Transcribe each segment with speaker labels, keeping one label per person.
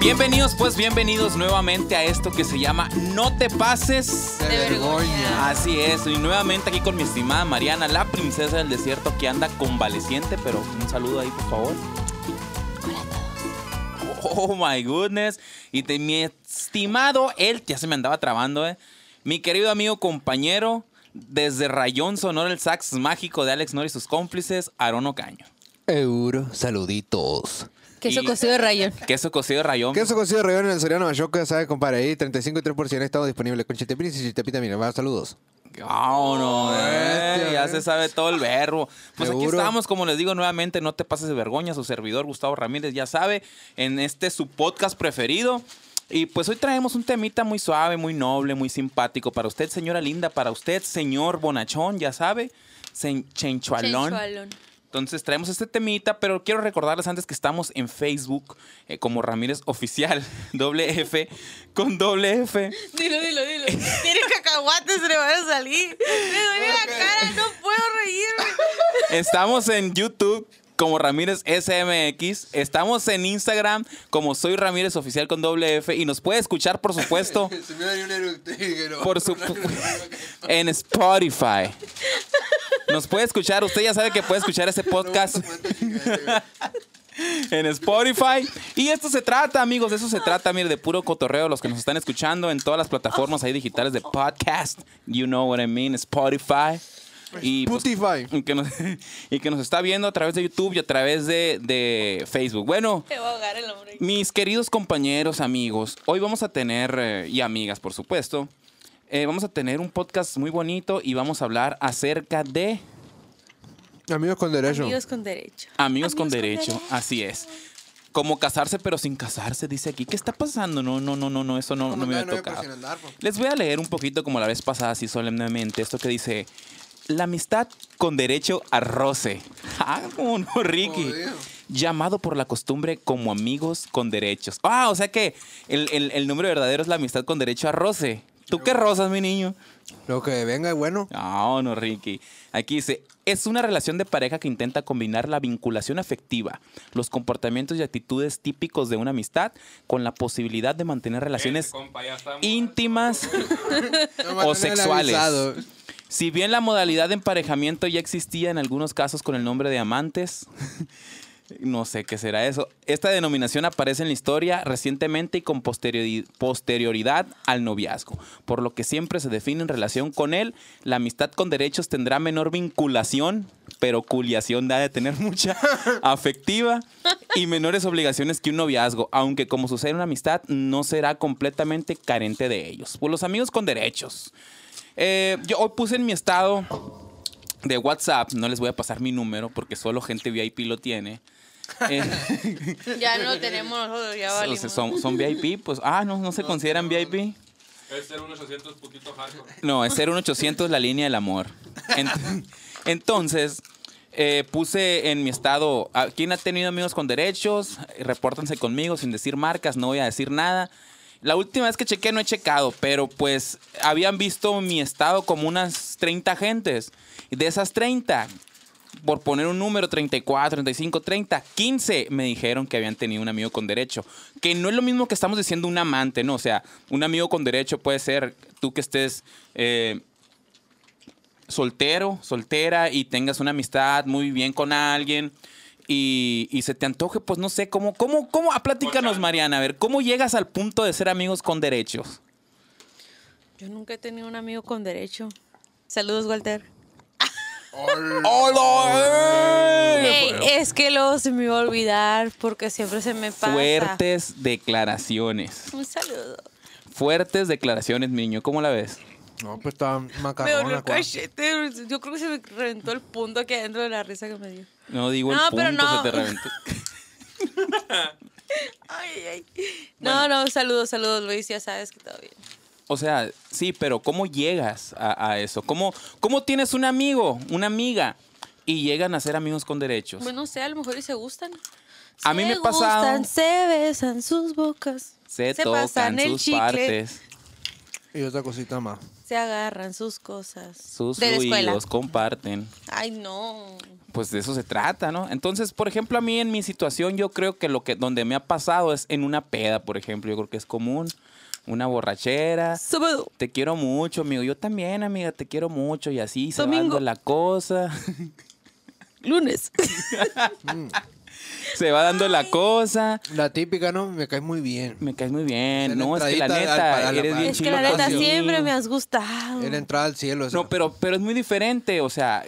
Speaker 1: Bienvenidos, pues bienvenidos nuevamente a esto que se llama No te pases
Speaker 2: De vergüenza.
Speaker 1: Así es, y nuevamente aquí con mi estimada Mariana, la princesa del desierto que anda convaleciente, pero un saludo ahí, por favor. Oh my goodness. Y te- mi estimado, él ya se me andaba trabando, eh. Mi querido amigo compañero, desde Rayón Sonora, el sax mágico de Alex Nori y sus cómplices, Arono Caño.
Speaker 3: Euro, saluditos.
Speaker 2: Queso
Speaker 1: Y-
Speaker 2: cocido de rayón.
Speaker 1: Queso cocido de Rayón.
Speaker 3: Queso cocido de rayón en el Soriano Mayoca, sabe, compadre, ahí 35 y 3% estamos disponibles con chiltepines y chiltepita, mira, va, saludos.
Speaker 1: Vámonos, eh,
Speaker 3: Bestia,
Speaker 1: ya
Speaker 3: eh.
Speaker 1: se sabe todo el verbo. Pues aquí
Speaker 3: Seguro.
Speaker 1: estamos, como les digo nuevamente, no te pases de vergüenza, su servidor Gustavo Ramírez ya sabe, en este su podcast preferido. Y pues hoy traemos un temita muy suave, muy noble, muy simpático para usted, señora linda, para usted, señor Bonachón, ya sabe, sen- chenchualón.
Speaker 2: Sensualón.
Speaker 1: Entonces traemos este temita, pero quiero recordarles antes que estamos en Facebook eh, como Ramírez Oficial, doble F, con doble F.
Speaker 2: Dilo, dilo, dilo. Tiene cacahuates, se le van a salir. Me duele la cara, no puedo reírme.
Speaker 1: Estamos en YouTube como Ramírez SMX. Estamos en Instagram como Soy Ramírez Oficial con doble F. Y nos puede escuchar, por supuesto,
Speaker 3: Se me un
Speaker 1: por su- en Spotify. Nos puede escuchar. Usted ya sabe que puede escuchar ese podcast en Spotify. Y esto se trata, amigos, de eso se trata, mire, de puro cotorreo, los que nos están escuchando en todas las plataformas ahí digitales de podcast. You know what I mean, Spotify. Y, pues,
Speaker 3: Spotify.
Speaker 1: y que, nos, y que nos está viendo a través de YouTube y a través de, de Facebook. Bueno,
Speaker 2: Te voy a ahogar el hombre.
Speaker 1: mis queridos compañeros, amigos, hoy vamos a tener, eh, y amigas por supuesto, eh, vamos a tener un podcast muy bonito y vamos a hablar acerca de
Speaker 3: Amigos con derecho.
Speaker 2: Amigos con derecho.
Speaker 1: Amigos con derecho, así es. Como casarse pero sin casarse, dice aquí. ¿Qué está pasando? No, no, no, no, no, eso no, no me había tocado. Les voy a leer un poquito como la vez pasada, así solemnemente, esto que dice, la amistad con derecho a roce. Ah, como no, Ricky.
Speaker 3: Jodido.
Speaker 1: Llamado por la costumbre como amigos con derechos. Ah, o sea que el, el- el nombre verdadero es la amistad con derecho a roce. ¿Tú qué rozas, mi niño?
Speaker 3: Lo que venga es bueno.
Speaker 1: No, no, Ricky. Aquí dice, es una relación de pareja que intenta combinar la vinculación afectiva, los comportamientos y actitudes típicos de una amistad, con la posibilidad de mantener relaciones íntimas. O sexuales. Si bien la modalidad de emparejamiento ya existía en algunos casos con el nombre de amantes, no sé qué será eso. Esta denominación aparece en la historia recientemente y con posteriori- posterioridad al noviazgo, por lo que siempre se define en relación con él. La amistad con derechos tendrá menor vinculación, pero culiación da de tener mucha afectiva y menores obligaciones que un noviazgo, aunque como sucede en una amistad, no será completamente carente de ellos. Pues los amigos con derechos. Eh, yo hoy puse en mi estado de WhatsApp, no les voy a pasar mi número porque solo gente VIP lo tiene. Eh,
Speaker 2: Ya no lo tenemos nosotros, ya
Speaker 1: o
Speaker 2: valimos.
Speaker 1: sea, son, son VIP, pues, ah, no, no se consideran VIP.
Speaker 4: Es 01800 poquito hardcore.
Speaker 1: No, es 01800 la línea del amor. Ent- Entonces, eh, puse en mi estado, ¿a ¿quién ha tenido amigos con derechos? Repórtense conmigo sin decir marcas, no voy a decir nada. La última vez que chequé no he checado, pero pues habían visto mi estado como unas 30 gentes. Y De esas 30, por poner un número, 34, 35, 30, 15 me dijeron que habían tenido un amigo con derecho. Que no es lo mismo que estamos diciendo un amante, ¿no? O sea, un amigo con derecho puede ser tú que estés eh, soltero, soltera y tengas una amistad muy bien con alguien. Y, y se te antoje, pues no sé, ¿cómo, cómo, cómo? Ah, platícanos, Mariana, a ver, ¿cómo llegas al punto de ser amigos con derechos?
Speaker 2: Yo nunca he tenido un amigo con derecho. Saludos, Walter.
Speaker 1: ¡Hola!
Speaker 2: Ey, es que luego se me iba a olvidar porque siempre se me pasa.
Speaker 1: Fuertes declaraciones.
Speaker 2: Un saludo.
Speaker 1: Fuertes declaraciones, mi niño. ¿Cómo la ves?
Speaker 3: No, pues está
Speaker 2: Me dolió
Speaker 3: macarrón.
Speaker 2: el cachete. Yo creo que se me reventó el punto aquí adentro de la risa que me dio.
Speaker 1: No digo el
Speaker 2: No,
Speaker 1: punto,
Speaker 2: pero no.
Speaker 1: se te reventó.
Speaker 2: Ay, ay. No, no, saludos, saludos, Luis. Ya sabes que todo bien.
Speaker 1: O sea, sí, pero ¿cómo llegas a, a eso? ¿Cómo, ¿Cómo tienes un amigo, una amiga y llegan a ser amigos con derechos?
Speaker 2: Bueno, no sé, a lo mejor y se gustan.
Speaker 1: A mí
Speaker 2: Se
Speaker 1: me ha pasado-
Speaker 2: gustan, se besan sus bocas.
Speaker 1: se
Speaker 2: pasan
Speaker 1: tocan
Speaker 2: el
Speaker 1: sus
Speaker 2: chicle.
Speaker 1: partes.
Speaker 3: Y otra cosita más.
Speaker 2: Se agarran sus cosas.
Speaker 1: Sus
Speaker 2: de la escuela.
Speaker 1: fluidos comparten.
Speaker 2: Ay, no.
Speaker 1: Pues de eso se trata, ¿no? Entonces, por ejemplo, a mí en mi situación yo creo que lo que donde me ha pasado es en una peda, por ejemplo, yo creo que es común, una borrachera.
Speaker 2: Sábado.
Speaker 1: Te quiero mucho, amigo. Yo también, amiga, te quiero mucho y así se va
Speaker 2: Domingo.
Speaker 1: dando la cosa.
Speaker 2: Lunes.
Speaker 1: se va dando la cosa.
Speaker 3: La típica, ¿no? Me caes muy bien.
Speaker 1: Me caes muy bien.
Speaker 3: Una
Speaker 1: No, es que la
Speaker 3: entradita al-
Speaker 1: neta,
Speaker 3: para la
Speaker 1: eres bien
Speaker 3: madre.
Speaker 2: es que
Speaker 1: chido
Speaker 2: la neta
Speaker 1: conmigo.
Speaker 2: siempre me has gustado.
Speaker 3: Era entrada al cielo. esa.
Speaker 1: No, pero, pero es muy diferente, o sea,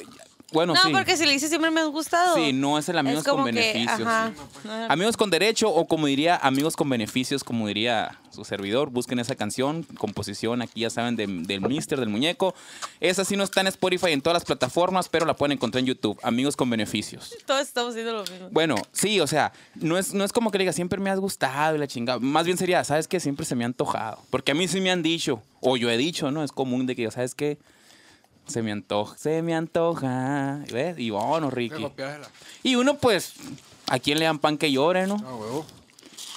Speaker 1: bueno,
Speaker 2: No,
Speaker 1: sí.
Speaker 2: porque si le dices siempre me has gustado.
Speaker 1: Sí, no es el amigos
Speaker 2: como
Speaker 1: con
Speaker 2: que,
Speaker 1: beneficios.
Speaker 2: ajá.
Speaker 1: sí. Amigos con derecho o como diría amigos con beneficios, como diría su servidor, busquen esa canción, composición, aquí ya saben, de- del Mister, del Muñeco. Esa sí no está en Spotify, en todas las plataformas, pero la pueden encontrar en YouTube, amigos con beneficios.
Speaker 2: Todos estamos haciendo lo mismo.
Speaker 1: Bueno, sí, o sea, no es, no es como que le diga, siempre me has gustado y la chingada. Más bien sería, ¿sabes qué? Siempre se me ha antojado. Porque a mí sí me han dicho, o yo he dicho, ¿no? Es común de que yo, ¿sabes qué? Se me antoja, se me antoja. ¿Ves? Y bueno,
Speaker 3: Te
Speaker 1: Ricky.
Speaker 3: copias de la-
Speaker 1: Y uno, pues, ¿a quién le dan pan que llore, no?
Speaker 3: Ah, huevo.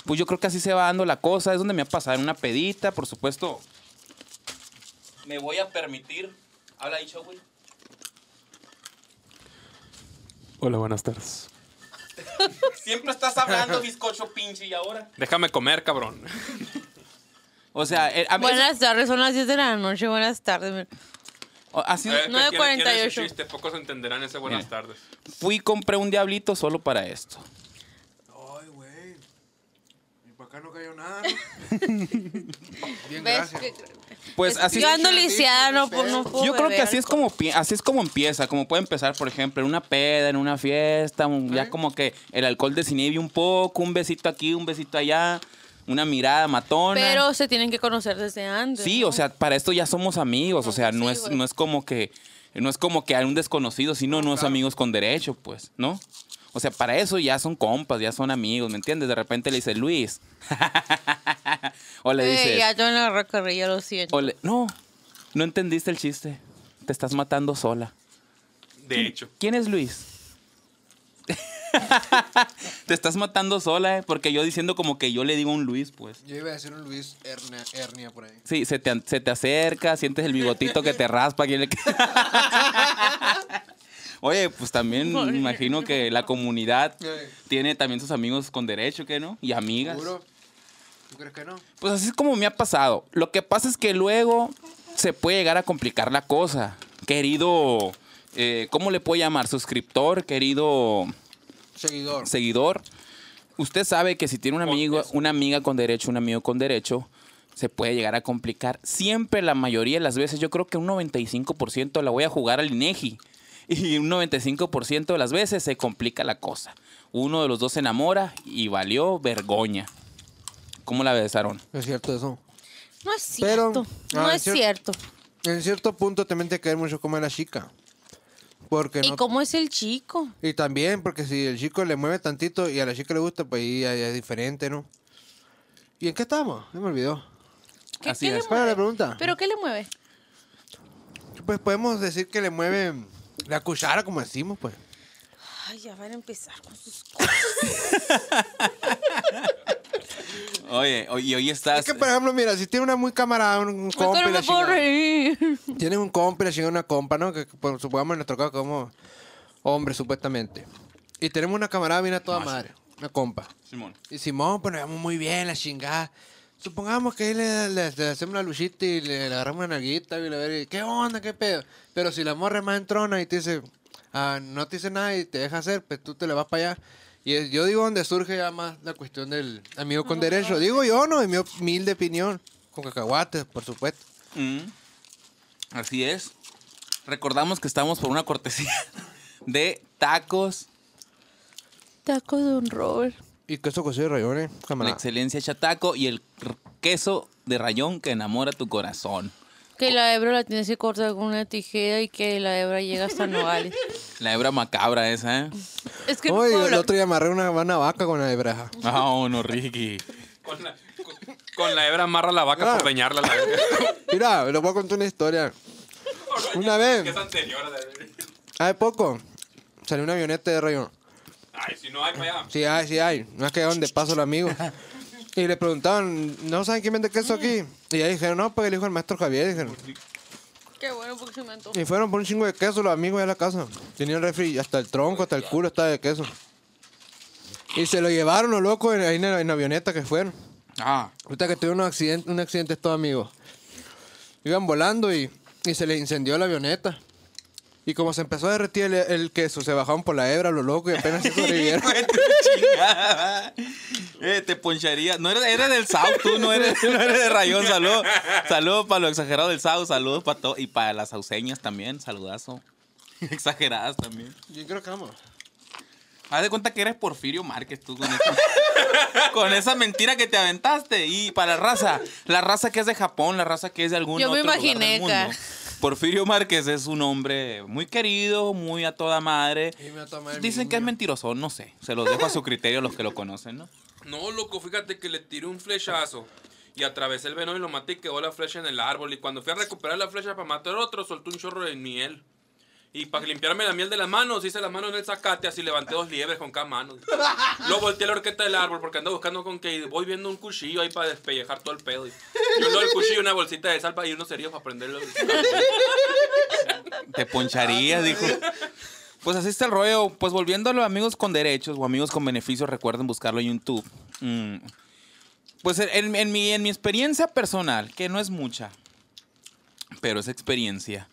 Speaker 1: Pues yo creo que así se va dando la cosa. Es donde me ha pasado en una pedita, por supuesto. Me voy a permitir. Habla ahí, güey.
Speaker 4: Hola, buenas tardes.
Speaker 1: Siempre estás hablando, bizcocho pinche, y ahora.
Speaker 4: Déjame comer, cabrón.
Speaker 1: O sea, eh, a mí-
Speaker 2: Buenas tardes, son las 10 de la noche. Buenas tardes.
Speaker 1: o- así-
Speaker 4: Eh, que tiene-
Speaker 2: 9:48.
Speaker 4: tiene ese chiste, Pocos entenderán ese buenas
Speaker 1: Mira.
Speaker 4: tardes.
Speaker 1: fui y compré un diablito solo para esto.
Speaker 3: Ay, güey. Y para acá no cayó nada. Bien,
Speaker 2: ¿Ves?
Speaker 3: gracias.
Speaker 1: Pues así
Speaker 2: Yo ando
Speaker 3: Sí, sí,
Speaker 2: lisiada,
Speaker 3: sí,
Speaker 2: no,
Speaker 3: sí,
Speaker 2: puedo-
Speaker 3: sí.
Speaker 2: no puedo
Speaker 1: yo creo que
Speaker 2: beber
Speaker 1: así es
Speaker 2: alcohol.
Speaker 1: como pi- así es como empieza, como puede empezar, por ejemplo, en una peda, en una fiesta, un- ya como que el alcohol desinhibe un poco, un besito aquí, un besito allá, una mirada matona.
Speaker 2: Pero se tienen que conocer desde antes.
Speaker 1: Sí,
Speaker 2: ¿no?
Speaker 1: o sea, para esto ya somos amigos, o sea,
Speaker 2: pues
Speaker 1: no
Speaker 2: sí,
Speaker 1: es
Speaker 2: güey.
Speaker 1: no es como que no es como que hay un desconocido, sino no es amigos con derecho, pues, ¿no? O sea, para eso ya son compas, ya son amigos, ¿me entiendes? De repente le dice Luis. o le
Speaker 2: Eh,
Speaker 1: dices
Speaker 2: ya yo en la recorrida lo siento.
Speaker 1: o le- no, no entendiste el chiste. Te estás matando sola.
Speaker 4: De hecho.
Speaker 1: ¿Quién es Luis? Te estás matando sola, eh, porque yo diciendo como que yo le digo a un Luis, pues.
Speaker 3: Yo iba a decir un Luis hernia, hernia por ahí.
Speaker 1: Sí, se te, an- se te acerca, sientes el bigotito que te raspa. que le- Oye, pues también me imagino que la comunidad tiene también sus amigos con derecho, ¿qué no? Y amigas.
Speaker 3: ¿Seguro? ¿Tú crees que no?
Speaker 1: Pues así es como me ha pasado. Lo que pasa es que luego se puede llegar a complicar la cosa. Querido, eh, ¿cómo le puedo llamar? Suscriptor, querido
Speaker 3: Seguidor.
Speaker 1: seguidor. Usted sabe que si tiene un amigo,
Speaker 4: Podcast.
Speaker 1: una amiga con derecho, un amigo con derecho, se puede llegar a complicar. Siempre, la mayoría de las veces, yo creo que un 95% la voy a jugar al INEGI. Y un 95% de las veces se complica la cosa. Uno de los dos se enamora y valió vergoña. ¿Cómo la besaron?
Speaker 3: Es cierto eso.
Speaker 2: no es
Speaker 3: pero-
Speaker 2: cierto. no
Speaker 3: ah,
Speaker 2: es
Speaker 3: cier-
Speaker 2: cierto.
Speaker 3: En cierto punto también te cae mucho como la chica. Porque
Speaker 2: ¿Y
Speaker 3: no...
Speaker 2: cómo es el chico?
Speaker 3: Y también, porque si el chico le mueve tantito y a la chica le gusta, pues ahí ya- ya es diferente, ¿no? ¿Y en qué estamos? Ya me olvidó.
Speaker 2: ¿Qué,
Speaker 1: Así
Speaker 2: qué
Speaker 1: es.
Speaker 2: Le
Speaker 3: ¿Cuál era la
Speaker 2: mueve?
Speaker 3: pregunta?
Speaker 2: ¿Pero qué le mueve?
Speaker 3: Pues podemos decir que le mueve la cuchara, como decimos, pues.
Speaker 2: Ay, ya van a empezar con sus
Speaker 1: Oye, oye, y hoy
Speaker 3: Es
Speaker 1: estás.
Speaker 3: que, por ejemplo, mira, si tiene una muy camarada, un, un
Speaker 2: Ay,
Speaker 3: compa,
Speaker 2: pero
Speaker 3: y la
Speaker 2: me puedo
Speaker 3: chingada.
Speaker 2: reír.
Speaker 3: Tienes un compa y le llega una compa, ¿no? Que pues, supongamos en nuestro caso como hombre, supuestamente. Y tenemos una camarada bien a toda
Speaker 1: Ah, sí.
Speaker 3: madre, una compa.
Speaker 1: Simón.
Speaker 3: Y Simón, pues nos llevamos muy bien, la chingada. Supongamos que ahí le, le- le hacemos la luchita y le, le agarramos una naguita y le ver, ¿qué onda? ¿Qué pedo? Pero si la morra es más entrona y te dice, ah, no te dice nada y te deja hacer, pues tú te le vas para allá. Y es- yo digo donde surge ya más la cuestión del amigo con derecho. Digo yo, no, en mi humilde opinión. Con cacahuates, por supuesto.
Speaker 1: Mm. Así es. Recordamos que estamos por una cortesía de tacos
Speaker 2: Taco Don Robert.
Speaker 3: Y queso cocido de rayones,
Speaker 1: con
Speaker 3: camarada.
Speaker 1: excelencia chataco y el r- queso de rayón que enamora tu corazón.
Speaker 2: Que la hebra la tienes que cortar con una tijera y que la hebra llega hasta Nogales.
Speaker 1: La hebra macabra esa, ¿eh?
Speaker 2: Es que no
Speaker 3: Oye,
Speaker 2: puedo
Speaker 3: el
Speaker 2: hablar.
Speaker 3: otro día amarré una, una vaca con la de braja.
Speaker 1: Ah, no, Ricky.
Speaker 4: Con la, con, con la hebra amarra la vaca
Speaker 3: Claro.
Speaker 4: por peñarla. La verga.
Speaker 3: Mira, les voy a contar una historia. Una vez.
Speaker 4: Que es anterior. a la verga.
Speaker 3: Hace poco salió una avioneta de rayón.
Speaker 4: Ay, si no hay para allá.
Speaker 3: Sí hay, sí hay. No es que donde paso los amigos. pues", Y le preguntaban, ¿no saben quién vende queso aquí? Y ahí dijeron, no, porque le dijo el maestro Javier. Dijeron.
Speaker 2: Qué bueno, porque se me antojó.
Speaker 3: Y fueron por un chingo de queso los amigos de la casa. Tenían el refri hasta el tronco, hasta el culo estaba de queso. Y se lo llevaron los locos en, ahí en, la- en la avioneta que fueron.
Speaker 1: Ah.
Speaker 3: Ahorita que tuvieron un accidente, un accidente estos amigos. Iban volando y, y se les incendió la avioneta. Y como se empezó a derretir el, el queso, se bajaron por la hebra los locos y apenas se sobrevivieron.
Speaker 1: Chingada. Eh, te poncharía. No eres, eres del South, tú no eres, no eres de Rayón. Saludos saludo para lo exagerado del South, saludos para todo. Y para las sauceñas también, saludazo. Exageradas también.
Speaker 3: Yo creo que vamos.
Speaker 1: Haz de cuenta que eres Porfirio Márquez tú con esa, con esa mentira que te aventaste. Y para la raza, la raza que es de Japón, la raza que es de algún
Speaker 2: Yo me
Speaker 1: otro lugar del
Speaker 2: imaginé,
Speaker 1: mundo.
Speaker 2: ca.
Speaker 1: Porfirio Márquez es un hombre muy querido, muy a toda madre.
Speaker 3: Y me tomé el
Speaker 1: Dicen que es
Speaker 3: mío.
Speaker 1: mentiroso, no sé. Se los dejo a su criterio los que lo conocen, ¿no?
Speaker 4: No, loco, fíjate que le tiré un flechazo y atravesé el venón y lo maté y quedó la flecha en el árbol. Y cuando fui a recuperar la flecha para matar otro, soltó un chorro de miel. Y para limpiarme la miel de las manos, hice las manos en el zacate, así levanté dos liebres con cada mano. Luego volteé a la horqueta del árbol porque ando buscando con que voy viendo un cuchillo ahí para despellejar todo el pedo. Y yo lo del cuchillo, una bolsita de salpa y unos cerillos para prenderlo.
Speaker 1: Te poncharías, dijo. Pues así está el rollo. Pues volviendo a los amigos con derechos o amigos con beneficios, recuerden buscarlo en YouTube. Mm. Pues en, en- en mi, en mi experiencia personal, que no es mucha, pero es experiencia.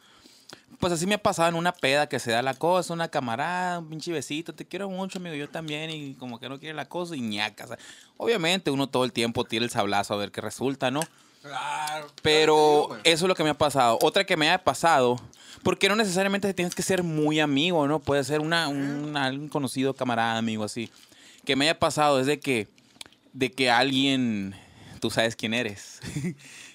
Speaker 1: Pues así me ha pasado en una peda que se da la cosa, una camarada, un pinche besito, te quiero mucho, amigo, yo también, y como que no quiere la cosa, y ñaca. o sea, obviamente uno todo el tiempo tira el sablazo a ver qué resulta, ¿no?
Speaker 3: Claro.
Speaker 1: Pero eso es lo que me ha pasado. Otra que me ha pasado, porque no necesariamente tienes que ser muy amigo, ¿no? Puede ser una, un, algún conocido camarada, amigo, así. Que me haya pasado es de que, de que alguien, tú sabes quién eres,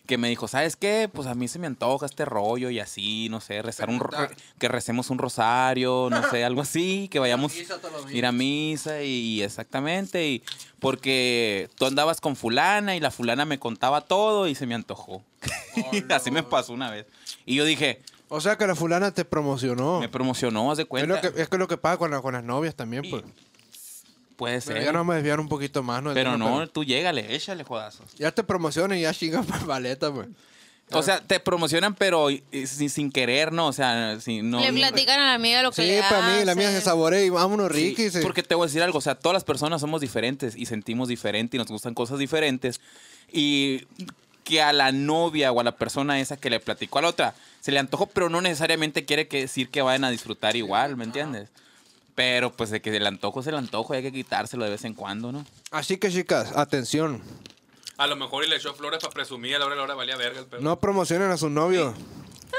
Speaker 1: que me dijo, ¿sabes qué? Pues a mí se me antoja este rollo y así, no sé, rezar un... ro-
Speaker 3: Preguntar.
Speaker 1: que recemos un rosario, no sé, algo así, que vayamos
Speaker 3: misa todos los días.
Speaker 1: ir a misa y exactamente. Y porque tú andabas con fulana y la fulana me contaba todo y se me antojó.
Speaker 3: Oh,
Speaker 1: Así me pasó una vez. Y yo dije,
Speaker 3: O sea que la fulana te promocionó.
Speaker 1: me promocionó, haz de
Speaker 3: Oh. Es,
Speaker 1: cuenta.
Speaker 3: lo que, es que lo que pasa con, la- con las novias también,
Speaker 1: Y-
Speaker 3: pues.
Speaker 1: Puede
Speaker 3: Pero
Speaker 1: ser.
Speaker 3: ya nos vamos a desviar un poquito más, ¿no?
Speaker 1: pero
Speaker 3: Del
Speaker 1: no,
Speaker 3: tema,
Speaker 1: tú llégale, échale jodazos.
Speaker 3: Ya te promocionan y ya chingas pa' paleta, pues.
Speaker 1: O sea, te promocionan, pero y- y sin, sin querer, ¿no? O sea, sin, no.
Speaker 2: le platican a la amiga lo que
Speaker 3: Sí,
Speaker 2: le
Speaker 3: para mí, la mía se
Speaker 2: hacen.
Speaker 3: saborea y vámonos, eh.
Speaker 1: Sí,
Speaker 3: Ricky. se-
Speaker 1: Porque te voy a decir algo, o sea, todas las personas somos diferentes y sentimos diferente y nos gustan cosas diferentes. Y que a la novia o a la persona esa que le platicó a la otra se le antojó, pero no necesariamente quiere que decir que vayan a disfrutar igual, ¿me entiendes? Pero pues de que el antojo es el antojo, y hay que quitárselo de vez en cuando, ¿no?
Speaker 3: Así que, chicas, atención.
Speaker 4: A lo mejor y le echó flores para presumir, a la hora de la hora valía verga el pedo.
Speaker 3: No promocionen a su novio.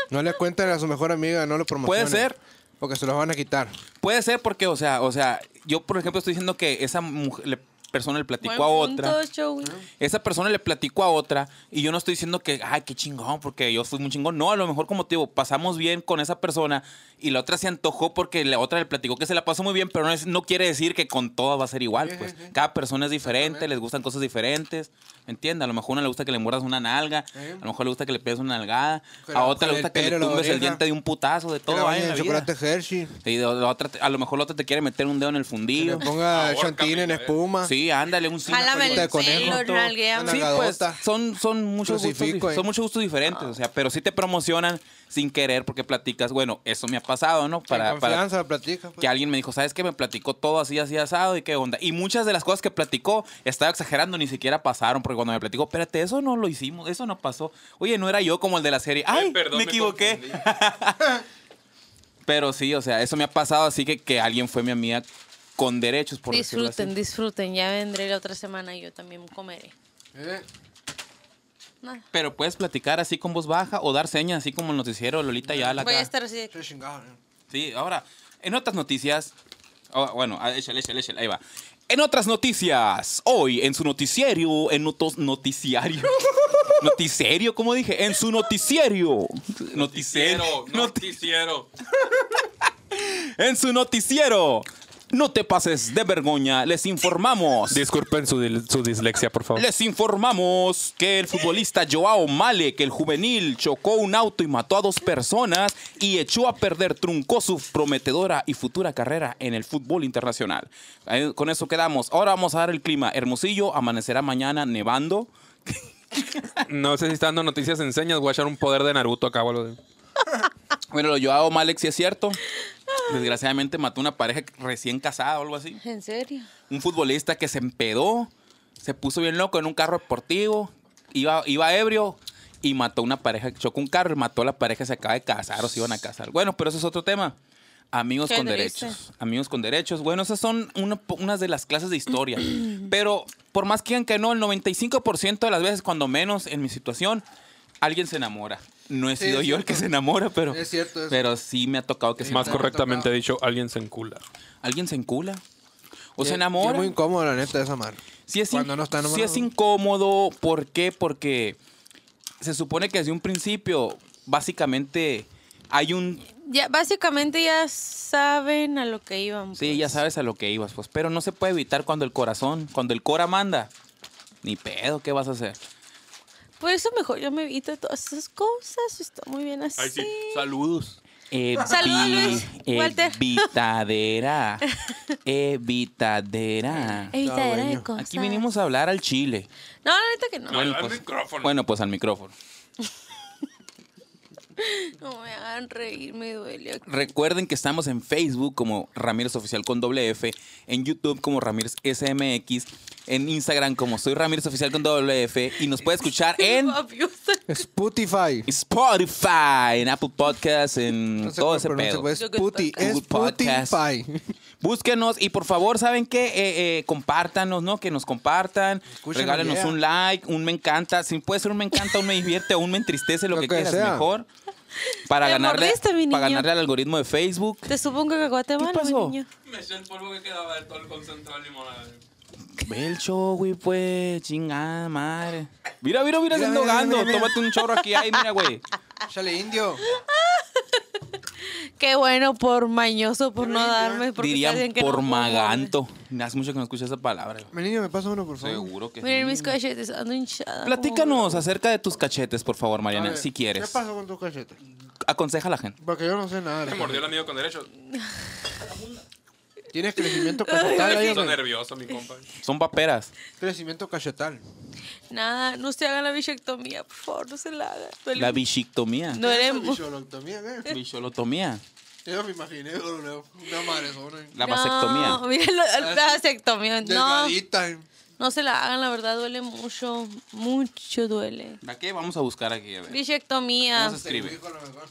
Speaker 3: No le cuenten a su mejor amiga, no lo promocionen.
Speaker 1: ser.
Speaker 3: Porque se los van a quitar.
Speaker 1: Puede ser porque, o sea, o sea, yo por ejemplo estoy diciendo que esa mujer- le- persona le platicó
Speaker 2: Buen
Speaker 1: a
Speaker 2: punto,
Speaker 1: otra.
Speaker 2: Joey.
Speaker 3: Ah.
Speaker 1: esa persona le platicó a otra y yo no estoy diciendo que, ay, qué chingón, porque yo fui muy chingón. No, a lo mejor como te digo, pasamos bien con esa persona y la otra se antojó porque la otra le platicó que se la pasó muy bien, pero no, es- no quiere decir que con todas va a ser igual. Pues cada persona es diferente, les gustan cosas diferentes, ¿me entiendes? A lo mejor a una le gusta que le muerdas una nalga, a lo mejor le gusta que le pegues una nalgada,
Speaker 3: Que
Speaker 1: a
Speaker 3: la-
Speaker 1: otra
Speaker 3: con
Speaker 1: le
Speaker 3: el
Speaker 1: gusta que le
Speaker 3: pelo, la
Speaker 1: tumbes el
Speaker 3: oreja.
Speaker 1: diente de un putazo, de
Speaker 3: Que le
Speaker 1: todo. hay en
Speaker 3: bañen
Speaker 1: la vida.
Speaker 3: chocolate Hershey.
Speaker 1: Y de- la otra, a lo mejor la otra te quiere meter un dedo en el
Speaker 3: Que le
Speaker 1: fundillo.
Speaker 3: ponga
Speaker 4: Ahorcame,
Speaker 3: chantín en
Speaker 4: a ver.
Speaker 3: espuma.
Speaker 1: Sí, ándale, un cine
Speaker 2: Jálame
Speaker 1: frito
Speaker 2: el pelo,
Speaker 1: todo.
Speaker 2: nalguéame.
Speaker 1: Sí, pues
Speaker 3: Nalgadota.
Speaker 1: son, son, muchos gustos,
Speaker 3: Crucifico,
Speaker 1: dif-
Speaker 3: eh.
Speaker 1: son muchos gustos diferentes,
Speaker 2: Ah.
Speaker 1: o sea, pero sí te promocionan sin querer porque platicas, bueno, eso me ha pasado, ¿no? Para,
Speaker 3: en
Speaker 1: para
Speaker 3: confianza, platica. pues.
Speaker 1: que alguien me dijo, ¿sabes qué? Me platicó todo así, así, asado y qué onda. Y muchas de las cosas que platicó, estaba exagerando, ni siquiera pasaron, porque cuando me platicó, espérate, eso no lo hicimos, eso no pasó. Oye, no era yo como el de la serie. ¡Ay,
Speaker 4: Ay, perdón,
Speaker 1: me
Speaker 4: me
Speaker 1: equivoqué!
Speaker 4: confundí.
Speaker 1: pero sí, o sea, eso me ha pasado, así que que alguien fue mi amiga con derechos, por decirlo así.
Speaker 2: Disfruten, disfruten. Ya vendré la otra semana y yo también comeré.
Speaker 3: Eh,
Speaker 2: Nada.
Speaker 1: Pero puedes platicar así con voz baja o dar señas, así como el noticiero Lolita ya la
Speaker 2: Voy a estar así de...
Speaker 3: estoy chingado, eh.
Speaker 1: Sí, ahora, en otras noticias. ah, bueno, ah, échale, échale, échale, ahí va. En otras noticias, hoy en su noticiario, en notos, noticiario. Noticiario, ¿cómo dije? En su noticiario. Noticiero.
Speaker 4: Noticiero,
Speaker 1: Noti-
Speaker 4: noticiero.
Speaker 1: en su noticiero. No te pases de vergüenza, les informamos.
Speaker 5: Disculpen su, dil- su dislexia, por favor.
Speaker 1: Les informamos que el futbolista Joao Malek, el juvenil, chocó un auto y mató a dos personas y echó a perder, truncó su prometedora y futura carrera en el fútbol internacional. Eh, Con eso quedamos. Ahora vamos a dar el clima. Hermosillo, amanecerá mañana nevando.
Speaker 4: No sé si está dando noticias enseñas, voy a echar un poder de Naruto acá o algo de-
Speaker 1: Bueno, lo llevaba mal, Alex, sí es cierto. Desgraciadamente mató una pareja recién casada o algo así.
Speaker 2: ¿En serio?
Speaker 1: Un futbolista que se empedó, se puso bien loco en un carro deportivo, iba, iba ebrio y mató una pareja, chocó un carro, y mató a la pareja, se acaba de casar o se iban a casar. Bueno, pero eso es otro tema. Amigos
Speaker 2: Qué
Speaker 1: con
Speaker 2: triste.
Speaker 1: derechos. Amigos con derechos. Bueno, esas son una- unas de las clases de historia. pero por más que digan que no, el 95% de las veces, cuando menos en mi situación, alguien se enamora. No he
Speaker 3: Sí,
Speaker 1: sido
Speaker 3: es
Speaker 1: yo el
Speaker 3: cierto.
Speaker 1: que se enamora, pero,
Speaker 3: Es cierto eso.
Speaker 1: pero sí me ha tocado que se
Speaker 5: Más
Speaker 3: me ha
Speaker 5: correctamente
Speaker 3: tocado.
Speaker 5: dicho, alguien se encula.
Speaker 1: alguien se encula o se
Speaker 3: Sí, Es
Speaker 1: enamora.
Speaker 3: muy incómodo, la neta, esa mano.
Speaker 1: Si es, in-
Speaker 3: Cuando no está
Speaker 1: sí
Speaker 3: enamorado.
Speaker 1: es incómodo, ¿por qué? Porque se supone que desde un principio, básicamente, hay un...
Speaker 2: Ya, básicamente ya saben a lo que iban.
Speaker 1: Sí, ya
Speaker 2: pues.
Speaker 1: sabes a lo que ibas, pues, pero no se puede evitar cuando el corazón, cuando el cora manda. Ni pedo, ¿qué vas a hacer?
Speaker 2: Por eso mejor yo me evito todas esas cosas. Está muy bien así.
Speaker 4: Ay, sí. Saludos.
Speaker 2: Saludos, Luis, Walter.
Speaker 1: Evitadera. Evitadera.
Speaker 2: Evitadera de
Speaker 3: bueno.
Speaker 2: cosas.
Speaker 1: Aquí vinimos a hablar al chile.
Speaker 2: No, la neta que no.
Speaker 4: No, al
Speaker 1: pues-
Speaker 4: micrófono.
Speaker 1: Bueno, pues al micrófono.
Speaker 2: No me hagan reír, me duele. aquí.
Speaker 1: Recuerden que estamos en Facebook como Ramírez Oficial con doble F, en YouTube como Ramírez SMX, en Instagram como Soy Ramírez Oficial con doble F y nos puede escuchar en
Speaker 2: Papi, o sea,
Speaker 3: Spotify.
Speaker 1: Spotify, en Apple Podcasts, en
Speaker 3: No sé
Speaker 1: todo
Speaker 3: cómo
Speaker 1: ese
Speaker 3: pronuncia,
Speaker 1: pedo.
Speaker 3: pues,
Speaker 2: Google
Speaker 3: Sputi-
Speaker 2: Podcast.
Speaker 3: es
Speaker 1: Google Podcast.
Speaker 3: Spotify.
Speaker 1: Búsquenos y por favor, ¿saben qué? Eh, eh, compártanos, ¿no? Que nos compartan.
Speaker 3: Escúchenos,
Speaker 1: regálenos
Speaker 3: yeah.
Speaker 1: un like, un me encanta. Si puede ser un me encanta, un me divierte, un me entristece, lo, que, quieras,
Speaker 3: sea.
Speaker 1: mejor. Para
Speaker 2: Me
Speaker 1: ganarle,
Speaker 2: mordiste, mi
Speaker 1: para
Speaker 2: niño.
Speaker 1: ganarle al algoritmo de Facebook.
Speaker 2: Te supo un cacahuate malo, mi
Speaker 1: pasó?
Speaker 2: niño.
Speaker 4: Me eché el polvo que quedaba de todo el concentrado de limonada.
Speaker 1: Ve el show, güey, pues, chingada madre. Mira, mira, mira, se
Speaker 3: Mira, mira,
Speaker 1: ahogando.
Speaker 3: mira, mira.
Speaker 1: Tómate un chorro aquí, ahí, mira, güey.
Speaker 3: Chale, indio.
Speaker 2: Qué bueno por mañoso, por no darme. porque
Speaker 1: Dirían
Speaker 2: sabían que
Speaker 1: por
Speaker 2: no puedo darme.
Speaker 1: maganto. Hace mucho que no escucho esa palabra. güey.
Speaker 3: Mi niño, me pasa uno, por favor.
Speaker 1: Seguro que
Speaker 2: Miren
Speaker 1: sí.
Speaker 2: mis cachetes, ando hinchada.
Speaker 1: Platícanos acerca de tus cachetes, por favor,
Speaker 3: A
Speaker 1: Mariana,
Speaker 3: ver,
Speaker 1: si quieres.
Speaker 3: ¿Qué pasó con tus cachetes?
Speaker 1: Aconseja a la gente.
Speaker 3: Porque yo no sé nada. de
Speaker 4: Me
Speaker 3: la
Speaker 4: mordió el
Speaker 3: gente.
Speaker 4: amigo con derecho.
Speaker 3: Tienes crecimiento cachetal ahí,
Speaker 4: Estoy
Speaker 3: güey.
Speaker 4: nervioso, mi compa.
Speaker 1: Son paperas.
Speaker 3: Crecimiento cachetal.
Speaker 2: Nada, no se hagan la bichectomía, por favor, no se la hagan. Duele
Speaker 1: La bichictomía.
Speaker 2: No eres.
Speaker 3: Bicholotomía, ¿eh?
Speaker 1: Bicholotomía.
Speaker 3: Yo me imaginé bro, una, una madresona. eh.
Speaker 1: La vasectomía.
Speaker 2: No, mira lo- la vasectomía. No,
Speaker 3: Delgadita. eh.
Speaker 2: no se la hagan, la verdad duele mucho. Mucho duele.
Speaker 1: ¿A qué vamos a buscar aquí? A ver.
Speaker 2: Bichectomía.
Speaker 1: ¿Cómo se escribe?
Speaker 3: Hijo, a lo mejor.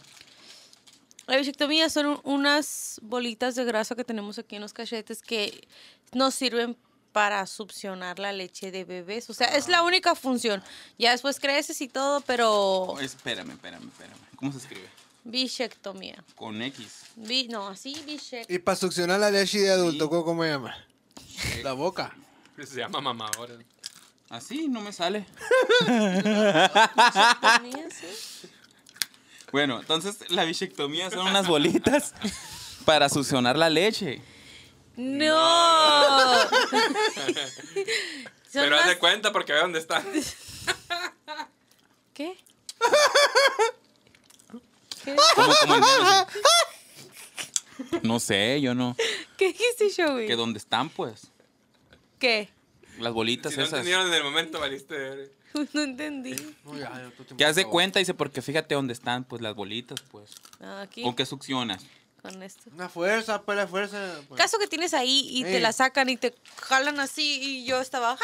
Speaker 2: La bichectomía son un- unas bolitas de grasa que tenemos aquí en los cachetes que nos sirven para succionar la leche de bebés. O sea, es la única función. Ya después creces y todo, pero
Speaker 1: Oh, espérame, espérame, espérame. ¿Cómo se escribe?
Speaker 2: bichectomía.
Speaker 1: Con X.
Speaker 2: Bi- no, así bichectomía.
Speaker 3: Y para succionar la leche de adulto, ¿cómo- ¿cómo se llama? La boca.
Speaker 4: Se llama mamá ahora.
Speaker 1: Así no me sale.
Speaker 2: sí.
Speaker 1: Bueno, entonces la bichectomía son unas bolitas para succionar la leche.
Speaker 2: No. Son
Speaker 4: Pero haz
Speaker 2: más-
Speaker 4: de cuenta porque ve dónde está.
Speaker 2: ¿Qué? ¿Qué?
Speaker 1: Como, como el meme, sí. No sé, yo no.
Speaker 2: ¿Qué dijiste, Joey?
Speaker 1: Que dónde están, pues.
Speaker 2: ¿Qué?
Speaker 1: Las bolitas
Speaker 4: Si no
Speaker 1: esas.
Speaker 4: entendieron en el momento, valiste. verga.
Speaker 2: No entendí.
Speaker 1: Que haz de cuenta, dice, porque fíjate dónde están, pues, las bolitas, pues.
Speaker 2: No, aquí.
Speaker 1: ¿Con qué succionas?
Speaker 2: Con esto.
Speaker 3: Una fuerza, pues la fuerza. pues.
Speaker 2: Caso que tienes ahí y te
Speaker 3: Ey.
Speaker 2: la sacan y te jalan así y yo estaba, ¡ah!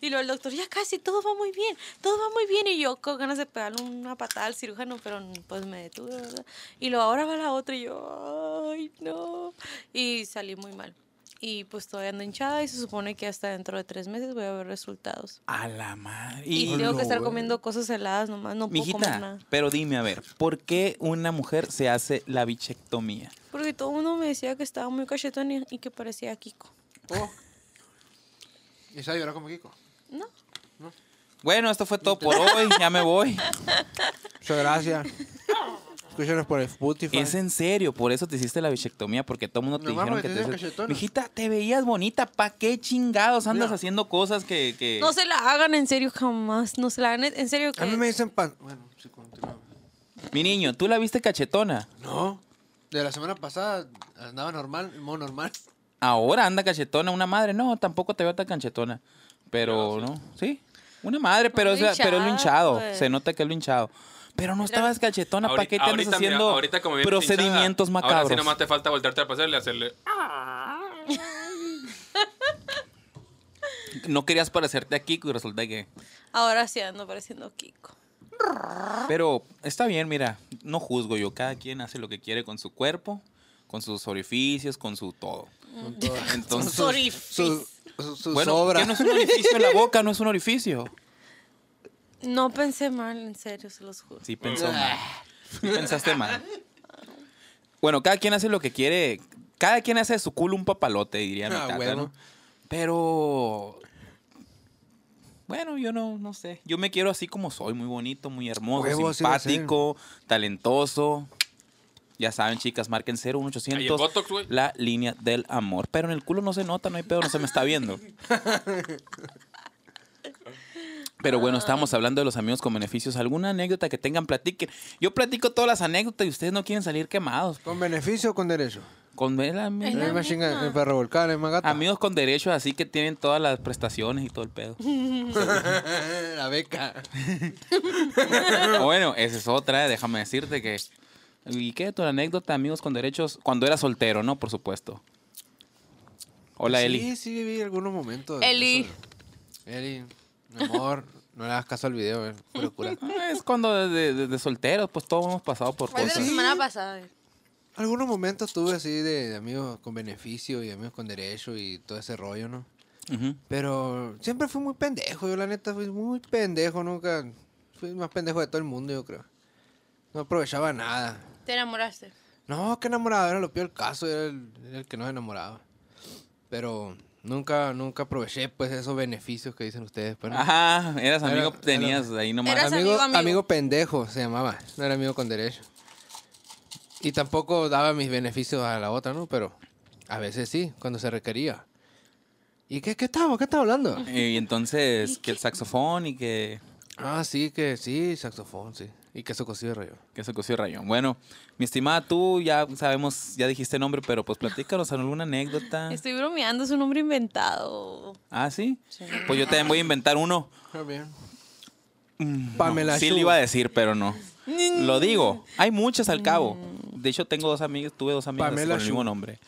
Speaker 2: Y luego el doctor, ya casi, todo va muy bien, todo va muy bien. Y yo con ganas de pegarle una patada al cirujano, pero pues me detuve, ¿verdad? Y luego ahora va la otra y yo, ¡ay, no! Y salí muy mal. Y pues todavía ando hinchada y se supone que hasta dentro de tres meses voy a ver resultados.
Speaker 1: A la madre.
Speaker 2: Y,
Speaker 1: Y-
Speaker 2: tengo que estar
Speaker 3: güey.
Speaker 2: comiendo cosas heladas nomás, no puedo comer
Speaker 1: Mijita,
Speaker 2: nada.
Speaker 1: pero dime, a ver, ¿por qué una mujer se hace la bichectomía?
Speaker 2: Porque todo el mundo me decía que estaba muy cachetón y- y que parecía Kiko.
Speaker 3: Oh. ¿Y se llorar como Kiko?
Speaker 2: No,
Speaker 1: Bueno, esto fue todo por hoy, ya me voy.
Speaker 3: Muchas gracias. Escúchanos por Spotify.
Speaker 1: Es en serio, por eso te hiciste la bichectomía, porque todo el mundo te
Speaker 3: No
Speaker 1: dijeron
Speaker 3: mames,
Speaker 1: que
Speaker 3: te
Speaker 1: te
Speaker 3: hacen
Speaker 1: haces-
Speaker 3: cachetona.
Speaker 1: Mijita, te veías bonita, ¿pa' qué chingados andas
Speaker 3: Mira.
Speaker 1: haciendo cosas que... que-
Speaker 2: No se la hagan en serio jamás. No se la hagan en en serio. Que...
Speaker 3: A mí me dicen pan. Bueno, sí, continuamos.
Speaker 1: Mi niño, ¿tú la viste cachetona?
Speaker 3: No. De la semana pasada andaba normal, en modo normal.
Speaker 1: Ahora anda cachetona, una madre. No, tampoco te veo tan cachetona. Pero, ¿no? Sí, una madre, pero,
Speaker 2: Un
Speaker 1: o sea, pero es lo
Speaker 2: hinchado,
Speaker 1: hinchado.
Speaker 2: pues.
Speaker 1: Se nota que es lo hinchado. Pero no estabas cachetona, ¿para
Speaker 4: Ahorita-
Speaker 1: qué te andas
Speaker 4: mira,
Speaker 1: haciendo
Speaker 4: ahorita como bien
Speaker 1: procedimientos
Speaker 4: pinchada, Ahora sí
Speaker 1: macabros?
Speaker 4: nomás te falta voltearte al pasar y hacerle...
Speaker 1: No querías parecerte a Kiko y resulta que...
Speaker 2: Ahora sí ando pareciendo Kiko.
Speaker 1: Pero está bien, mira, no juzgo yo. Cada quien hace lo que quiere con su cuerpo, con sus orificios, con su todo. Entonces,
Speaker 2: Sorry,
Speaker 3: Su, su, su
Speaker 1: bueno,
Speaker 3: sobra.
Speaker 1: ¿qué no es un orificio en la boca, no es un orificio.
Speaker 2: No pensé mal, en serio, se los juro.
Speaker 1: Sí,
Speaker 3: Ah.
Speaker 1: pensó mal. Sí, pensaste mal. Bueno, cada quien hace lo que quiere. Cada quien hace de su culo un papalote, diría mi
Speaker 3: Ah,
Speaker 1: tata,
Speaker 3: huevo.
Speaker 1: ¿no? Pero. Bueno, yo no, no sé. Yo me quiero así como soy, muy bonito, muy hermoso,
Speaker 3: Huevo, así va a ser.
Speaker 1: simpático, talentoso. Ya saben, chicas, marquen
Speaker 4: Ahí
Speaker 1: 01800
Speaker 4: en Botox, güey.
Speaker 1: la línea del amor. Pero en el culo no se nota, no hay pedo, no se me está viendo. Pero bueno, estábamos hablando de los amigos con beneficios. ¿Alguna anécdota que tengan? Platiquen. Yo platico todas las anécdotas y ustedes no quieren salir quemados.
Speaker 3: ¿Con beneficio o con derecho?
Speaker 1: Con el ami-
Speaker 2: Es
Speaker 3: Es
Speaker 2: la
Speaker 3: más chinga,
Speaker 2: misma.
Speaker 3: es para revolcar, es más gato.
Speaker 1: amigos con derechos así que tienen todas las prestaciones y todo el pedo.
Speaker 3: la beca.
Speaker 1: bueno, esa es otra, déjame decirte que... ¿Y qué? ¿Tu anécdota, amigos con derechos? Cuando era soltero, ¿no? Por supuesto. Hola,
Speaker 3: sí,
Speaker 1: Eli.
Speaker 3: Sí, viví algunos momentos. de
Speaker 2: Eli.
Speaker 3: eso. Eli, mi amor, no le hagas caso al video, eh. Pura cura.
Speaker 1: Ah, Es cuando de, de- de solteros, pues todos hemos pasado por
Speaker 2: Fue de la
Speaker 1: cosas.
Speaker 2: semana pasada. eh.
Speaker 3: Algunos momentos tuve así de, de amigos con beneficio y amigos con derecho y todo ese rollo, ¿no?
Speaker 1: Ujú.
Speaker 3: Pero siempre fui muy pendejo, yo la neta fui muy pendejo, nunca. Fui el más pendejo de todo el mundo, yo creo. No aprovechaba nada.
Speaker 2: Te enamoraste.
Speaker 3: No, que enamorado era lo peor caso, era el, era el que no se enamoraba. Pero nunca, nunca aproveché pues esos beneficios que dicen ustedes. pues, ¿no?
Speaker 1: Ajá, eras
Speaker 3: Era-
Speaker 1: amigo, tenías ahí nomás.
Speaker 2: Eras
Speaker 3: amigo,
Speaker 2: amigo, amigo.
Speaker 3: amigo. pendejo se llamaba, no era amigo con derecho. Y tampoco daba mis beneficios a la otra, ¿no? Pero a veces sí, cuando se requería. ¿Y qué, qué estaba? ¿Qué estaba hablando?
Speaker 1: eh, Y entonces, que el saxofón y que,
Speaker 3: Ah, sí, que sí, saxofón, sí. Y que eso cosí de rayo.
Speaker 1: que se cosió rayón. Bueno, mi estimada, tú ya sabemos, ya dijiste nombre, pero pues platícanos alguna anécdota.
Speaker 2: Estoy bromeando, es un hombre inventado.
Speaker 1: Ah, ¿sí? Pues yo también voy a inventar uno.
Speaker 3: Está Ah, bien. Mm,
Speaker 1: No,
Speaker 3: Pamela
Speaker 1: sí
Speaker 3: Chu.
Speaker 1: le iba a decir, pero no. Lo digo, hay muchas al cabo. De hecho, tengo dos amigos, tuve dos amigos
Speaker 3: Pamela
Speaker 1: con el mismo
Speaker 3: Chu.
Speaker 1: nombre.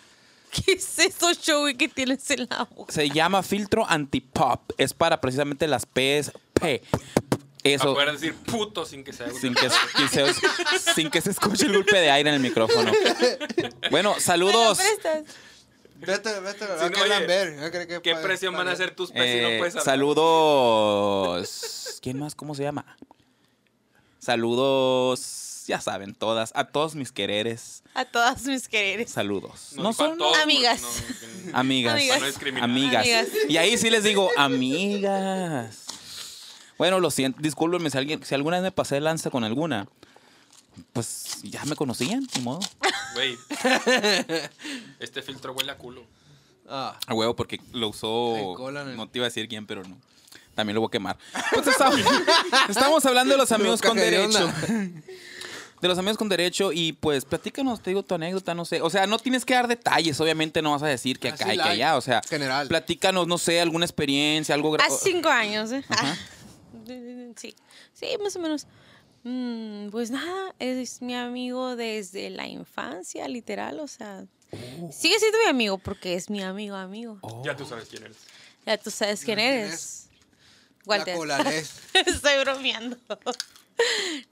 Speaker 2: ¿Qué es eso, Joey, que tienes en la boca?
Speaker 1: Se llama filtro antipop. Es para precisamente las P's P.
Speaker 4: Para
Speaker 1: Eso.
Speaker 4: poder decir puto sin que sea... un-
Speaker 1: Sin que, sin se- sin que se escuche el golpe de aire en el micrófono. Bueno,
Speaker 2: ¿Me lo
Speaker 1: saludos.
Speaker 2: prestas?
Speaker 3: Vete, vete,
Speaker 4: Si
Speaker 3: a
Speaker 4: no,
Speaker 3: que
Speaker 4: oye,
Speaker 3: Lambert, a que- que-
Speaker 4: ¿Qué
Speaker 3: pa-
Speaker 4: presión
Speaker 3: pa-
Speaker 4: van a hacer tus peces Pues, si no
Speaker 1: Eh,
Speaker 4: puedes hablar?
Speaker 1: saludos. ¿Quién más? ¿Cómo se llama? Saludos. Ya saben, todas. A todos mis quereres.
Speaker 2: A todas mis quereres.
Speaker 1: Saludos.
Speaker 4: No,
Speaker 1: No
Speaker 4: y para
Speaker 1: son
Speaker 4: todos, porque
Speaker 2: Amigas.
Speaker 4: no-
Speaker 1: amigas. Ah.
Speaker 2: Amigas. Para no
Speaker 4: discriminar.
Speaker 1: Amigas.
Speaker 2: Amigas.
Speaker 1: Y ahí sí les digo, amigas. Bueno, lo siento. Discúlpenme si, alguien, si alguna vez me pasé de lanza con alguna. Pues ya me conocían, de modo.
Speaker 4: Güey. Este filtro huele a culo.
Speaker 3: Ah,
Speaker 1: A huevo, porque lo usó.
Speaker 3: Ay, cola en el-
Speaker 1: No te iba a decir quién, pero no. También lo voy a quemar. Pues estamos, estamos hablando de los amigos
Speaker 3: Loca
Speaker 1: con
Speaker 3: que de
Speaker 1: derecho.
Speaker 3: onda.
Speaker 1: De los amigos con derecho. Y pues platícanos, te digo tu anécdota, no sé. O sea, no tienes que dar detalles, obviamente no vas a decir que acá
Speaker 3: Así
Speaker 1: y que
Speaker 3: light,
Speaker 1: allá. O sea,
Speaker 3: general.
Speaker 1: platícanos, no sé, alguna experiencia, algo gra-
Speaker 2: A cinco años, ¿eh?
Speaker 1: Ajá.
Speaker 2: Sí, sí, más o menos. Mm, pues nada, es mi amigo desde la infancia, literal, o sea.
Speaker 3: Oh.
Speaker 2: Sigue siendo mi amigo porque es mi amigo, amigo.
Speaker 4: Ya tú sabes quién eres.
Speaker 2: Ya tú sabes quién
Speaker 3: quién
Speaker 2: eres. Walter.
Speaker 3: La colarés.
Speaker 2: Estoy bromeando.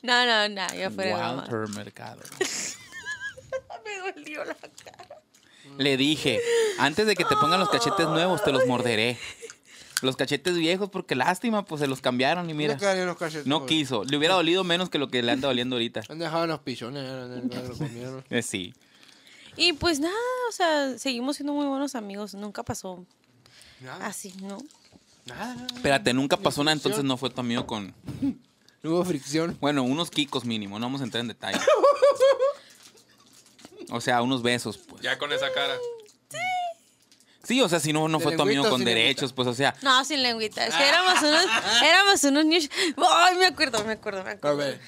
Speaker 2: No, no, no, yo fuera de broma.
Speaker 1: Walter Mercado.
Speaker 2: Me dolió la cara.
Speaker 1: Le dije, antes de que te pongan los cachetes nuevos, te los morderé. Los cachetes viejos, porque lástima, pues se los cambiaron y mira.
Speaker 3: Le caen los cachetes,
Speaker 1: No
Speaker 3: güey.
Speaker 1: quiso. Le hubiera dolido menos que lo que le anda doliendo ahorita.
Speaker 3: Han dejado en los pichones. eh, eh, eh, lo comieron.
Speaker 1: Eh, sí.
Speaker 2: Y pues nada, o sea, seguimos siendo muy buenos amigos. Nunca pasó
Speaker 3: Nada,
Speaker 2: así, ¿no?
Speaker 3: nada, nada.
Speaker 1: Espérate, nunca pasó nada, entonces no fue tu amigo con.
Speaker 3: No hubo fricción.
Speaker 1: Bueno, unos kikos mínimo, no vamos a entrar en detalle. O sea, unos besos, pues.
Speaker 4: Ya con esa cara.
Speaker 1: Sí, o sea, si no, no
Speaker 3: ¿De
Speaker 1: fue tu amigo
Speaker 3: lengüita o
Speaker 1: con
Speaker 3: sin lengüita?
Speaker 1: derechos, pues, o sea.
Speaker 2: No, sin
Speaker 3: Ah.
Speaker 2: lengüita. Es que éramos unos, éramos unos niños. Ay, me acuerdo, me acuerdo, me
Speaker 3: A
Speaker 2: acuerdo.
Speaker 3: ver.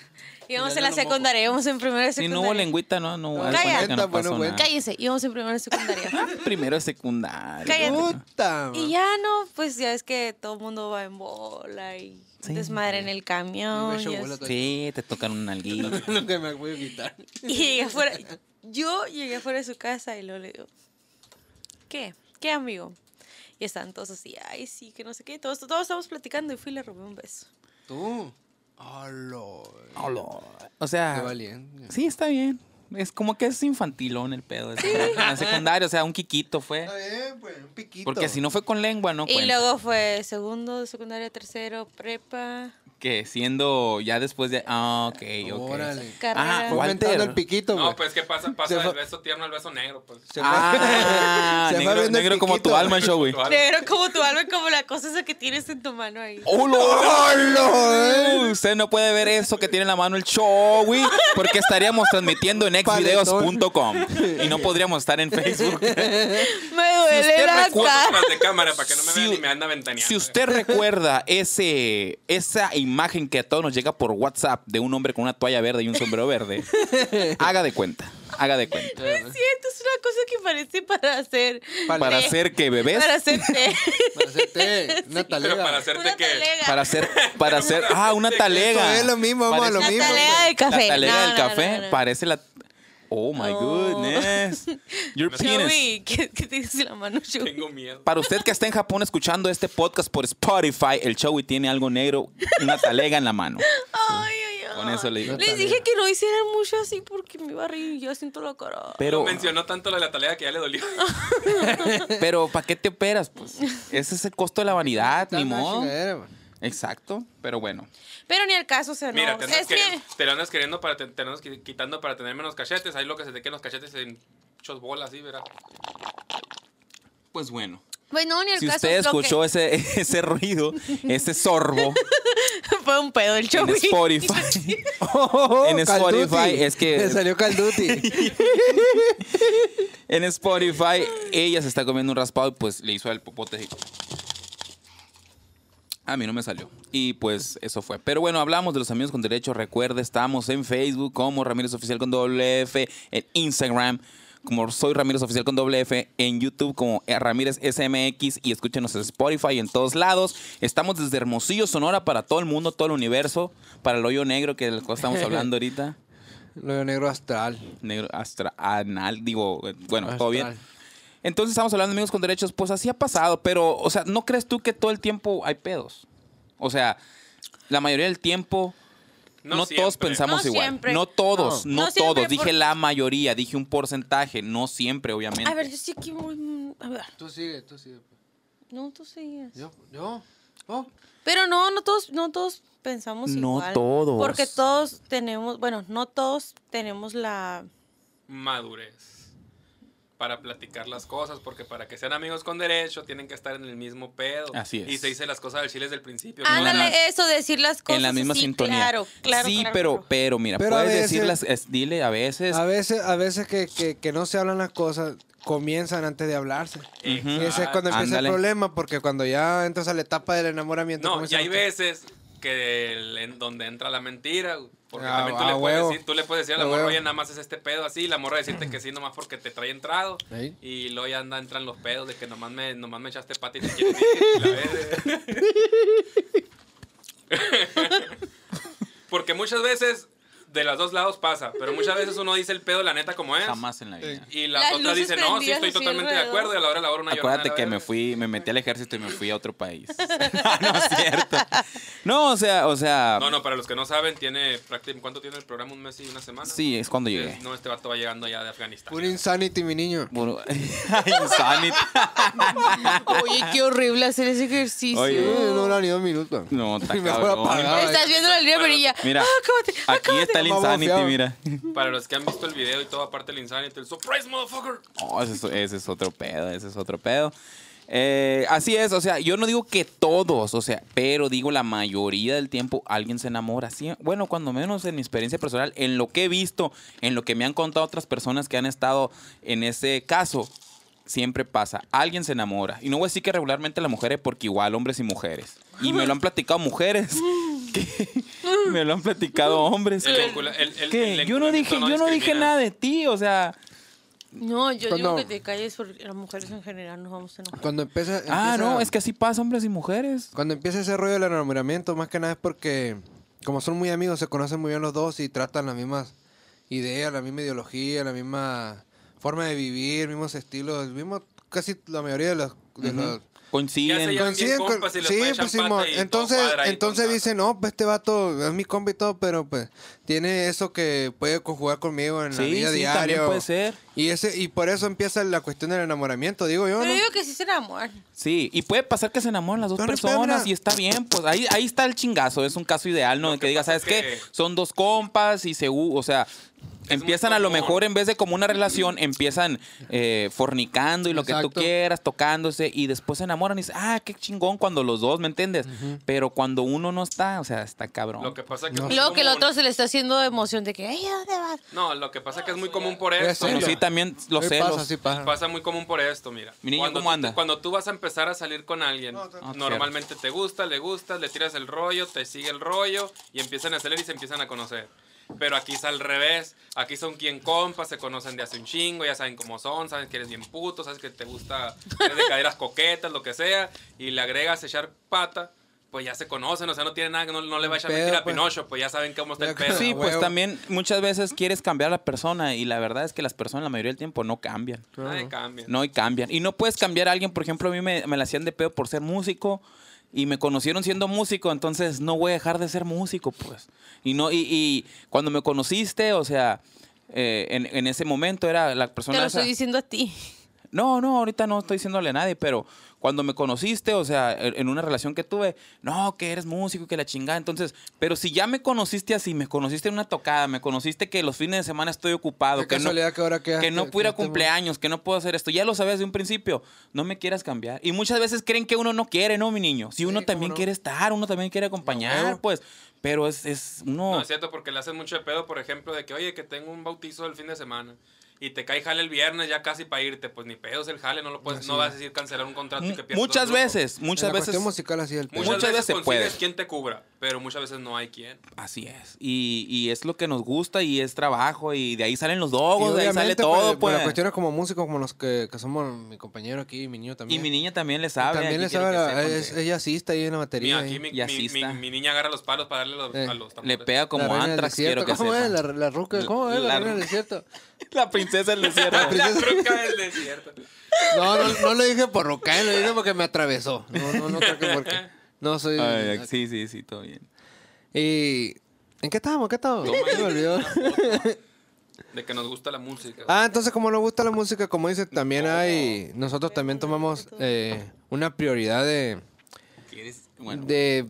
Speaker 2: Íbamos
Speaker 3: Ya
Speaker 2: en la
Speaker 3: no moco.
Speaker 2: secundaria, íbamos en primera de
Speaker 1: Si
Speaker 2: secundaria.
Speaker 1: no hubo lengüita, no, no hubo.
Speaker 3: No,
Speaker 1: haz de cuenta
Speaker 2: cállate,
Speaker 1: que no
Speaker 3: bueno,
Speaker 1: pasó
Speaker 3: bueno.
Speaker 1: nada. Ah,
Speaker 2: Cállense, íbamos en primera de secundaria.
Speaker 1: Primero de secundaria.
Speaker 2: Cállate.
Speaker 3: Puta.
Speaker 2: Y ya no, pues ya es que todo el mundo va en bola y
Speaker 1: Sí.
Speaker 2: desmadre en el
Speaker 3: Me
Speaker 2: camión.
Speaker 3: echo
Speaker 2: y
Speaker 3: bola
Speaker 2: es-
Speaker 3: todavía.
Speaker 1: Sí, te tocan un alguito.
Speaker 3: Nunca me voy a quitar.
Speaker 2: Y llegué afuera. Yo llegué afuera de su casa y luego le digo, ¿qué? ¿Qué amigo? Y están todos así, ay, sí, que no sé qué. Todos, todos estamos platicando y fui y le robé un beso.
Speaker 3: Tú. Aló.
Speaker 1: O
Speaker 3: Qué
Speaker 1: sea,
Speaker 3: valiente.
Speaker 1: sí, está bien. Es como que es infantilón el pedo. ese. En la secundaria, o sea, un quiquito fue.
Speaker 3: Está bien, pues, un piquito.
Speaker 1: Porque si no fue con lengua, no
Speaker 2: y
Speaker 1: cuenta.
Speaker 2: luego fue segundo, secundaria, tercero, prepa,
Speaker 1: Que siendo ya después de. Ah, ok, ok.
Speaker 3: Órale.
Speaker 2: carrera.
Speaker 1: Ah, Juan-
Speaker 3: Fomentando
Speaker 1: Walter.
Speaker 3: el piquito,
Speaker 4: No,
Speaker 3: güey.
Speaker 4: pues ¿qué pasa?
Speaker 3: Se
Speaker 4: Pasa
Speaker 3: fue-
Speaker 4: del beso tierno al beso negro, pues.
Speaker 3: Se
Speaker 1: Ah,
Speaker 3: fue- se fue
Speaker 1: negro,
Speaker 3: viendo el
Speaker 1: negro como tu
Speaker 3: piquito.
Speaker 1: alma, show, güey.
Speaker 4: Claro.
Speaker 2: Negro como tu alma, como la cosa esa que tienes en tu mano ahí.
Speaker 1: Oh,
Speaker 3: ¡Oh, eh!
Speaker 1: ¡Hola! Uh, Usted no puede ver eso que tiene en la mano el Showy porque estaríamos transmitiendo en xvideos.com y no podríamos estar en Facebook.
Speaker 2: Me duele
Speaker 1: usted
Speaker 2: la
Speaker 1: recuerda-
Speaker 2: cara.
Speaker 4: Atrás de cámara para que no me
Speaker 1: Si-
Speaker 4: vean y me anda ventaneando. eh.
Speaker 1: Si usted recuerda ese, esa imagen que a todos nos llega por WhatsApp de un hombre con una toalla verde y un sombrero verde, haga de cuenta, haga de cuenta.
Speaker 2: Es cierto, es una cosa que parece para hacer.
Speaker 3: Para-
Speaker 1: Para
Speaker 2: té.
Speaker 1: hacer que bebés,
Speaker 2: Para hacer té.
Speaker 3: Para hacerte una talega.
Speaker 4: Pero para hacerte
Speaker 2: Una
Speaker 4: que...
Speaker 2: talega.
Speaker 1: para hacer, para hacer, ah, una talega.
Speaker 3: Esto es lo mismo, vamos a lo
Speaker 1: Parece-
Speaker 3: mismo.
Speaker 2: La talega del
Speaker 1: La
Speaker 2: café.
Speaker 1: talega
Speaker 2: No,
Speaker 1: del
Speaker 2: no, no,
Speaker 1: café
Speaker 2: no, no.
Speaker 1: parece la. Oh my
Speaker 2: Oh.
Speaker 1: goodness. Your penis.
Speaker 2: Joey, ¿qué, qué tienes en la mano, Joey?
Speaker 4: Tengo miedo.
Speaker 1: Para usted que está en Japón escuchando este podcast por Spotify, el Showy tiene algo negro, una talega en la mano.
Speaker 2: Ay, ay, ay.
Speaker 1: Con eso le digo.
Speaker 2: Les dije que no hicieran mucho así porque mi barriga ya siento la cara.
Speaker 1: Pero, Ah,
Speaker 4: Mencionó tanto la de la talega que ya le dolió.
Speaker 1: pero ¿para qué te operas? Pues ese es el costo de la vanidad, ni
Speaker 3: Una
Speaker 1: modo.
Speaker 3: chingadera, güey.
Speaker 1: Exacto, pero bueno.
Speaker 2: Pero ni el caso, o sea, no.
Speaker 4: Mira, te andas,
Speaker 2: es que
Speaker 4: queriendo, te lo andas queriendo para te, te andas qui- quitando para tener menos cachetes. Ahí lo que se te queden los cachetes en muchos bolas, ¿sí? Verá.
Speaker 1: Pues bueno.
Speaker 2: Pues no, ni el
Speaker 1: Si
Speaker 2: caso.
Speaker 1: usted
Speaker 2: es lo
Speaker 1: escuchó ese, ese ruido, ese sorbo
Speaker 2: que- Fue un pedo el
Speaker 1: en
Speaker 2: Joey.
Speaker 1: Spotify, Oh, En
Speaker 3: Oh, Calduti.
Speaker 1: Spotify, es que-
Speaker 3: Le salió Calduti.
Speaker 1: en Spotify, ella se está comiendo un raspado y pues le hizo el popote. así. A mí no me salió. Y pues eso fue. Pero bueno, hablamos de los amigos con derecho. Recuerde, estamos en Facebook como Ramírez Oficial con doble F, en Instagram como Soy Ramírez Oficial con doble F, en YouTube como eh, Ramírez SMX y escúchenos en Spotify y en todos lados. Estamos desde Hermosillo, Sonora, para todo el mundo, todo el universo, para el hoyo negro que del cual estamos hablando ahorita.
Speaker 3: Lo de negro astral.
Speaker 1: Negro, astra, anal, digo, eh, bueno, todo
Speaker 3: Astral.
Speaker 1: bien. Entonces estamos hablando de amigos con derechos, pues así ha pasado, pero, o sea, ¿no crees tú que todo el tiempo hay pedos? O sea, la mayoría del tiempo no,
Speaker 4: No
Speaker 1: todos
Speaker 4: siempre.
Speaker 1: pensamos
Speaker 2: No
Speaker 1: igual.
Speaker 2: siempre.
Speaker 1: No todos,
Speaker 2: No.
Speaker 1: no,
Speaker 2: No siempre,
Speaker 1: todos. Dije
Speaker 2: por-
Speaker 1: la mayoría, dije un porcentaje, no siempre, obviamente.
Speaker 2: A ver, yo sí que muy. A ver,
Speaker 3: Tú sigue, tú sigue. pues.
Speaker 2: no, tú seguías.
Speaker 3: Yo, yo. Oh,
Speaker 2: Pero no, no todos, no todos pensamos
Speaker 1: No
Speaker 2: igual.
Speaker 1: todos.
Speaker 2: Porque todos tenemos, bueno, no todos tenemos la.
Speaker 4: Madurez. Para platicar las cosas, porque para que sean amigos con derecho tienen que estar en el mismo pedo.
Speaker 1: Así es.
Speaker 4: Y se dice las cosas del chile desde el principio.
Speaker 3: Ah,
Speaker 4: ¿no?
Speaker 1: la-
Speaker 2: Ándale, eso, decir las cosas.
Speaker 1: en la misma
Speaker 2: así,
Speaker 1: sintonía.
Speaker 2: Claro, claro.
Speaker 1: Sí,
Speaker 2: claro,
Speaker 1: pero,
Speaker 2: claro.
Speaker 1: pero mira,
Speaker 3: Pero a
Speaker 1: puedes decir las,
Speaker 3: veces-
Speaker 1: es- dile a veces.
Speaker 3: a veces, a veces que, que, que no se hablan las cosas, comienzan antes de hablarse.
Speaker 4: Exacto.
Speaker 3: Y ese es cuando empieza
Speaker 1: Ándale.
Speaker 3: el problema, porque cuando ya entras a la etapa del enamoramiento.
Speaker 4: No, y
Speaker 3: comienzan
Speaker 4: hay
Speaker 3: a-
Speaker 4: veces que el- en donde entra la mentira, güey, porque
Speaker 3: Ah,
Speaker 4: también tú,
Speaker 3: ah,
Speaker 4: le puedes
Speaker 3: huevo.
Speaker 4: decir, tú le puedes decir a la
Speaker 3: Ah,
Speaker 4: morra,
Speaker 3: huevo.
Speaker 4: oye, nada más es este pedo así, y la morra decirte que sí, nomás porque te trae entrado,
Speaker 3: Ey.
Speaker 4: y luego ya anda, entran los pedos de que nomás me, nomás me echaste pata y te quieres ir, y la verga. Porque muchas veces, de los dos lados pasa, pero muchas veces uno dice el pedo la neta como es,
Speaker 1: Jamás en la vida.
Speaker 4: y las,
Speaker 2: Las
Speaker 4: otras
Speaker 2: luces
Speaker 4: dicen, no, sí,
Speaker 2: prendidas
Speaker 4: estoy
Speaker 2: así
Speaker 4: totalmente de
Speaker 2: alrededor.
Speaker 4: acuerdo, y a la hora, a la hora una llorona,
Speaker 1: Acuérdate
Speaker 4: la
Speaker 1: que
Speaker 4: verga.
Speaker 1: me fui, me metí al ejército y me fui a otro país. no es cierto. No, o sea, o sea.
Speaker 4: No, no, para los que no saben, tiene prácticamente, ¿cuánto tiene el programa? ¿Un mes y una semana?
Speaker 1: Sí, es cuando llegué.
Speaker 4: Entonces, No, este vato va llegando ya de Afganistán.
Speaker 3: Un insanity, mi niño.
Speaker 1: Bueno, Insanity.
Speaker 2: Oye, qué horrible hacer ese ejercicio.
Speaker 1: Oye.
Speaker 3: Eh, no dura ni dos minutos.
Speaker 1: No, está
Speaker 3: Y mejor
Speaker 1: cabrón.
Speaker 3: apagaba.
Speaker 2: Estás viendo la línea amarilla.
Speaker 1: Mira,
Speaker 2: Ah, cámate, ah,
Speaker 1: aquí está el
Speaker 3: Mamá
Speaker 1: Insanity,
Speaker 3: bofeaba.
Speaker 1: mira.
Speaker 4: Para los que han visto el video y todo, aparte el Insanity, el Surprise Motherfucker.
Speaker 1: Oh, ese, es, ese es otro pedo, ese es otro pedo. Eh, así es, o sea, yo no digo que todos, o sea, pero digo la mayoría del tiempo alguien se enamora. Sí, bueno, cuando menos en mi experiencia personal, en lo que he visto, en lo que me han contado otras personas que han estado en ese caso, siempre pasa. Alguien se eh, enamora. Y no voy a decir que regularmente las mujeres, porque igual hombres y mujeres. Y me lo han platicado mujeres me lo han platicado hombres.
Speaker 4: El
Speaker 1: que-
Speaker 4: encula- el- el-
Speaker 1: que
Speaker 4: el
Speaker 1: yo no
Speaker 4: enculamiento
Speaker 1: dije,
Speaker 4: no
Speaker 1: yo no dije
Speaker 4: discrimina.
Speaker 1: nada de ti, o sea,
Speaker 2: No, yo
Speaker 3: Cuando-
Speaker 2: digo que te calles porque las mujeres en general nos vamos a enojar.
Speaker 3: Cuando empieza,
Speaker 1: ah,
Speaker 3: empieza-
Speaker 1: no, es que así pasa hombres y mujeres.
Speaker 3: Cuando empieza ese rollo del enamoramiento, más que nada es porque, como son muy amigos, se conocen muy bien los dos y tratan las mismas ideas, la misma ideología, la misma forma de vivir, mismos estilos, mismo, casi la mayoría de los. de los-
Speaker 1: Coinciden.
Speaker 4: Ya se-
Speaker 3: coinciden con-
Speaker 4: compas y los
Speaker 3: sí,
Speaker 4: pueden echar
Speaker 3: pues, Simón.
Speaker 4: pata y todo
Speaker 3: entonces,
Speaker 4: cuadra ahí
Speaker 3: entonces
Speaker 4: con-
Speaker 3: dicen, no, pues este vato es mi compa y todo, pero pues tiene eso que puede conjugar conmigo en la
Speaker 1: Sí,
Speaker 3: vida
Speaker 1: sí,
Speaker 3: diaria.
Speaker 1: también
Speaker 3: o-
Speaker 1: puede ser.
Speaker 3: Y ese, y por eso empieza la cuestión del enamoramiento, digo yo,
Speaker 2: Pero
Speaker 3: ¿no?
Speaker 2: digo que sí se enamoran.
Speaker 1: Sí, y puede pasar que se enamoran las dos
Speaker 3: No, no, espera,
Speaker 1: personas
Speaker 3: mira.
Speaker 1: y está bien, pues ahí, ahí está el chingazo, es un caso ideal, ¿no? En que, digas,
Speaker 4: pasa
Speaker 1: ¿sabes
Speaker 4: es
Speaker 1: qué?
Speaker 4: que-
Speaker 1: Son dos compas y se, u- o sea, empiezan
Speaker 4: muy
Speaker 1: a lo
Speaker 4: común.
Speaker 1: mejor en vez de como una relación, empiezan eh, fornicando y lo que tú
Speaker 3: Exacto.
Speaker 1: quieras, tocándose y después se enamoran y dices, ah, qué chingón cuando los dos, ¿me entiendes? Pero cuando uno no está, o sea, está cabrón.
Speaker 4: Lo que pasa que es
Speaker 3: No.
Speaker 4: muy
Speaker 2: Y luego que el
Speaker 4: común-
Speaker 2: otro se le está haciendo emoción de que, ¡ay, ¿a dónde vas?
Speaker 4: No, lo que pasa que es muy común por
Speaker 3: Ya
Speaker 4: esto.
Speaker 3: sé,
Speaker 1: Bueno,
Speaker 3: lo-
Speaker 1: sí, también los
Speaker 3: Sí
Speaker 1: celos.
Speaker 3: Pasa, sí pasa.
Speaker 4: Pasa muy común por esto, mira.
Speaker 1: Mi niño,
Speaker 4: cuando
Speaker 1: ¿cómo
Speaker 4: tú-
Speaker 1: anda?
Speaker 4: Cuando tú vas a empezar a salir con alguien,
Speaker 1: no,
Speaker 4: normalmente te gusta, le gustas, le tiras el rollo, te sigue el rollo y empiezan a salir y se empiezan a conocer. Pero aquí es al revés. Aquí son quien compas, se conocen de hace un chingo, ya saben cómo son, saben que eres bien puto, sabes que te gusta eres de caderas coquetas, lo que sea, y le agregas echar pata, pues ya se conocen, o sea, no tiene nada, no, no le va a echar
Speaker 3: Pedo,
Speaker 4: mentira a
Speaker 3: pues.
Speaker 4: Pinocho, pues ya saben cómo está el
Speaker 3: Ya-
Speaker 4: pedo.
Speaker 1: Sí,
Speaker 3: Ah,
Speaker 1: pues
Speaker 3: huevo.
Speaker 1: también muchas veces quieres cambiar a la persona y la verdad es que las personas la mayoría del tiempo no cambian.
Speaker 4: Nadie cambia.
Speaker 1: No, y cambian. Y no puedes cambiar a alguien, por ejemplo, a mí me, me la hacían de pedo por ser músico y me conocieron siendo músico, entonces no voy a dejar de ser músico, pues. Y no y, y cuando me conociste, o sea, eh, en, en ese momento era la persona...
Speaker 2: Te lo
Speaker 1: esa-
Speaker 2: estoy diciendo a ti.
Speaker 1: no, no, ahorita no estoy diciéndole a nadie, pero cuando me conociste, o sea, en en una relación que tuve, no, que eres músico y que la chingada. Entonces, pero si ya me conociste así, me conociste en una tocada, me conociste que los fines de semana estoy ocupado,
Speaker 3: Qué
Speaker 1: que no,
Speaker 3: casualidad que este ahora quedaste-
Speaker 1: que no ah, puedo ir a
Speaker 3: quedaste muy-
Speaker 1: cumpleaños, que no puedo hacer esto. Ya lo sabes de un principio, no me quieras cambiar. Y muchas veces creen que uno no quiere, ¿no, mi niño? Si uno
Speaker 3: cómo
Speaker 1: también
Speaker 3: no.
Speaker 1: quiere estar, uno también quiere acompañar,
Speaker 3: huevo.
Speaker 1: pues. Pero es, es uno...
Speaker 4: No, es cierto, porque le hacen mucho de pedo, por ejemplo, de que, oye, que tengo un bautizo el fin de semana. Y te cae jale el viernes ya casi para irte. Pues ni pedos el jale, no lo puedes, no vas a decir cancelar un contrato y que pierdas
Speaker 1: muchas
Speaker 4: el grupo.
Speaker 1: veces,
Speaker 3: En
Speaker 1: muchas
Speaker 3: la
Speaker 1: veces...
Speaker 3: cuestión musical así el
Speaker 4: Muchas,
Speaker 1: muchas
Speaker 4: veces,
Speaker 1: veces se
Speaker 4: consigues
Speaker 1: puede.
Speaker 4: quien te cubra, pero muchas veces no hay quien.
Speaker 1: Así es. Y, y es lo que nos gusta y es trabajo y de ahí salen los dogos,
Speaker 3: Y
Speaker 1: de ahí
Speaker 3: obviamente,
Speaker 1: sale todo.
Speaker 3: pues,
Speaker 1: Pues.
Speaker 3: La cuestión es como músicos, como los que, que somos mi compañero aquí y mi niño
Speaker 1: y
Speaker 3: también.
Speaker 1: mi niña también le sabe.
Speaker 3: También
Speaker 1: aquí
Speaker 3: le
Speaker 1: quiere
Speaker 3: sabe,
Speaker 1: que
Speaker 3: la-
Speaker 1: sepan
Speaker 3: es-
Speaker 1: que
Speaker 3: ella asista ahí en la batería.
Speaker 4: Mira,
Speaker 3: ahí.
Speaker 4: aquí mi,
Speaker 1: y
Speaker 4: mi- mi-
Speaker 1: asista.
Speaker 4: mi niña agarra los palos para darle los,
Speaker 3: Eh,
Speaker 4: a los
Speaker 1: Le
Speaker 4: tambores.
Speaker 1: pega
Speaker 3: La
Speaker 1: como
Speaker 3: reina del
Speaker 1: Antrax, quiero
Speaker 3: desierto,
Speaker 1: que
Speaker 3: ¿Cómo es? La,
Speaker 1: sepan.
Speaker 3: la ruca, ¿cómo es? La,
Speaker 1: La-
Speaker 3: reina del desierto.
Speaker 1: La princesa del desierto.
Speaker 4: La troca del desierto.
Speaker 3: No, no, no lo dije por ruca, lo dije porque me atravesó. No, no, no creo que porque... No soy...
Speaker 1: Ay, sí, sí, sí, todo bien.
Speaker 3: Y... ¿En qué estábamos? ¿Qué estábamos?
Speaker 4: Toma,
Speaker 3: Se me olvidó.
Speaker 4: De que nos gusta la música.
Speaker 3: Ah, entonces como nos gusta la música, como dice, también hay... Nosotros también tomamos eh, una prioridad de...
Speaker 1: ¿Quieres? Bueno,
Speaker 3: de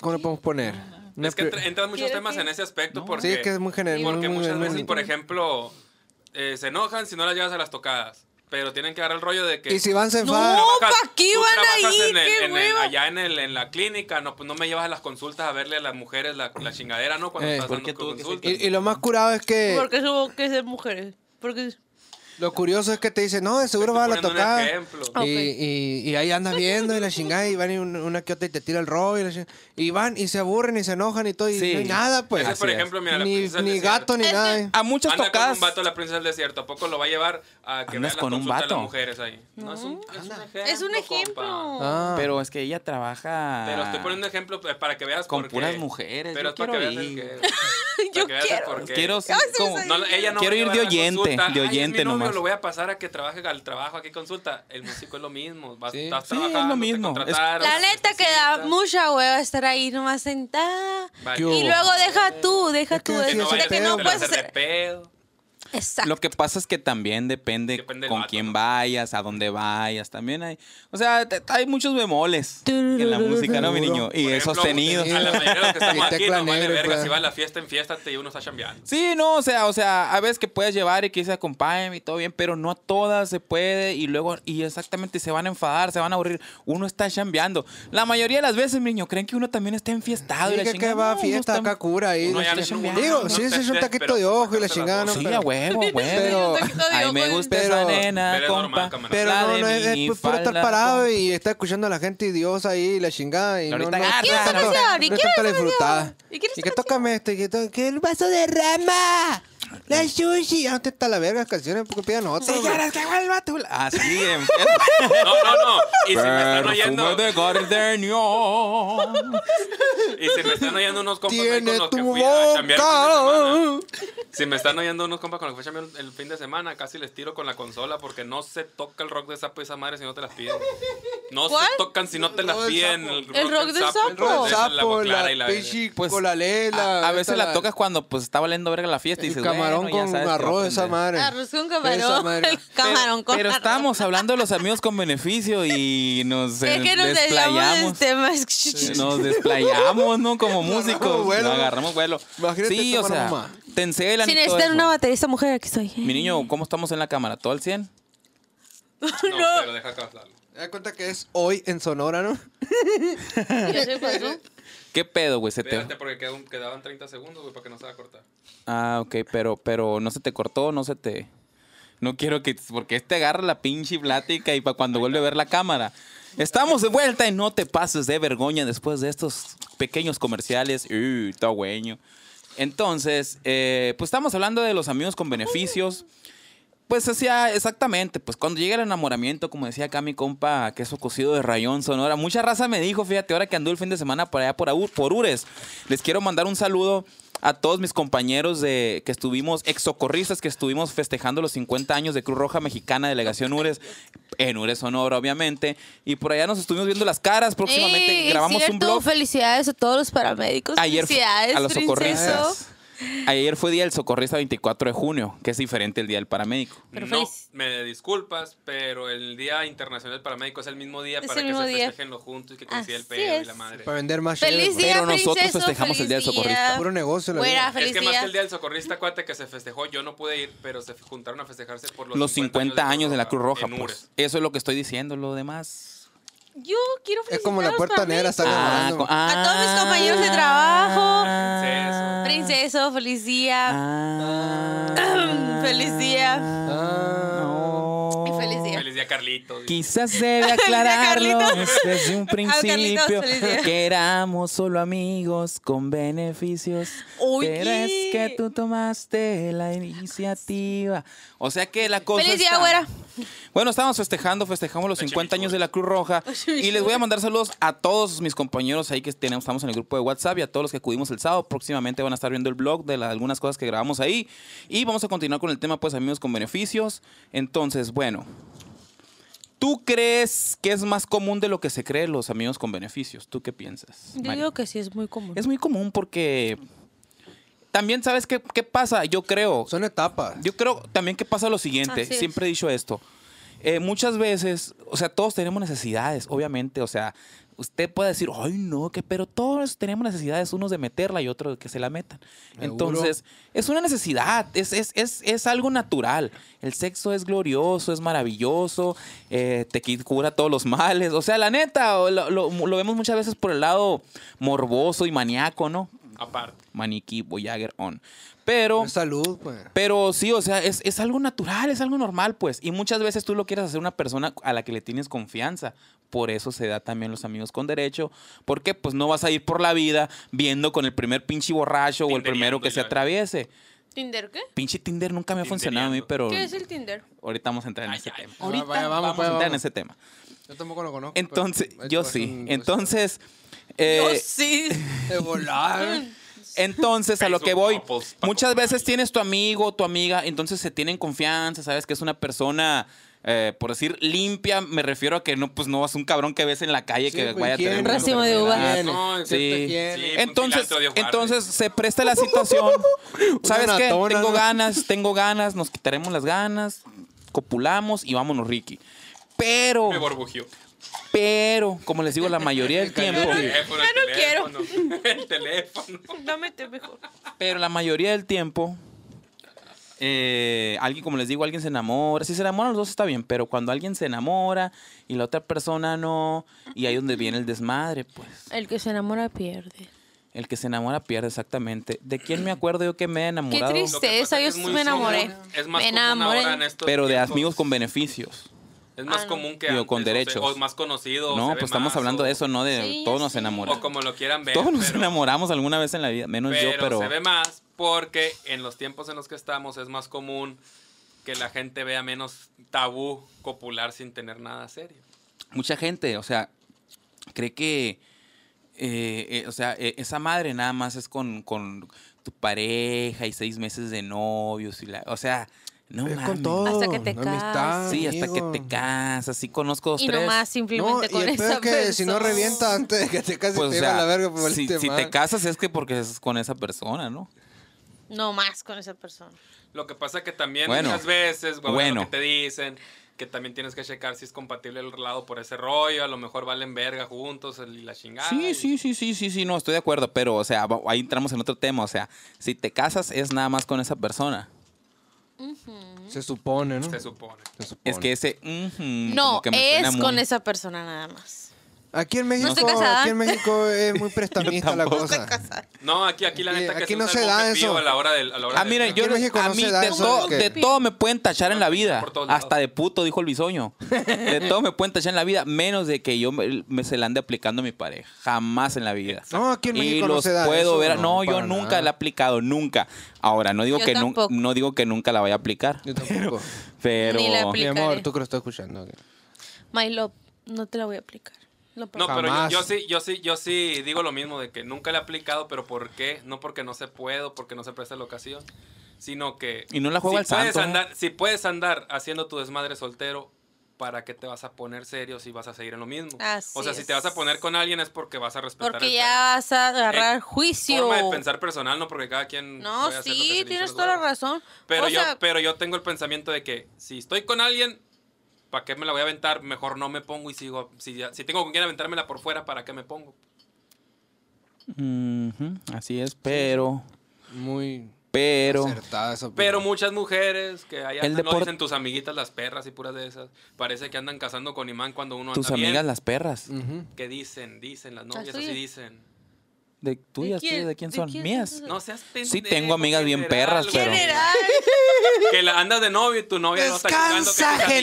Speaker 3: ¿Cómo le podemos poner? Una
Speaker 4: es que
Speaker 3: pri-
Speaker 4: entra- entran muchos
Speaker 2: ¿Quieres
Speaker 4: temas
Speaker 2: que-
Speaker 4: en ese aspecto porque...
Speaker 3: Sí, es que es muy general.
Speaker 4: Porque
Speaker 3: muy, muy-
Speaker 4: muchas
Speaker 3: muy-
Speaker 4: veces, por ejemplo, eh, se enojan si no las llevas a las tocadas. Pero tienen que dar el rollo de que...
Speaker 3: Y si van se
Speaker 2: No,
Speaker 3: enfadan.
Speaker 4: trabajas-
Speaker 2: ¿pa' qué
Speaker 4: tú
Speaker 2: van
Speaker 4: trabajas
Speaker 2: ahí?
Speaker 4: en el-
Speaker 2: ¡Qué
Speaker 4: en el-
Speaker 2: hueva!
Speaker 4: allá en, el, en la clínica, no, pues no me llevas a las consultas a verle a las mujeres la, la chingadera, ¿no? Cuando
Speaker 3: Eh,
Speaker 4: estás
Speaker 1: ¿por
Speaker 4: dando
Speaker 1: qué tuvo que ser
Speaker 4: consultas.
Speaker 3: Y, y lo más curado es que
Speaker 2: Porque hubo que ser mujeres. Porque
Speaker 3: lo curioso es que te dicen, no, de seguro
Speaker 4: Estoy
Speaker 3: vas a la
Speaker 4: poniendo un
Speaker 3: tocada.
Speaker 4: ejemplo.
Speaker 3: Y, y- y ahí andas viendo y la chingada y van y un- una que otra y te tira el rollo y, la chingada. Y van y se aburren y se enojan y todo y
Speaker 1: Sí.
Speaker 3: no hay nada pues.
Speaker 4: Ese, por
Speaker 1: Así es.
Speaker 4: ejemplo, mira, la
Speaker 3: ni
Speaker 4: princesa del
Speaker 3: ni
Speaker 4: desierto.
Speaker 3: gato ni nada. eh.
Speaker 1: a muchas
Speaker 4: Anda con
Speaker 1: tocadas.
Speaker 4: un vato a la princesa del desierto. ¿A poco lo va a llevar a
Speaker 1: Andas
Speaker 4: que vean las
Speaker 1: con un
Speaker 4: consultas de las
Speaker 1: vato.
Speaker 4: mujeres ahí? No, es, un, es un ejemplo.
Speaker 2: es un
Speaker 4: compa.
Speaker 2: ejemplo.
Speaker 3: Ah.
Speaker 1: Pero es que ella trabaja.
Speaker 4: Pero estoy poniendo un ejemplo pues, para que veas
Speaker 1: Ah. Con
Speaker 4: por qué.
Speaker 1: puras mujeres, yo
Speaker 4: Pero es para que
Speaker 1: quiero
Speaker 4: veas el
Speaker 1: ir.
Speaker 4: que-
Speaker 2: Yo
Speaker 4: para que veas el
Speaker 2: quiero.
Speaker 4: por qué.
Speaker 1: Quiero,
Speaker 2: Ay, sí,
Speaker 1: como-
Speaker 2: sí.
Speaker 4: No, no, ella no
Speaker 1: quiero
Speaker 4: va a
Speaker 1: ir de
Speaker 4: llevar la
Speaker 1: oyente, de
Speaker 4: consulta. Ay, es mi
Speaker 1: oyente
Speaker 4: novio,
Speaker 1: nomás.
Speaker 4: lo voy a pasar a que trabaje al trabajo aquí consulta. El músico es lo mismo. Vas,
Speaker 3: Sí.
Speaker 4: estás
Speaker 1: Sí, es lo
Speaker 4: trabajando, te
Speaker 1: mismo. Es-
Speaker 4: contrataron, pues,
Speaker 2: La
Speaker 4: te
Speaker 2: neta que da
Speaker 4: necesitas.
Speaker 2: mucha hueva estar ahí nomás sentada.
Speaker 4: Vale.
Speaker 3: ¿Qué
Speaker 2: Y
Speaker 3: hubo?
Speaker 2: luego deja tú, deja
Speaker 3: Es que
Speaker 2: tú.
Speaker 3: sí,
Speaker 2: de-
Speaker 4: Que no
Speaker 3: eso
Speaker 2: de
Speaker 4: vayas
Speaker 2: Pues que
Speaker 3: te
Speaker 2: no
Speaker 4: a
Speaker 2: puedes
Speaker 4: hacer de
Speaker 2: hacer.
Speaker 4: pedo.
Speaker 2: Exacto.
Speaker 1: Lo que pasa es que también depende,
Speaker 4: Depende del
Speaker 1: con
Speaker 4: vato,
Speaker 1: quién
Speaker 4: ¿no?
Speaker 1: vayas, a dónde vayas. También hay. O sea, te- hay muchos bemoles en la música, ¿no, mi niño? Y
Speaker 4: Por
Speaker 1: es
Speaker 4: ejemplo,
Speaker 1: sostenido.
Speaker 4: A la mayoría de los que estamos
Speaker 3: Y
Speaker 4: aquí
Speaker 3: tecla
Speaker 4: no vale
Speaker 3: negra,
Speaker 4: verga.
Speaker 3: pues.
Speaker 4: Si va a la fiesta en fiesta, te uno está chambeando.
Speaker 1: Sí, no, o sea, o sea, a veces que puedes llevar y que se acompañen y todo bien, pero no a todas se puede y luego, y exactamente se van a enfadar, se van a aburrir. Uno está chambeando. La mayoría de las veces, mi niño, creen que uno también está enfiestado y
Speaker 3: Sí,
Speaker 1: la
Speaker 3: que, que
Speaker 1: chingada.
Speaker 3: va a
Speaker 1: No, uno
Speaker 3: fiesta
Speaker 1: está-
Speaker 3: acá cura ahí.
Speaker 4: Uno
Speaker 3: la
Speaker 4: ya no
Speaker 3: chingada.
Speaker 4: tiene un-
Speaker 3: Digo,
Speaker 4: uno
Speaker 3: sí,
Speaker 4: te-
Speaker 3: sí, es un
Speaker 4: te-
Speaker 3: taquito
Speaker 4: pero
Speaker 3: de
Speaker 4: te
Speaker 3: ojo y la
Speaker 4: sacaste la
Speaker 3: chingada. ¿no?
Speaker 4: voz.
Speaker 1: este, Sí, a huevo. huevo,
Speaker 3: Pero-
Speaker 1: huevo.
Speaker 2: Yo te quito de
Speaker 1: Ay, me
Speaker 2: ojo,
Speaker 1: gusta
Speaker 3: pero-
Speaker 1: esa nena,
Speaker 4: Pero es normal,
Speaker 1: compa.
Speaker 4: cámara.
Speaker 3: Pero
Speaker 1: la
Speaker 3: no,
Speaker 1: de
Speaker 3: no, es,
Speaker 1: mi
Speaker 3: es puro estar
Speaker 1: falda,
Speaker 3: parado
Speaker 1: compa.
Speaker 3: y está escuchando a la gente idiosa ahí, la chingada. Y no,
Speaker 1: Ahorita
Speaker 3: no,
Speaker 1: agarra, ¿Quién es
Speaker 3: no,
Speaker 1: esa
Speaker 3: no,
Speaker 2: canción? ¿Y
Speaker 3: no
Speaker 2: quién
Speaker 3: es
Speaker 2: es
Speaker 3: tanta
Speaker 2: esa
Speaker 3: disfrutada.
Speaker 2: canción? ¿Y quién es
Speaker 3: Y
Speaker 2: esa
Speaker 3: que
Speaker 2: canción?
Speaker 3: tócame esto, y que, to- que el vaso de rama. La sushi. Antes está la verga, las canciones, porque pidan otras.
Speaker 1: Señoras, que vuelva tu... Así, en
Speaker 4: No, no, no. Y si me están oyendo,
Speaker 1: Perfume de gardenia.
Speaker 4: y si me están oyendo unos compas ahí
Speaker 3: Tiene
Speaker 4: con los que
Speaker 3: tu
Speaker 4: fui a chambear el fin de semana.
Speaker 3: boca.
Speaker 4: Si me están oyendo unos compas con los que fui a chambear el fin de semana, casi les tiro con la consola porque no se toca el rock de sapo y esa madre si no te las piden. No
Speaker 2: ¿Cuál?
Speaker 4: se tocan si no te las
Speaker 3: rock del
Speaker 4: piden.
Speaker 3: sapo.
Speaker 2: El rock del sapo.
Speaker 4: el
Speaker 3: El
Speaker 4: rock del sapo,
Speaker 3: sapo,
Speaker 4: agua clara
Speaker 3: la
Speaker 4: y la-
Speaker 3: pichi
Speaker 1: Pues,
Speaker 3: con la lela.
Speaker 1: A, a veces
Speaker 3: esta
Speaker 1: la tocas cuando pues está valiendo verga la fiesta y
Speaker 3: El
Speaker 1: dices,
Speaker 3: camarón
Speaker 1: bueno, ya
Speaker 3: con
Speaker 1: sabes que va a
Speaker 3: arroz, esa
Speaker 1: aprender.
Speaker 3: madre.
Speaker 2: Arroz con
Speaker 3: Esa
Speaker 2: camarón.
Speaker 3: madre.
Speaker 2: El camarón con
Speaker 1: Pero
Speaker 2: arroz.
Speaker 1: estábamos hablando de los amigos con beneficio y nos eh,
Speaker 2: Es que nos este desviamos del
Speaker 1: desplayamos. Eh,
Speaker 2: tema.
Speaker 1: Nos desplayamos, ¿no? Como
Speaker 3: Agarramos
Speaker 1: músicos.
Speaker 3: vuelo.
Speaker 1: Agarramos vuelo.
Speaker 3: Imagínate
Speaker 1: sí, o
Speaker 3: tomar
Speaker 1: sea,
Speaker 3: una.
Speaker 1: te encelan.
Speaker 2: Si
Speaker 1: y todo
Speaker 2: necesitan
Speaker 1: eso.
Speaker 2: una baterista mujer, aquí estoy.
Speaker 1: Mi niño, ¿cómo estamos en la cámara? ¿Todo al 100?
Speaker 4: No,
Speaker 2: No.
Speaker 4: pero deja acabarlo.
Speaker 3: Te das cuenta que es hoy en Sonora, ¿no?
Speaker 2: Yo soy Guazú.
Speaker 1: ¿Qué pedo, güey? Se te...
Speaker 4: Espérate porque quedó- quedaban 30 segundos, güey, para que no se va a cortar.
Speaker 1: Ah, ok, pero, pero no se te cortó, no se te... No quiero que... Porque este agarra la pinche plática y para cuando vuelve a ver la cámara. Estamos de vuelta y no te pases de vergüenza después de estos pequeños comerciales. Uh, está güeño. Entonces, eh, pues estamos hablando de los amigos con beneficios. Pues hacía exactamente, pues cuando llega el enamoramiento, como decía acá mi compa, queso cocido de rayón Sonora, mucha raza me dijo, fíjate, ahora que anduve el fin de semana por allá por, Aur- por Ures, les quiero mandar un saludo a todos mis compañeros de que estuvimos, ex socorristas que estuvimos festejando los 50 años de Cruz Roja Mexicana, Delegación Ures, en Ures Sonora, obviamente, y por allá nos estuvimos viendo las caras, próximamente
Speaker 2: Ey, es
Speaker 1: grabamos un
Speaker 2: cierto,
Speaker 1: blog.
Speaker 2: Felicidades a todos los paramédicos.
Speaker 1: Ayer fue-
Speaker 2: felicidades,
Speaker 1: a los socorristas.
Speaker 2: princeso.
Speaker 1: Ayer fue día del socorrista 24 de junio, que es diferente el día del paramédico.
Speaker 2: Pero
Speaker 4: no,
Speaker 2: feliz.
Speaker 4: me disculpas, pero el Día Internacional del Paramédico es el mismo día
Speaker 2: Es
Speaker 4: para
Speaker 2: el
Speaker 4: que
Speaker 2: mismo
Speaker 4: se
Speaker 2: día.
Speaker 4: festejen los juntos y que coincida el
Speaker 2: Así
Speaker 4: pedo y
Speaker 2: es.
Speaker 4: la madre.
Speaker 3: Para vender más
Speaker 2: Feliz
Speaker 3: chelas,
Speaker 2: día,
Speaker 1: Pero nosotros
Speaker 2: princeso,
Speaker 1: festejamos el Día del
Speaker 2: feliz
Speaker 1: socorrista.
Speaker 2: día.
Speaker 3: Puro negocio la
Speaker 2: Fuera,
Speaker 3: vida.
Speaker 4: Es
Speaker 2: Ah, feliz
Speaker 4: que más
Speaker 2: día.
Speaker 4: que el día del socorrista, acuérdate que se festejó, yo no pude ir, pero se juntaron a festejarse por los,
Speaker 1: los 50 años de la Cruz Roja.
Speaker 4: en
Speaker 1: Pues.
Speaker 4: Ures.
Speaker 1: Eso es lo que estoy diciendo, lo demás. Ah,
Speaker 2: Yo quiero felicitar
Speaker 3: Es como la
Speaker 2: a los
Speaker 3: puerta negra,
Speaker 2: paramédicos.
Speaker 3: sale volando.
Speaker 1: co-
Speaker 2: A todos mis compañeros de trabajo.
Speaker 1: Ah.
Speaker 2: Princeso, feliz día.
Speaker 1: Ah.
Speaker 2: feliz día.
Speaker 1: No.
Speaker 2: Y feliz día.
Speaker 4: Feliz día, Carlitos.
Speaker 1: Quizás debe aclararlo
Speaker 2: Carlitos.
Speaker 1: desde un
Speaker 2: Carlitos,
Speaker 1: principio
Speaker 2: feliz día.
Speaker 1: que éramos solo amigos con beneficios.
Speaker 2: Oye.
Speaker 1: Pero es que tú tomaste la iniciativa. O sea que la cosa
Speaker 2: Feliz día,
Speaker 1: está-
Speaker 2: güera.
Speaker 1: Bueno, estamos festejando, festejamos los
Speaker 4: La
Speaker 1: 50 años
Speaker 4: chimichurri.
Speaker 1: de la Cruz Roja.
Speaker 2: chimichurri.
Speaker 1: Y les voy a mandar saludos a todos mis compañeros ahí que tenemos, estamos en el grupo de WhatsApp y a todos los que acudimos el sábado. Próximamente van a estar viendo el blog de la- algunas cosas que grabamos ahí. Y vamos a continuar con el tema, pues, amigos con beneficios. Entonces, bueno. ¿Tú crees que es más común de lo que se cree los amigos con beneficios? ¿Tú qué piensas?
Speaker 2: Yo
Speaker 1: Mari?
Speaker 2: digo que sí, es muy común.
Speaker 1: Es muy común porque también sabes qué, qué pasa, yo creo.
Speaker 3: Son etapas.
Speaker 1: Yo creo también que pasa lo siguiente,
Speaker 2: Así es.
Speaker 1: siempre he dicho esto. Eh, muchas veces, o sea, todos tenemos necesidades, obviamente, o sea, usted puede decir, ay, no, que, pero todos tenemos necesidades, unos de meterla y otros de que se la metan.
Speaker 3: Seguro.
Speaker 1: Entonces, es una necesidad, es, es, es, es algo natural. El sexo es glorioso, es maravilloso, eh, te qui- cura todos los males, o sea, la neta, o lo, lo- lo vemos muchas veces por el lado morboso y maníaco, ¿no?
Speaker 4: Aparte.
Speaker 1: Maniquí, Voyager, on. Pero...
Speaker 3: Es Salud, pues.
Speaker 1: Pero sí, o sea, es, es algo natural, es algo normal, pues. Y muchas veces tú lo quieres hacer una persona a la que le tienes confianza. Por eso se da también los amigos con derecho. Porque pues no vas a ir por la vida viendo con el primer pinche borracho o el primero que se atraviese.
Speaker 2: ¿Tinder qué?
Speaker 1: Pinche Tinder nunca me ha funcionado a mí, pero
Speaker 2: ¿Qué es el Tinder?
Speaker 1: ahorita vamos a entrar en ese
Speaker 4: ay.
Speaker 1: tema.
Speaker 3: Ah,
Speaker 1: Ahorita
Speaker 3: vaya, vamos,
Speaker 1: vamos,
Speaker 3: pues,
Speaker 1: a entrar en
Speaker 3: vamos.
Speaker 1: ese tema. Pues,
Speaker 3: Yo tampoco lo conozco. pues, pero-
Speaker 1: Entonces,
Speaker 3: Ahí
Speaker 1: yo
Speaker 3: te va,
Speaker 1: sí.
Speaker 3: son-
Speaker 1: Entonces, eh,
Speaker 2: Yo sí.
Speaker 3: De volar.
Speaker 1: Entonces, a lo que
Speaker 4: Facebook
Speaker 1: voy,
Speaker 4: couples, Paco
Speaker 1: muchas veces
Speaker 4: Maravilla.
Speaker 1: tienes tu amigo, tu amiga, entonces se tienen confianza, sabes que es una persona, eh, por decir, limpia, me refiero a que no, pues no es un cabrón que ves en la calle
Speaker 3: Sí,
Speaker 1: que
Speaker 3: pues,
Speaker 1: vaya a
Speaker 3: ¿quién?
Speaker 1: tener...
Speaker 3: Un
Speaker 1: una
Speaker 2: racimo de
Speaker 1: enfermedad.
Speaker 2: uvas.
Speaker 3: ¿Quién?
Speaker 4: No, es
Speaker 1: cierto,
Speaker 3: Sí.
Speaker 1: ¿quién?
Speaker 4: Sí, un
Speaker 1: Entonces,
Speaker 4: cilantro de hojuelas.
Speaker 1: entonces se presta la situación. ¿Sabes
Speaker 3: Una
Speaker 1: qué?
Speaker 3: natona,
Speaker 1: Tengo
Speaker 3: ¿no?
Speaker 1: ganas, tengo ganas, nos quitaremos las ganas, copulamos y vámonos, Ricky. Pero,
Speaker 4: Me borbujió.
Speaker 1: pero, como les digo, la mayoría del tiempo...
Speaker 4: El teléfono, Eh,
Speaker 2: ya
Speaker 4: el
Speaker 2: no quiero.
Speaker 4: teléfono, El teléfono.
Speaker 2: Dámete mejor.
Speaker 1: Pero la mayoría del tiempo, eh, alguien, como les digo, alguien se enamora. Si se enamoran los dos está bien, pero cuando alguien se enamora y la otra persona no, y ahí es donde viene el desmadre, pues.
Speaker 2: El que se enamora pierde.
Speaker 1: El que se enamora pierde, exactamente. ¿De quién me acuerdo yo que me he enamorado?
Speaker 4: Lo
Speaker 2: triste.
Speaker 4: que
Speaker 2: Esa
Speaker 4: pasa
Speaker 2: yo
Speaker 4: es muy
Speaker 2: me enamoré.
Speaker 4: común, Es más
Speaker 2: Me
Speaker 4: común ahora
Speaker 2: enamoré.
Speaker 4: en estos
Speaker 1: Pero de
Speaker 4: tiempos.
Speaker 1: amigos con beneficios.
Speaker 4: Es más
Speaker 2: Ah, no.
Speaker 4: común que
Speaker 1: Digo,
Speaker 4: antes,
Speaker 1: con
Speaker 4: o sea,
Speaker 1: derechos.
Speaker 4: O, más conocido.
Speaker 1: No,
Speaker 4: se ve
Speaker 1: pues estamos
Speaker 4: más,
Speaker 1: hablando
Speaker 4: o-
Speaker 1: de eso, no de
Speaker 2: Sí,
Speaker 1: todos
Speaker 2: ya
Speaker 1: nos
Speaker 2: sé.
Speaker 1: enamoramos.
Speaker 4: O como lo quieran ver.
Speaker 1: Todos nos
Speaker 4: pero-
Speaker 1: enamoramos alguna vez en la vida, menos yo, pero
Speaker 4: se ve más porque en los tiempos en los que estamos es más común que la gente vea menos tabú copular sin tener nada serio.
Speaker 1: mucha gente, o sea, cree que, eh, eh, o sea, eh, esa madre nada más es con, con tu pareja y seis meses de novios y la, o sea, no
Speaker 3: Es
Speaker 1: mames.
Speaker 3: con todo.
Speaker 2: Hasta que te
Speaker 3: amistad,
Speaker 2: cases.
Speaker 1: Sí, hasta que
Speaker 3: amigo.
Speaker 1: te casas, sí conozco dos,
Speaker 2: Y
Speaker 1: tres.
Speaker 2: nomás
Speaker 3: No,
Speaker 2: simplemente
Speaker 3: y
Speaker 2: con
Speaker 3: el peor
Speaker 2: esa
Speaker 3: es que si no
Speaker 2: persona.
Speaker 3: revienta antes de que te cases,
Speaker 1: Pues, o
Speaker 3: te iba
Speaker 1: sea,
Speaker 3: a la verga por
Speaker 1: si,
Speaker 3: este
Speaker 1: si te
Speaker 3: mal.
Speaker 1: casas es que porque es con esa persona, ¿no?
Speaker 2: No más con esa persona.
Speaker 4: Lo que pasa que también
Speaker 1: Bueno.
Speaker 4: muchas veces, güey,
Speaker 1: Bueno.
Speaker 4: lo que te dicen, que también tienes que checar si es compatible el lado por ese rollo, a lo mejor valen verga juntos y la chingada.
Speaker 1: Sí,
Speaker 4: y-
Speaker 1: sí, sí, sí, sí, sí, no, estoy de acuerdo, pero, o sea, va- ahí entramos en otro tema, o sea, si te casas es nada más con esa persona.
Speaker 3: Se supone, ¿no?
Speaker 4: Se supone.
Speaker 3: Se supone.
Speaker 1: Es que ese... ujú,
Speaker 2: No,
Speaker 1: como que me suena
Speaker 2: es
Speaker 1: muy-
Speaker 2: con esa persona nada más.
Speaker 3: Aquí en México,
Speaker 2: estoy casada.
Speaker 3: aquí en México es muy prestamista la
Speaker 1: tampoco.
Speaker 3: cosa.
Speaker 4: No, aquí, aquí la
Speaker 3: Aquí-
Speaker 4: neta que
Speaker 3: aquí
Speaker 4: se
Speaker 3: no
Speaker 4: usa
Speaker 3: se
Speaker 4: el
Speaker 3: da
Speaker 4: bombe
Speaker 3: eso.
Speaker 4: pío a la hora del... a la hora
Speaker 1: Ah,
Speaker 4: del-
Speaker 1: mira,
Speaker 3: Aquí
Speaker 1: yo,
Speaker 3: en México
Speaker 1: a
Speaker 3: no
Speaker 1: mí
Speaker 3: se da
Speaker 1: de,
Speaker 3: eso
Speaker 1: todo,
Speaker 3: de que-
Speaker 1: de todo me pueden tachar en la vida.
Speaker 4: Por todos lados.
Speaker 1: Hasta de puto, dijo el bisoño. De todo me pueden tachar en la vida, menos de que yo me, me se la ande aplicando a mi pareja. Jamás en la vida.
Speaker 3: No, aquí en
Speaker 1: y
Speaker 3: México no
Speaker 1: los
Speaker 3: se da
Speaker 1: puedo
Speaker 3: eso,
Speaker 1: ver. a-
Speaker 3: no,
Speaker 1: No, yo
Speaker 3: para
Speaker 1: nunca
Speaker 3: nada.
Speaker 1: la he aplicado, nunca. Ahora, no digo,
Speaker 2: Yo
Speaker 1: que nun-
Speaker 2: tampoco.
Speaker 1: no digo que nunca la vaya a aplicar,
Speaker 3: Yo tampoco.
Speaker 1: pero...
Speaker 2: Ni la
Speaker 3: Mi
Speaker 2: aplico.
Speaker 3: amor, tú que lo estás escuchando.
Speaker 2: My love, no te la voy a aplicar. Lo
Speaker 4: No,
Speaker 2: prometo.
Speaker 4: pero yo,
Speaker 3: Jamás.
Speaker 4: yo sí, yo sí, yo sí digo lo mismo de que nunca le he aplicado, pero ¿por qué? No porque no se puedo, porque no se presta la ocasión, sino que
Speaker 1: Y no la juego
Speaker 4: si
Speaker 1: al
Speaker 4: puedes
Speaker 1: santo, ¿no?
Speaker 4: andar, si puedes andar haciendo tu desmadre soltero, ¿para qué te vas a poner serio si vas a seguir en lo mismo?
Speaker 2: Así
Speaker 4: o sea, si
Speaker 2: es.
Speaker 4: te vas a poner con alguien es porque vas a respetar
Speaker 2: Porque
Speaker 4: el-
Speaker 2: ya vas a agarrar
Speaker 4: Eh,
Speaker 2: juicio.
Speaker 4: forma de pensar personal, no porque cada quien
Speaker 2: No,
Speaker 4: puede hacer lo que se le
Speaker 2: sí,
Speaker 4: hinche
Speaker 2: tienes
Speaker 4: los
Speaker 2: toda la
Speaker 4: huevos.
Speaker 2: razón.
Speaker 4: Pero
Speaker 2: O
Speaker 4: yo,
Speaker 2: sea,
Speaker 4: pero yo tengo el pensamiento de que si estoy con alguien, ¿para qué me la voy a aventar? Mejor no me pongo y sigo. Si, ya- si tengo con quien aventármela por fuera, ¿para qué me pongo?
Speaker 1: Ujú, así es, pero...
Speaker 3: Muy
Speaker 1: Pero...
Speaker 3: acertada esa opinión.
Speaker 4: Pero muchas mujeres que allá
Speaker 1: El
Speaker 4: andan, no
Speaker 1: depor-
Speaker 4: dicen tus amiguitas las perras y puras de esas. Parece que andan casando con imán cuando uno
Speaker 1: Tus
Speaker 4: anda bien.
Speaker 1: amigas las perras.
Speaker 3: Ujú.
Speaker 4: Que dicen, dicen las novias,
Speaker 2: Las tuyas.
Speaker 4: así dicen.
Speaker 1: ¿De tuyas?
Speaker 2: quién?
Speaker 1: tuyas, ¿De quién
Speaker 2: ¿De
Speaker 1: son?
Speaker 2: quién son
Speaker 1: Mías.
Speaker 2: tus
Speaker 4: No seas pendejo.
Speaker 1: Sí, tengo amigas bien perras,
Speaker 4: güey.
Speaker 1: pero-
Speaker 2: general,
Speaker 4: Que la, andas de novio y tu novia no está chingando que
Speaker 3: Descansa,
Speaker 4: tus amiguitas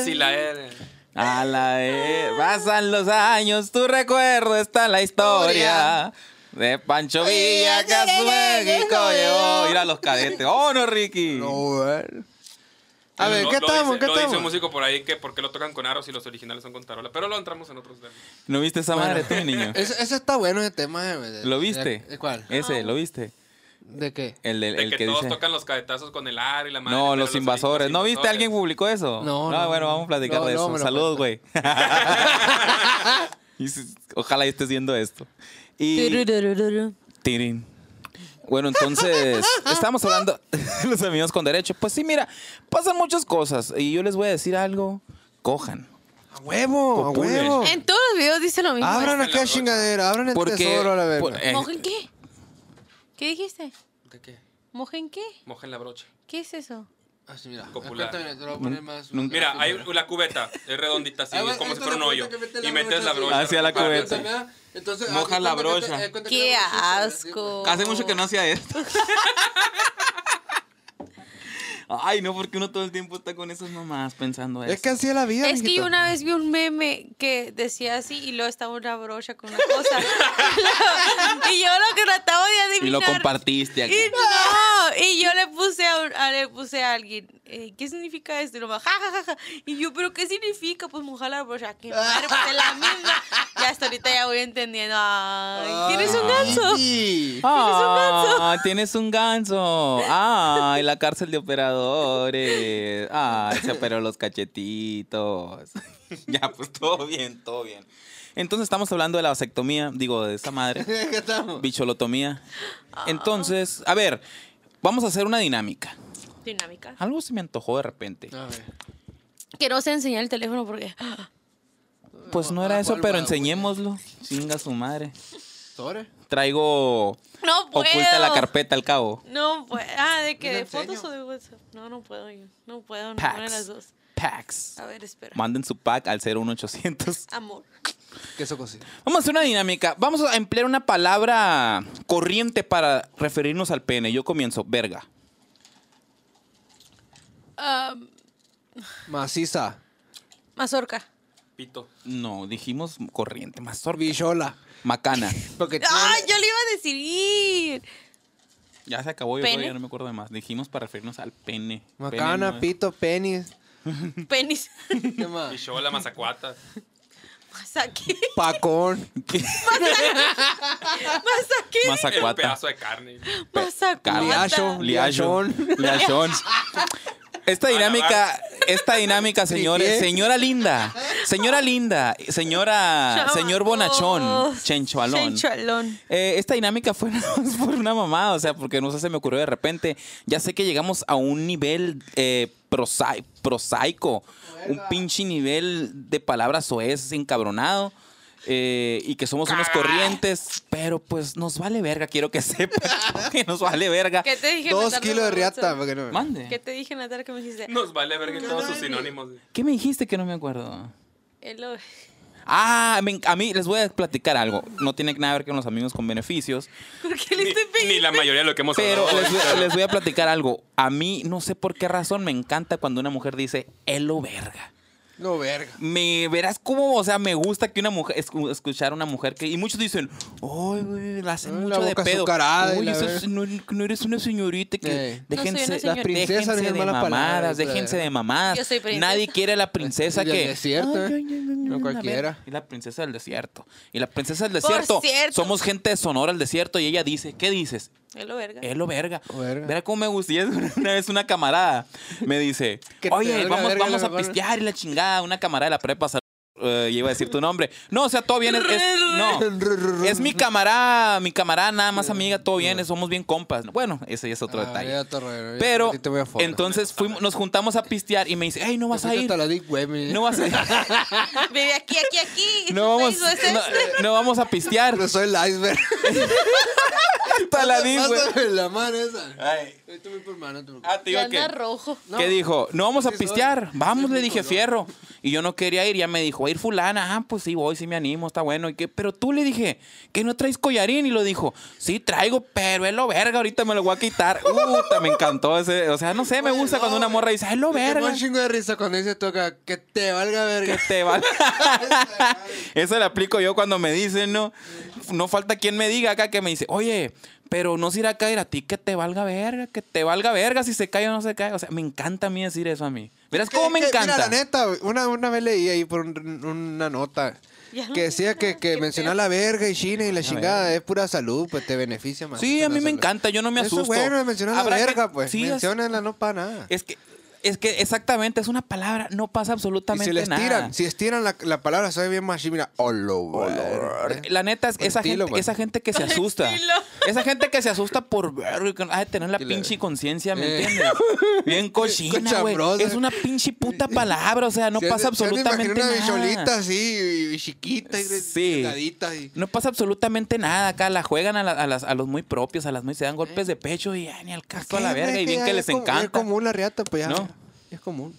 Speaker 3: general.
Speaker 4: y la eres.
Speaker 1: A la vez pasan los años, tu recuerdo está en la historia. De Pancho Villa que a su México llegó. Ir a los cadetes. ¡Oh, no, Ricky!
Speaker 3: No, ver. A ver,
Speaker 4: Lo-
Speaker 3: ¿qué
Speaker 4: lo
Speaker 3: estamos?
Speaker 4: dice-
Speaker 3: ¿Qué
Speaker 4: Lo dice un
Speaker 3: estamos?
Speaker 4: músico por ahí que por qué lo tocan con aros y los originales son con tarola. Pero lo entramos en otros temas.
Speaker 1: ¿No viste esa madre tú, mi niño?
Speaker 3: Ese, ese está bueno ese tema. eh, de-
Speaker 1: ¿Lo viste?
Speaker 3: de- ¿Cuál? Ah.
Speaker 1: Ese, ¿lo viste?
Speaker 3: ¿De qué?
Speaker 1: El, del-
Speaker 4: De
Speaker 1: el
Speaker 4: que,
Speaker 1: que,
Speaker 4: todos
Speaker 1: dice...
Speaker 4: tocan los cadetazos con el ar y la madre.
Speaker 1: No,
Speaker 4: pero
Speaker 1: los invasores.
Speaker 4: los
Speaker 1: ¿No viste?
Speaker 4: invasores.
Speaker 1: ¿Alguien publicó eso? Ah,
Speaker 3: No, no,
Speaker 1: bueno,
Speaker 3: no.
Speaker 1: vamos a platicar
Speaker 3: No,
Speaker 1: de
Speaker 3: no,
Speaker 1: eso.
Speaker 3: me lo
Speaker 1: Saludos,
Speaker 3: cuentas.
Speaker 1: güey. Y si- Ojalá y estés viendo esto. Y...
Speaker 2: Tururururu.
Speaker 1: Tirín. Bueno, entonces, estamos hablando de los amigos con derecho. Pues sí, mira, pasan muchas cosas. Y yo les voy a decir algo. Cojan.
Speaker 3: A huevo, a
Speaker 1: Populen.
Speaker 3: huevo.
Speaker 2: En todos los videos dice lo mismo.
Speaker 3: Abran
Speaker 4: Muéstrala,
Speaker 3: aquella chingadera, abran el
Speaker 1: Porque...
Speaker 3: tesoro a la verga.
Speaker 1: por- eh,
Speaker 2: ¿Mojen qué? ¿Qué dijiste?
Speaker 4: ¿De qué?
Speaker 2: ¿Mojen qué?
Speaker 4: Mojen la brocha.
Speaker 2: ¿Qué es eso?
Speaker 3: Así, mira.
Speaker 4: Popular. mm,
Speaker 3: Cuéntame, te lo voy a poner más-
Speaker 1: Nunca-
Speaker 4: Mira, hay la cubeta, es redondita así,
Speaker 3: Ah, bueno,
Speaker 4: es como si
Speaker 3: esta es
Speaker 4: fuera un
Speaker 3: la
Speaker 4: hoyo.
Speaker 3: cuenta que mete
Speaker 4: Y metes
Speaker 3: la
Speaker 4: la brocha.
Speaker 1: brocha. Hacia la
Speaker 4: Para-
Speaker 1: cubeta.
Speaker 3: Cuéntame, entonces,
Speaker 1: Moja
Speaker 3: haz de
Speaker 1: la
Speaker 3: cuenta que-
Speaker 1: brocha.
Speaker 3: haz de cuenta que
Speaker 2: ¡Qué
Speaker 3: la brochita,
Speaker 2: asco!
Speaker 1: Hace mucho que no hacía esto. Ay, no, porque uno todo el tiempo está con esas mamás pensando
Speaker 3: así.
Speaker 1: eso.
Speaker 3: Es que así es la vida,
Speaker 2: Es que
Speaker 3: mijito.
Speaker 2: yo una vez vi un meme que decía así y luego estaba una brocha con una cosa. y yo lo que trataba de adivinar.
Speaker 1: y lo compartiste aquí.
Speaker 2: Y no, y yo le puse a, un- a- le puse a alguien, eh, ¿qué significa esto? Y nomás, ja, ja, ja, ja. Y yo, ¿pero qué significa? Pues mojar la brocha. ¡Qué madre! Pues es la misma. Y hasta ahorita ya voy entendiendo. Ay, tienes un ganso.
Speaker 3: Sí.
Speaker 1: Ah, tienes un ganso. Ay, la cárcel de operadores. Ay, se operó los cachetitos. Ya, pues todo bien, todo bien. Entonces estamos hablando de la vasectomía, digo, de esa madre,
Speaker 3: ¿Qué estamos?
Speaker 1: bicholotomía.
Speaker 3: Ah.
Speaker 1: Entonces, a ver, vamos a hacer una dinámica.
Speaker 2: Dinámica.
Speaker 1: Algo se me antojó de repente.
Speaker 3: A ver.
Speaker 2: Que no se enseña el teléfono porque. ah,
Speaker 1: Pues no era
Speaker 3: Ah,
Speaker 1: eso,
Speaker 3: ¿cuál
Speaker 1: pero
Speaker 3: huevo?
Speaker 1: enseñémoslo. Chinga su madre.
Speaker 3: ¿Sobre?
Speaker 1: traigo
Speaker 2: No puedo.
Speaker 1: oculta la carpeta al cabo.
Speaker 2: No puedo. Ah, ¿de que
Speaker 3: Ni lo
Speaker 2: ¿De fotos
Speaker 3: enseño.
Speaker 2: o de WhatsApp? No, no puedo yo. No puedo, ninguna de las
Speaker 1: Packs.
Speaker 2: dos.
Speaker 1: Packs.
Speaker 2: A ver, espera.
Speaker 1: Manden su pack al 01800.
Speaker 2: Amor.
Speaker 3: Queso cocido.
Speaker 1: Vamos a hacer una dinámica. Vamos a emplear una palabra corriente para referirnos al pene. Yo comienzo. Verga.
Speaker 2: Am,
Speaker 3: Maciza.
Speaker 2: mazorca.
Speaker 4: Pito.
Speaker 1: No, dijimos corriente. Más
Speaker 3: Bichola.
Speaker 1: Macana.
Speaker 3: Porque
Speaker 2: ¡Ah!
Speaker 3: tiene-
Speaker 2: Yo le iba a decir. ir.
Speaker 1: Ya se acabó. Yo
Speaker 2: Pene.
Speaker 1: todavía no me acuerdo de más. Dijimos para referirnos al pene.
Speaker 3: Macana,
Speaker 1: pito.
Speaker 3: pito, penis.
Speaker 2: Penis.
Speaker 3: ¿Qué más?
Speaker 4: Pichola, mazacuata.
Speaker 2: Masaki.
Speaker 3: Pacón.
Speaker 2: Masaki.
Speaker 4: El
Speaker 1: Mazacuata.
Speaker 4: pedazo de carne.
Speaker 2: Masaki.
Speaker 3: Liacho.
Speaker 1: Liachón. Liachón. Esta dinámica, esta dinámica, señores,
Speaker 3: qué?
Speaker 1: señora linda, señora linda, señora, señor bonachón, chenchoalón.
Speaker 2: Chenchoalón.
Speaker 1: Eh, esta dinámica fue nada más por una mamada, o sea, porque no sé, se me ocurrió de repente. Ya sé que llegamos a un nivel eh, prosai- prosaico, un pinche nivel de palabras soez encabronado. eh, y que somos unos corrientes, pero pues nos vale verga, quiero que sepa que nos vale verga.
Speaker 2: ¿Qué te dije? en la
Speaker 3: Dos
Speaker 2: tarde,
Speaker 3: kilos de
Speaker 2: Maruchan?
Speaker 3: riata. porque no-
Speaker 1: Mande.
Speaker 2: ¿Qué te dije en la tarde que me dijiste?
Speaker 4: Nos vale ver que todos sus sinónimos.
Speaker 1: ¿Qué me dijiste que no me acuerdo?
Speaker 2: Hello.
Speaker 1: Ah, me- a mí les voy a platicar algo. No tiene nada que ver con los amigos con beneficios,
Speaker 2: ¿Por qué le
Speaker 4: Ni,
Speaker 2: estoy pidiendo?
Speaker 4: ni la mayoría de lo que hemos
Speaker 1: pero
Speaker 4: hablado.
Speaker 1: les, voy- les voy a platicar algo. A mí no sé por qué razón me encanta cuando una mujer dice elo verga.
Speaker 3: No, verga.
Speaker 1: Me verás cómo, o sea, me gusta que una mujer escu- escuchar a una mujer que y muchos dicen, "Ay, güey, la hacen
Speaker 3: Ay,
Speaker 1: mucho
Speaker 3: Mm, la
Speaker 1: de
Speaker 3: boca
Speaker 1: pedo."
Speaker 3: azucarada y
Speaker 1: Oye,
Speaker 3: la
Speaker 1: eso
Speaker 3: verga.
Speaker 1: es- no, no eres una señorita que
Speaker 3: Ey.
Speaker 2: No soy una
Speaker 1: déjense,
Speaker 2: señora. Las
Speaker 3: princesas
Speaker 1: déjense
Speaker 3: dicen
Speaker 1: de
Speaker 3: malas
Speaker 1: mamadas,
Speaker 3: palabras, la
Speaker 1: déjense
Speaker 3: verga.
Speaker 1: de mamadas.
Speaker 2: Yo soy princesa.
Speaker 1: Nadie quiere a la princesa
Speaker 3: Y del
Speaker 1: que
Speaker 3: desierto, ¿eh? No
Speaker 1: la
Speaker 3: cualquiera.
Speaker 1: verga. Y la princesa del desierto. Y la princesa del desierto.
Speaker 2: cierto.
Speaker 1: Somos gente de Sonora al desierto y ella dice, ¿qué dices?
Speaker 2: Hello, verga.
Speaker 1: Es lo verga.
Speaker 3: Verga.
Speaker 1: Verá cómo me gusta. Y es una vez una camarada me dice,
Speaker 3: Que te
Speaker 1: oye,
Speaker 3: valga
Speaker 1: vamos,
Speaker 3: verga
Speaker 1: vamos
Speaker 3: la
Speaker 1: a
Speaker 3: mejor".
Speaker 1: pistear y la chingada. Una camarada de la prepa sal- eh, y iba a decir tu nombre. No, o sea, todo bien. Es, es- no.
Speaker 3: Ah,
Speaker 1: Es mi camarada, mi camarada, nada más amiga, todo bien, somos bien compas. Bueno, ese ya es otro
Speaker 3: Ah,
Speaker 1: detalle.
Speaker 3: ya, torrero, ya,
Speaker 1: Pero
Speaker 3: a ti te voy a follar.
Speaker 1: entonces fuimos, nos juntamos a pistear y me dice, hey, no vas
Speaker 3: Te
Speaker 1: a
Speaker 3: fuiste
Speaker 1: ir.
Speaker 3: hasta la Deep Web, mi-
Speaker 1: No vas a ir.
Speaker 2: Bebé, aquí, aquí, aquí.
Speaker 1: No vamos,
Speaker 2: Eso es este.
Speaker 1: no, no vamos a pistear.
Speaker 3: Pero soy el iceberg.
Speaker 1: Hasta la di, güey.
Speaker 3: Pásame la mano esa.
Speaker 1: Ay,
Speaker 3: Tú mi hermano, tú
Speaker 1: ah, te digo
Speaker 2: Ya anda
Speaker 1: que-
Speaker 2: rojo.
Speaker 3: No.
Speaker 1: ¿Qué dijo? No vamos a
Speaker 3: Sí soy.
Speaker 1: pistear. Vamos,
Speaker 3: Sí, pues,
Speaker 1: le
Speaker 3: mi
Speaker 1: dije
Speaker 3: color.
Speaker 1: fierro. Y yo no quería ir. Ya me dijo, va a ir fulana. Ah, pues sí, voy, sí me animo, está bueno. ¿Y qué? Pero tú le dije, que no traes collarín. Y lo dijo, sí traigo, pero es lo verga. Ahorita me lo voy a quitar. Puta, me encantó ese. O sea, no sé, me
Speaker 3: Oye,
Speaker 1: gusta
Speaker 3: no,
Speaker 1: cuando una
Speaker 3: güey.
Speaker 1: morra dice, es lo
Speaker 3: Me
Speaker 1: verga.
Speaker 3: un chingo de risa cuando dice toca que te valga verga.
Speaker 1: que te va- Eso le aplico yo cuando me dicen, ¿no? No falta quien me diga acá que me dice, oye, pero no se irá a caer a ti, que te valga verga, que te valga verga si se cae o no se cae. O sea, me encanta a mí decir eso a mí. Verás cómo
Speaker 3: Que-
Speaker 1: me
Speaker 3: que, Mira,
Speaker 1: encanta.
Speaker 3: la neta, güey, una, una vez leí ahí por un- una nota
Speaker 2: Ya no
Speaker 3: que decía que, que
Speaker 2: qué
Speaker 3: mencionar
Speaker 2: feo.
Speaker 3: la verga y China y la chingada
Speaker 1: verga.
Speaker 3: es pura salud, pues te beneficia más.
Speaker 1: Sí, a mí me encanta, yo no me
Speaker 3: Eso
Speaker 1: asusto.
Speaker 3: es bueno, mencionar la
Speaker 1: Habrá que-
Speaker 3: verga, pues.
Speaker 1: Sí, es-
Speaker 3: Menciónenla, no para nada.
Speaker 1: Es que, es que exactamente, es una palabra, no pasa
Speaker 3: Y
Speaker 1: absolutamente
Speaker 3: si le
Speaker 1: nada.
Speaker 3: estiran, si estiran la, la palabra, se ve bien más así, mira, all over.
Speaker 1: La neta, es
Speaker 3: Con
Speaker 1: esa,
Speaker 3: Eh, estilo,
Speaker 1: gente,
Speaker 3: güey.
Speaker 1: esa gente que se asusta.
Speaker 2: estilo.
Speaker 1: Esa gente que se asusta por verga. que Ha de tener la
Speaker 3: Y la-
Speaker 1: pinche conciencia, ¿me
Speaker 3: Eh.
Speaker 1: entiendes? Bien cochina, güey.
Speaker 3: Cochambrosa.
Speaker 1: Es una pinche puta palabra. O sea, no
Speaker 3: Se-
Speaker 1: pasa
Speaker 3: se han de imaginar
Speaker 1: absolutamente
Speaker 3: una bicholita
Speaker 1: nada.
Speaker 3: así, y- y chiquita, y
Speaker 1: Sí.
Speaker 3: delgadita, y-
Speaker 1: No pasa absolutamente nada acá. La juegan a, la- a las, a los muy propios, a las muy... Se dan golpes de pecho y ay, ni al caso a la
Speaker 3: Sí,
Speaker 1: verga.
Speaker 3: es
Speaker 1: Y bien que
Speaker 3: ya
Speaker 1: les
Speaker 3: es com- Es
Speaker 1: encanta.
Speaker 3: común la riata, pues ya.
Speaker 1: ¿No?
Speaker 3: Es común.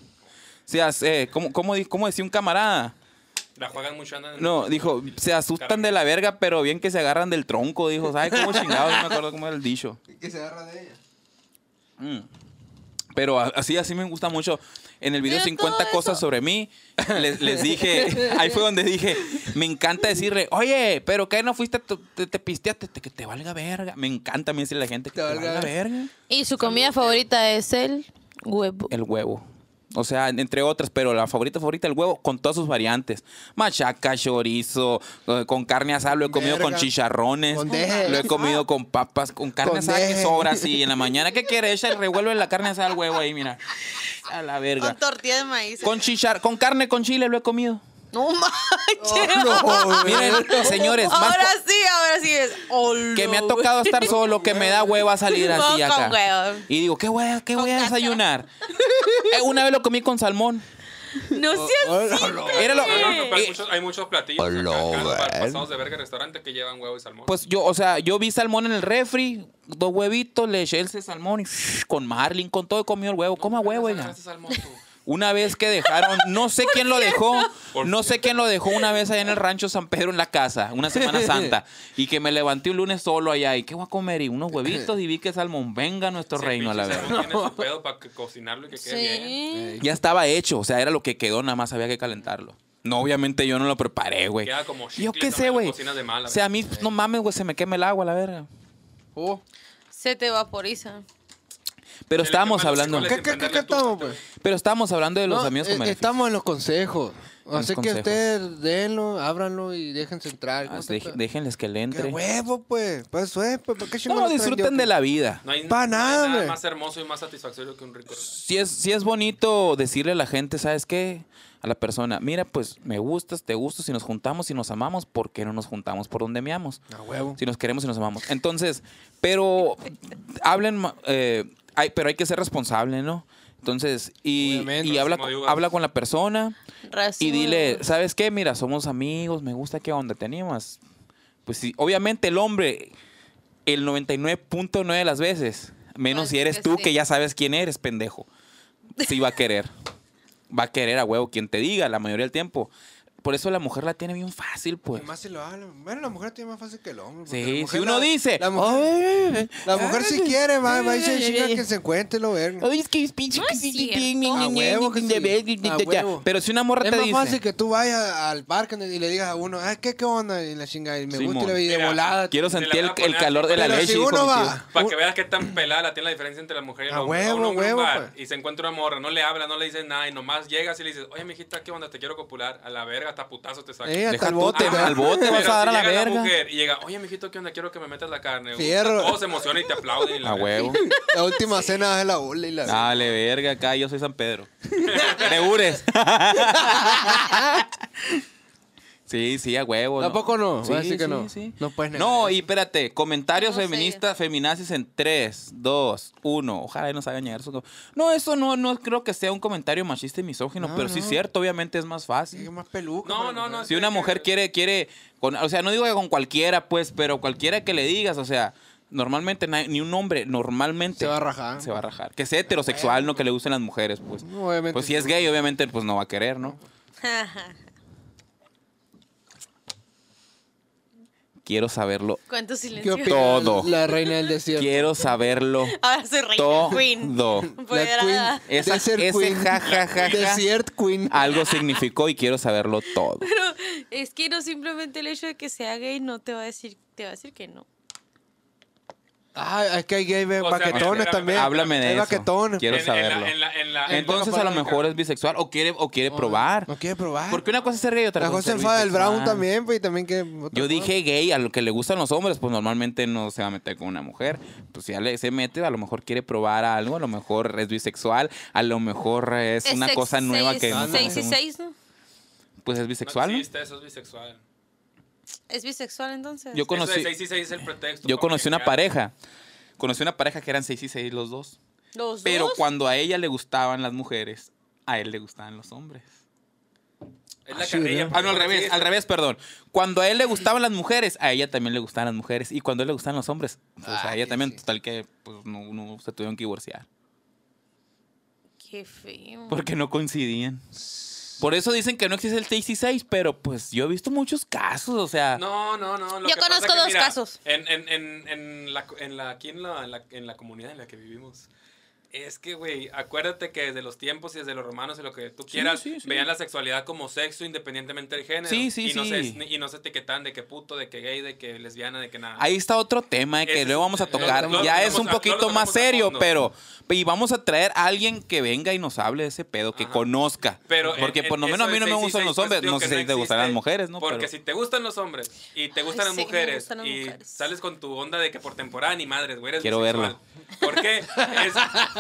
Speaker 1: Se hace- eh, ¿cómo- cómo di- ¿Cómo decía un camarada?
Speaker 4: La juegan mucho. andan-
Speaker 1: No, dijo, se asustan de la verga, pero bien que se agarran del tronco, dijo. ¿Sabes cómo chingados? No me acuerdo cómo era el dicho.
Speaker 3: Que se agarra de ella.
Speaker 1: Mm. Pero a- así, así me gusta mucho. En el video
Speaker 2: Mira
Speaker 1: 50
Speaker 2: todo
Speaker 1: cosas
Speaker 2: eso.
Speaker 1: sobre mí, les, les dije, ahí fue donde dije, me encanta decirle, oye, pero que no fuiste, te, te- te pisteaste, te- que te valga verga. Me encanta a mí decirle a la gente que te,
Speaker 3: Te valga
Speaker 1: valga, verga.
Speaker 2: Y su comida favorita es el huevo.
Speaker 1: El huevo. O sea, entre otras, pero la favorita, favorita, el huevo, con todas sus variantes. Machaca, chorizo, eh, con carne asada, lo he comido con
Speaker 3: Verga.
Speaker 1: chicharrones,
Speaker 3: Con deje. Ah.
Speaker 1: lo he comido con papas, con carne
Speaker 3: Con
Speaker 1: asada que
Speaker 3: deje.
Speaker 1: sobra así en la mañana. ¿Qué quiere? Echa el revuelve la carne asada al huevo ahí, mira. A la verga.
Speaker 2: Con tortilla de maíz.
Speaker 1: Con chichar, con carne, con chile lo he comido.
Speaker 2: No manches.
Speaker 1: Miren, señores, más
Speaker 2: ahora
Speaker 1: co-
Speaker 2: sí, ahora sí es. hola,
Speaker 1: que me ha tocado estar solo, que me da hueva salir así
Speaker 2: No, con
Speaker 1: acá.
Speaker 2: hueva.
Speaker 1: Y digo, ¿qué voy a, qué
Speaker 2: Con
Speaker 1: voy a
Speaker 2: cáscara.
Speaker 1: desayunar? Eh, Una vez lo comí con salmón.
Speaker 2: No seas así.
Speaker 1: Era lo-
Speaker 4: Ah, No, no, no, pero hay,
Speaker 1: Eh.
Speaker 4: muchos, hay muchos platillos acá, acá, pasados de verga en restaurante que llevan huevo y salmón.
Speaker 1: Pues yo, o sea, yo vi salmón en el refri, dos huevitos, le eché el salmón y con marlin, con todo, comió el huevo. Coma huevo,
Speaker 4: No
Speaker 1: oiga.
Speaker 4: haces salmón tú.
Speaker 1: Una vez que dejaron, no sé quién lo dejó, no sé quién lo dejó una vez allá en el rancho San Pedro en la casa, una Semana Santa, y que me levanté un lunes solo allá y qué voy a comer y unos huevitos y vi que salmón venga a nuestro
Speaker 4: Sí,
Speaker 1: reino a la
Speaker 4: pinche
Speaker 1: verdad.
Speaker 4: salmón Tiene su pedo para cocinarlo y que quede bien.
Speaker 2: Sí.
Speaker 1: Ya estaba hecho, o sea, era lo que quedó, nada más había que calentarlo. No, obviamente yo no lo preparé, güey.
Speaker 4: Queda como
Speaker 1: Yo
Speaker 4: chicle,
Speaker 1: qué
Speaker 4: no me
Speaker 1: sé,
Speaker 4: lo
Speaker 1: güey.
Speaker 4: cocinas de mala,
Speaker 1: O sea, a mí,
Speaker 4: güey.
Speaker 1: no mames, güey, se me quema el agua, la verga.
Speaker 3: Oh.
Speaker 2: Se te vaporiza.
Speaker 1: Pero
Speaker 4: Se le
Speaker 1: estábamos
Speaker 4: queman los
Speaker 1: hablando...
Speaker 4: frijoles.
Speaker 3: ¿Qué, qué, qué, qué estamos, pues?
Speaker 1: Pero estábamos hablando de los
Speaker 3: No,
Speaker 1: amigos
Speaker 3: eh,
Speaker 1: con beneficio.
Speaker 3: Estamos en los consejos.
Speaker 1: los
Speaker 3: Así que
Speaker 1: consejos.
Speaker 3: ustedes denlo, ábranlo y déjense entrar.
Speaker 1: Ah,
Speaker 3: ¿Cómo te
Speaker 1: deje-
Speaker 3: pe-
Speaker 1: déjenles que le
Speaker 3: ¡Qué
Speaker 1: entre.
Speaker 3: huevo, pues! Pues, pues, pues, ¿para qué
Speaker 1: No,
Speaker 3: chingados lo traen
Speaker 1: disfruten
Speaker 3: yo,
Speaker 1: de la vida.
Speaker 4: No hay,
Speaker 3: Pa'
Speaker 4: no hay
Speaker 3: nada,
Speaker 4: nada
Speaker 3: güey.
Speaker 4: más hermoso y más satisfactorio que un rico.
Speaker 1: Si es, si es bonito decirle a la gente, ¿sabes qué? A la persona, mira, pues me gustas, te gusto, si nos juntamos, si nos amamos, ¿por qué no nos juntamos por donde me amamos?
Speaker 3: pues? A huevo.
Speaker 1: Si nos queremos y nos amamos. Entonces, pero hablen, ma- eh, hay- pero hay que ser responsable, ¿no? Entonces, y,
Speaker 3: Obviamente.
Speaker 1: y habla,
Speaker 4: Como
Speaker 1: con-
Speaker 4: digo,
Speaker 1: habla con la persona y
Speaker 2: Razón.
Speaker 1: dile, ¿sabes qué? Mira, somos amigos, me gusta qué onda, ¿te animas? Pues sí, obviamente el hombre, el 99.9 de las veces, menos
Speaker 2: Pues
Speaker 1: si eres
Speaker 2: que
Speaker 1: tú,
Speaker 2: sí.
Speaker 1: que ya sabes quién eres, pendejo, sí va a querer. va a querer a huevo quien te diga la mayoría del tiempo. Por eso la mujer la tiene bien fácil, pues.
Speaker 3: Y más si lo hablan. Bueno, la mujer tiene más fácil que el hombre. porque la
Speaker 1: Sí, si
Speaker 3: mujer
Speaker 1: uno
Speaker 3: la-
Speaker 1: dice.
Speaker 3: La mujer,
Speaker 1: "Ay,
Speaker 3: la mujer si
Speaker 1: ay,
Speaker 3: quiere, va, va y se
Speaker 1: ay,
Speaker 3: chinga
Speaker 1: ay,
Speaker 3: que se encuentre lo verga.
Speaker 1: Ay, es que es pinche
Speaker 2: No
Speaker 1: que
Speaker 2: es
Speaker 1: sí,
Speaker 2: cierto.
Speaker 1: sí, ñe,
Speaker 3: A
Speaker 1: ñe,
Speaker 3: huevo que
Speaker 1: ñe,
Speaker 3: sí.
Speaker 1: ñe, ñe,
Speaker 3: A
Speaker 1: ya.
Speaker 3: huevo.
Speaker 1: Pero si una morra
Speaker 3: Es
Speaker 1: te
Speaker 3: más
Speaker 1: dice.
Speaker 3: fácil que tú vayas al parque y le digas a uno, ay, ¿qué, qué onda? Y la chinga, y me
Speaker 1: Simón.
Speaker 3: gusta y le- y de
Speaker 4: Mira,
Speaker 3: volada.
Speaker 1: Quiero
Speaker 4: Te la
Speaker 1: sentir el,
Speaker 4: voy a poner
Speaker 1: el calor de la
Speaker 3: Pero
Speaker 1: leche.
Speaker 3: si
Speaker 1: hijo de
Speaker 3: uno
Speaker 1: mi tío.
Speaker 3: va.
Speaker 4: Para que veas qué tan pelada la tiene la diferencia entre la mujer y el
Speaker 3: A
Speaker 4: hombre.
Speaker 3: huevo,
Speaker 4: Un hombre en un
Speaker 3: huevo,
Speaker 4: bar
Speaker 3: pues.
Speaker 4: Y se encuentra una morra, no le habla, no le dice nada y nomás llegas y le dices, oye, mijita, ¿qué onda? Te quiero copular. A la verga, hasta putazo te saca. Ah,
Speaker 3: Eh, hasta
Speaker 1: Deja
Speaker 3: el
Speaker 1: tú,
Speaker 3: bote.
Speaker 1: te-
Speaker 3: va.
Speaker 1: al bote
Speaker 4: Pero
Speaker 1: vas a dar
Speaker 4: si
Speaker 1: a la
Speaker 4: llega
Speaker 1: verga.
Speaker 4: mujer y llega, oye, mijito, ¿qué onda? Quiero que me metas la carne. Uy,
Speaker 3: Fierro.
Speaker 4: Todos se emocionan y te aplauden. y la
Speaker 1: A
Speaker 4: verga.
Speaker 1: huevo.
Speaker 3: La última cena es la bola y la.
Speaker 1: Dale, verga, acá yo soy San Pedro. Negures. sí, sí, a huevo. ¿no?
Speaker 3: ¿Tampoco no?
Speaker 1: Sí,
Speaker 3: Voy a decir que
Speaker 1: sí,
Speaker 3: no.
Speaker 1: sí.
Speaker 3: No puedes negar
Speaker 1: No,
Speaker 3: eso.
Speaker 1: y espérate, comentarios
Speaker 2: No sé.
Speaker 1: feministas, feminazis en 3, 2, 1. Ojalá y nos hagan llegar su. No, eso no, no creo que sea un comentario machista y misógino,
Speaker 3: No,
Speaker 1: pero sí es
Speaker 3: no.
Speaker 1: cierto, obviamente es más fácil.
Speaker 3: Sí, más peluca.
Speaker 4: No,
Speaker 3: para
Speaker 4: no,
Speaker 3: la
Speaker 4: no,
Speaker 3: mujer.
Speaker 1: Si una mujer quiere, quiere, con, o sea, no digo que con cualquiera, pues, pero cualquiera que le digas, o sea, normalmente na- ni un hombre, normalmente.
Speaker 3: Se va a rajar.
Speaker 1: Se va a rajar. Que sea heterosexual, no que le gusten las mujeres, pues.
Speaker 3: No, obviamente
Speaker 1: Pues si es
Speaker 3: sí.
Speaker 1: gay, obviamente, pues no va a querer, ¿no? Quiero saberlo.
Speaker 2: ¿Cuánto
Speaker 3: ¿Qué
Speaker 2: silencio?
Speaker 3: opina
Speaker 1: Todo.
Speaker 3: La reina del desierto.
Speaker 1: Quiero saberlo
Speaker 2: Ahora soy reina queen.
Speaker 1: todo.
Speaker 3: La
Speaker 2: Empoderada.
Speaker 3: queen.
Speaker 1: Esa-
Speaker 3: desert
Speaker 1: ese
Speaker 3: queen.
Speaker 1: ja, ja, ja, Ah. ja.
Speaker 3: Desert queen.
Speaker 1: Algo significó y quiero saberlo todo.
Speaker 2: Pero es que no simplemente el hecho de que sea gay no te va a decir, te va a decir que no.
Speaker 3: Ah, es que hay gay
Speaker 4: O sea,
Speaker 3: baquetones
Speaker 4: mira,
Speaker 3: también.
Speaker 4: mira,
Speaker 1: Háblame de
Speaker 3: Hay
Speaker 1: eso.
Speaker 3: baquetones.
Speaker 1: Quiero
Speaker 4: En- en la-
Speaker 1: saberlo.
Speaker 4: en la- en la- en
Speaker 1: Entonces
Speaker 4: toda
Speaker 1: a lo
Speaker 4: parte de
Speaker 1: mejor
Speaker 4: acá.
Speaker 1: es bisexual o quiere, o quiere probar.
Speaker 3: No quiere probar.
Speaker 1: Porque una cosa es ser gay y otra
Speaker 3: La
Speaker 1: cosa
Speaker 3: José
Speaker 1: es ser
Speaker 3: enfada del
Speaker 1: bisexual.
Speaker 3: Brown también, pues, y también que... otra
Speaker 1: Yo
Speaker 3: cosa.
Speaker 1: dije gay, a lo que le gustan los hombres, pues normalmente no se va a meter con una mujer. Pues si ya le- se mete, a lo mejor quiere probar algo, a lo mejor es bisexual, a lo mejor es, una
Speaker 2: sex-
Speaker 1: cosa nueva
Speaker 2: seis-
Speaker 1: que no
Speaker 2: seis y
Speaker 1: conocemos.
Speaker 2: seis, ¿no?
Speaker 1: Pues es bisexual.
Speaker 4: No
Speaker 1: ¿no?
Speaker 4: existe, este, eso es bisexual.
Speaker 2: ¿Es bisexual entonces?
Speaker 1: Yo
Speaker 4: Eso de
Speaker 1: conocí,
Speaker 4: 6 y 6 es el pretexto.
Speaker 1: yo
Speaker 4: para
Speaker 1: conocí una
Speaker 4: brincar.
Speaker 1: pareja. Conocí una pareja que eran seis y seis los dos.
Speaker 2: ¿Los
Speaker 1: Pero
Speaker 2: dos?
Speaker 1: cuando a ella le gustaban las mujeres, a él le gustaban los hombres.
Speaker 4: Es la
Speaker 3: Sí,
Speaker 4: carrilla. pues,
Speaker 3: ¿verdad?
Speaker 1: Ah, no, al revés, al revés, perdón. Cuando a él le gustaban las mujeres, a ella también le gustaban las mujeres. Y cuando a él le gustaban los hombres, pues a
Speaker 3: Ah,
Speaker 1: ella
Speaker 3: sí,
Speaker 1: también.
Speaker 3: sí.
Speaker 1: Total que pues, no, no se tuvieron que divorciar.
Speaker 2: Qué feo.
Speaker 1: Porque no coincidían. Por eso dicen que no existe el 66, pero pues yo he visto muchos casos, o sea...
Speaker 4: No, no, no. lo
Speaker 2: Yo
Speaker 4: que pasa
Speaker 2: conozco
Speaker 4: que,
Speaker 2: dos
Speaker 4: mira,
Speaker 2: casos.
Speaker 4: En, en, en, en la, en la, aquí en la, en, la, en la comunidad en la que vivimos. Es que, güey, acuérdate que desde los tiempos y desde los romanos y lo que tú quieras,
Speaker 1: sí, sí.
Speaker 4: veían la sexualidad como sexo independientemente del género.
Speaker 1: Sí, sí,
Speaker 4: y No
Speaker 1: sí.
Speaker 4: se, y no se etiquetan de que puto, de que gay, de que lesbiana, de que nada.
Speaker 1: Ahí está otro tema eh, que
Speaker 4: Ese es-
Speaker 1: luego vamos a
Speaker 4: lo-
Speaker 1: tocar.
Speaker 4: lo- lo
Speaker 1: ya es
Speaker 4: tocamos
Speaker 1: un
Speaker 4: a- lo
Speaker 1: poquito
Speaker 4: tocamos
Speaker 1: más
Speaker 4: a
Speaker 1: serio,
Speaker 4: fondo.
Speaker 1: pero... Y vamos a traer a alguien que venga y nos hable de ese pedo, que
Speaker 4: Ajá.
Speaker 1: conozca.
Speaker 4: Pero en-
Speaker 1: Porque
Speaker 4: en
Speaker 1: por lo menos a
Speaker 4: eso
Speaker 1: mí no
Speaker 4: de
Speaker 1: me
Speaker 4: seis y
Speaker 1: gustan
Speaker 4: seis,
Speaker 1: los
Speaker 4: pues,
Speaker 1: hombres,
Speaker 4: digo
Speaker 1: no
Speaker 4: que
Speaker 1: sé si te
Speaker 4: existe,
Speaker 1: gustarán las mujeres, ¿no?
Speaker 4: Porque
Speaker 1: Pero-
Speaker 4: si te gustan los hombres y te
Speaker 2: Ay,
Speaker 4: gustan las
Speaker 2: sí, me
Speaker 4: mujeres
Speaker 2: gustan las
Speaker 4: y
Speaker 2: mujeres.
Speaker 4: sales con tu onda de que por temporada ni madres, güey, eres
Speaker 1: Quiero
Speaker 4: bisexual. ¿Por qué? Es-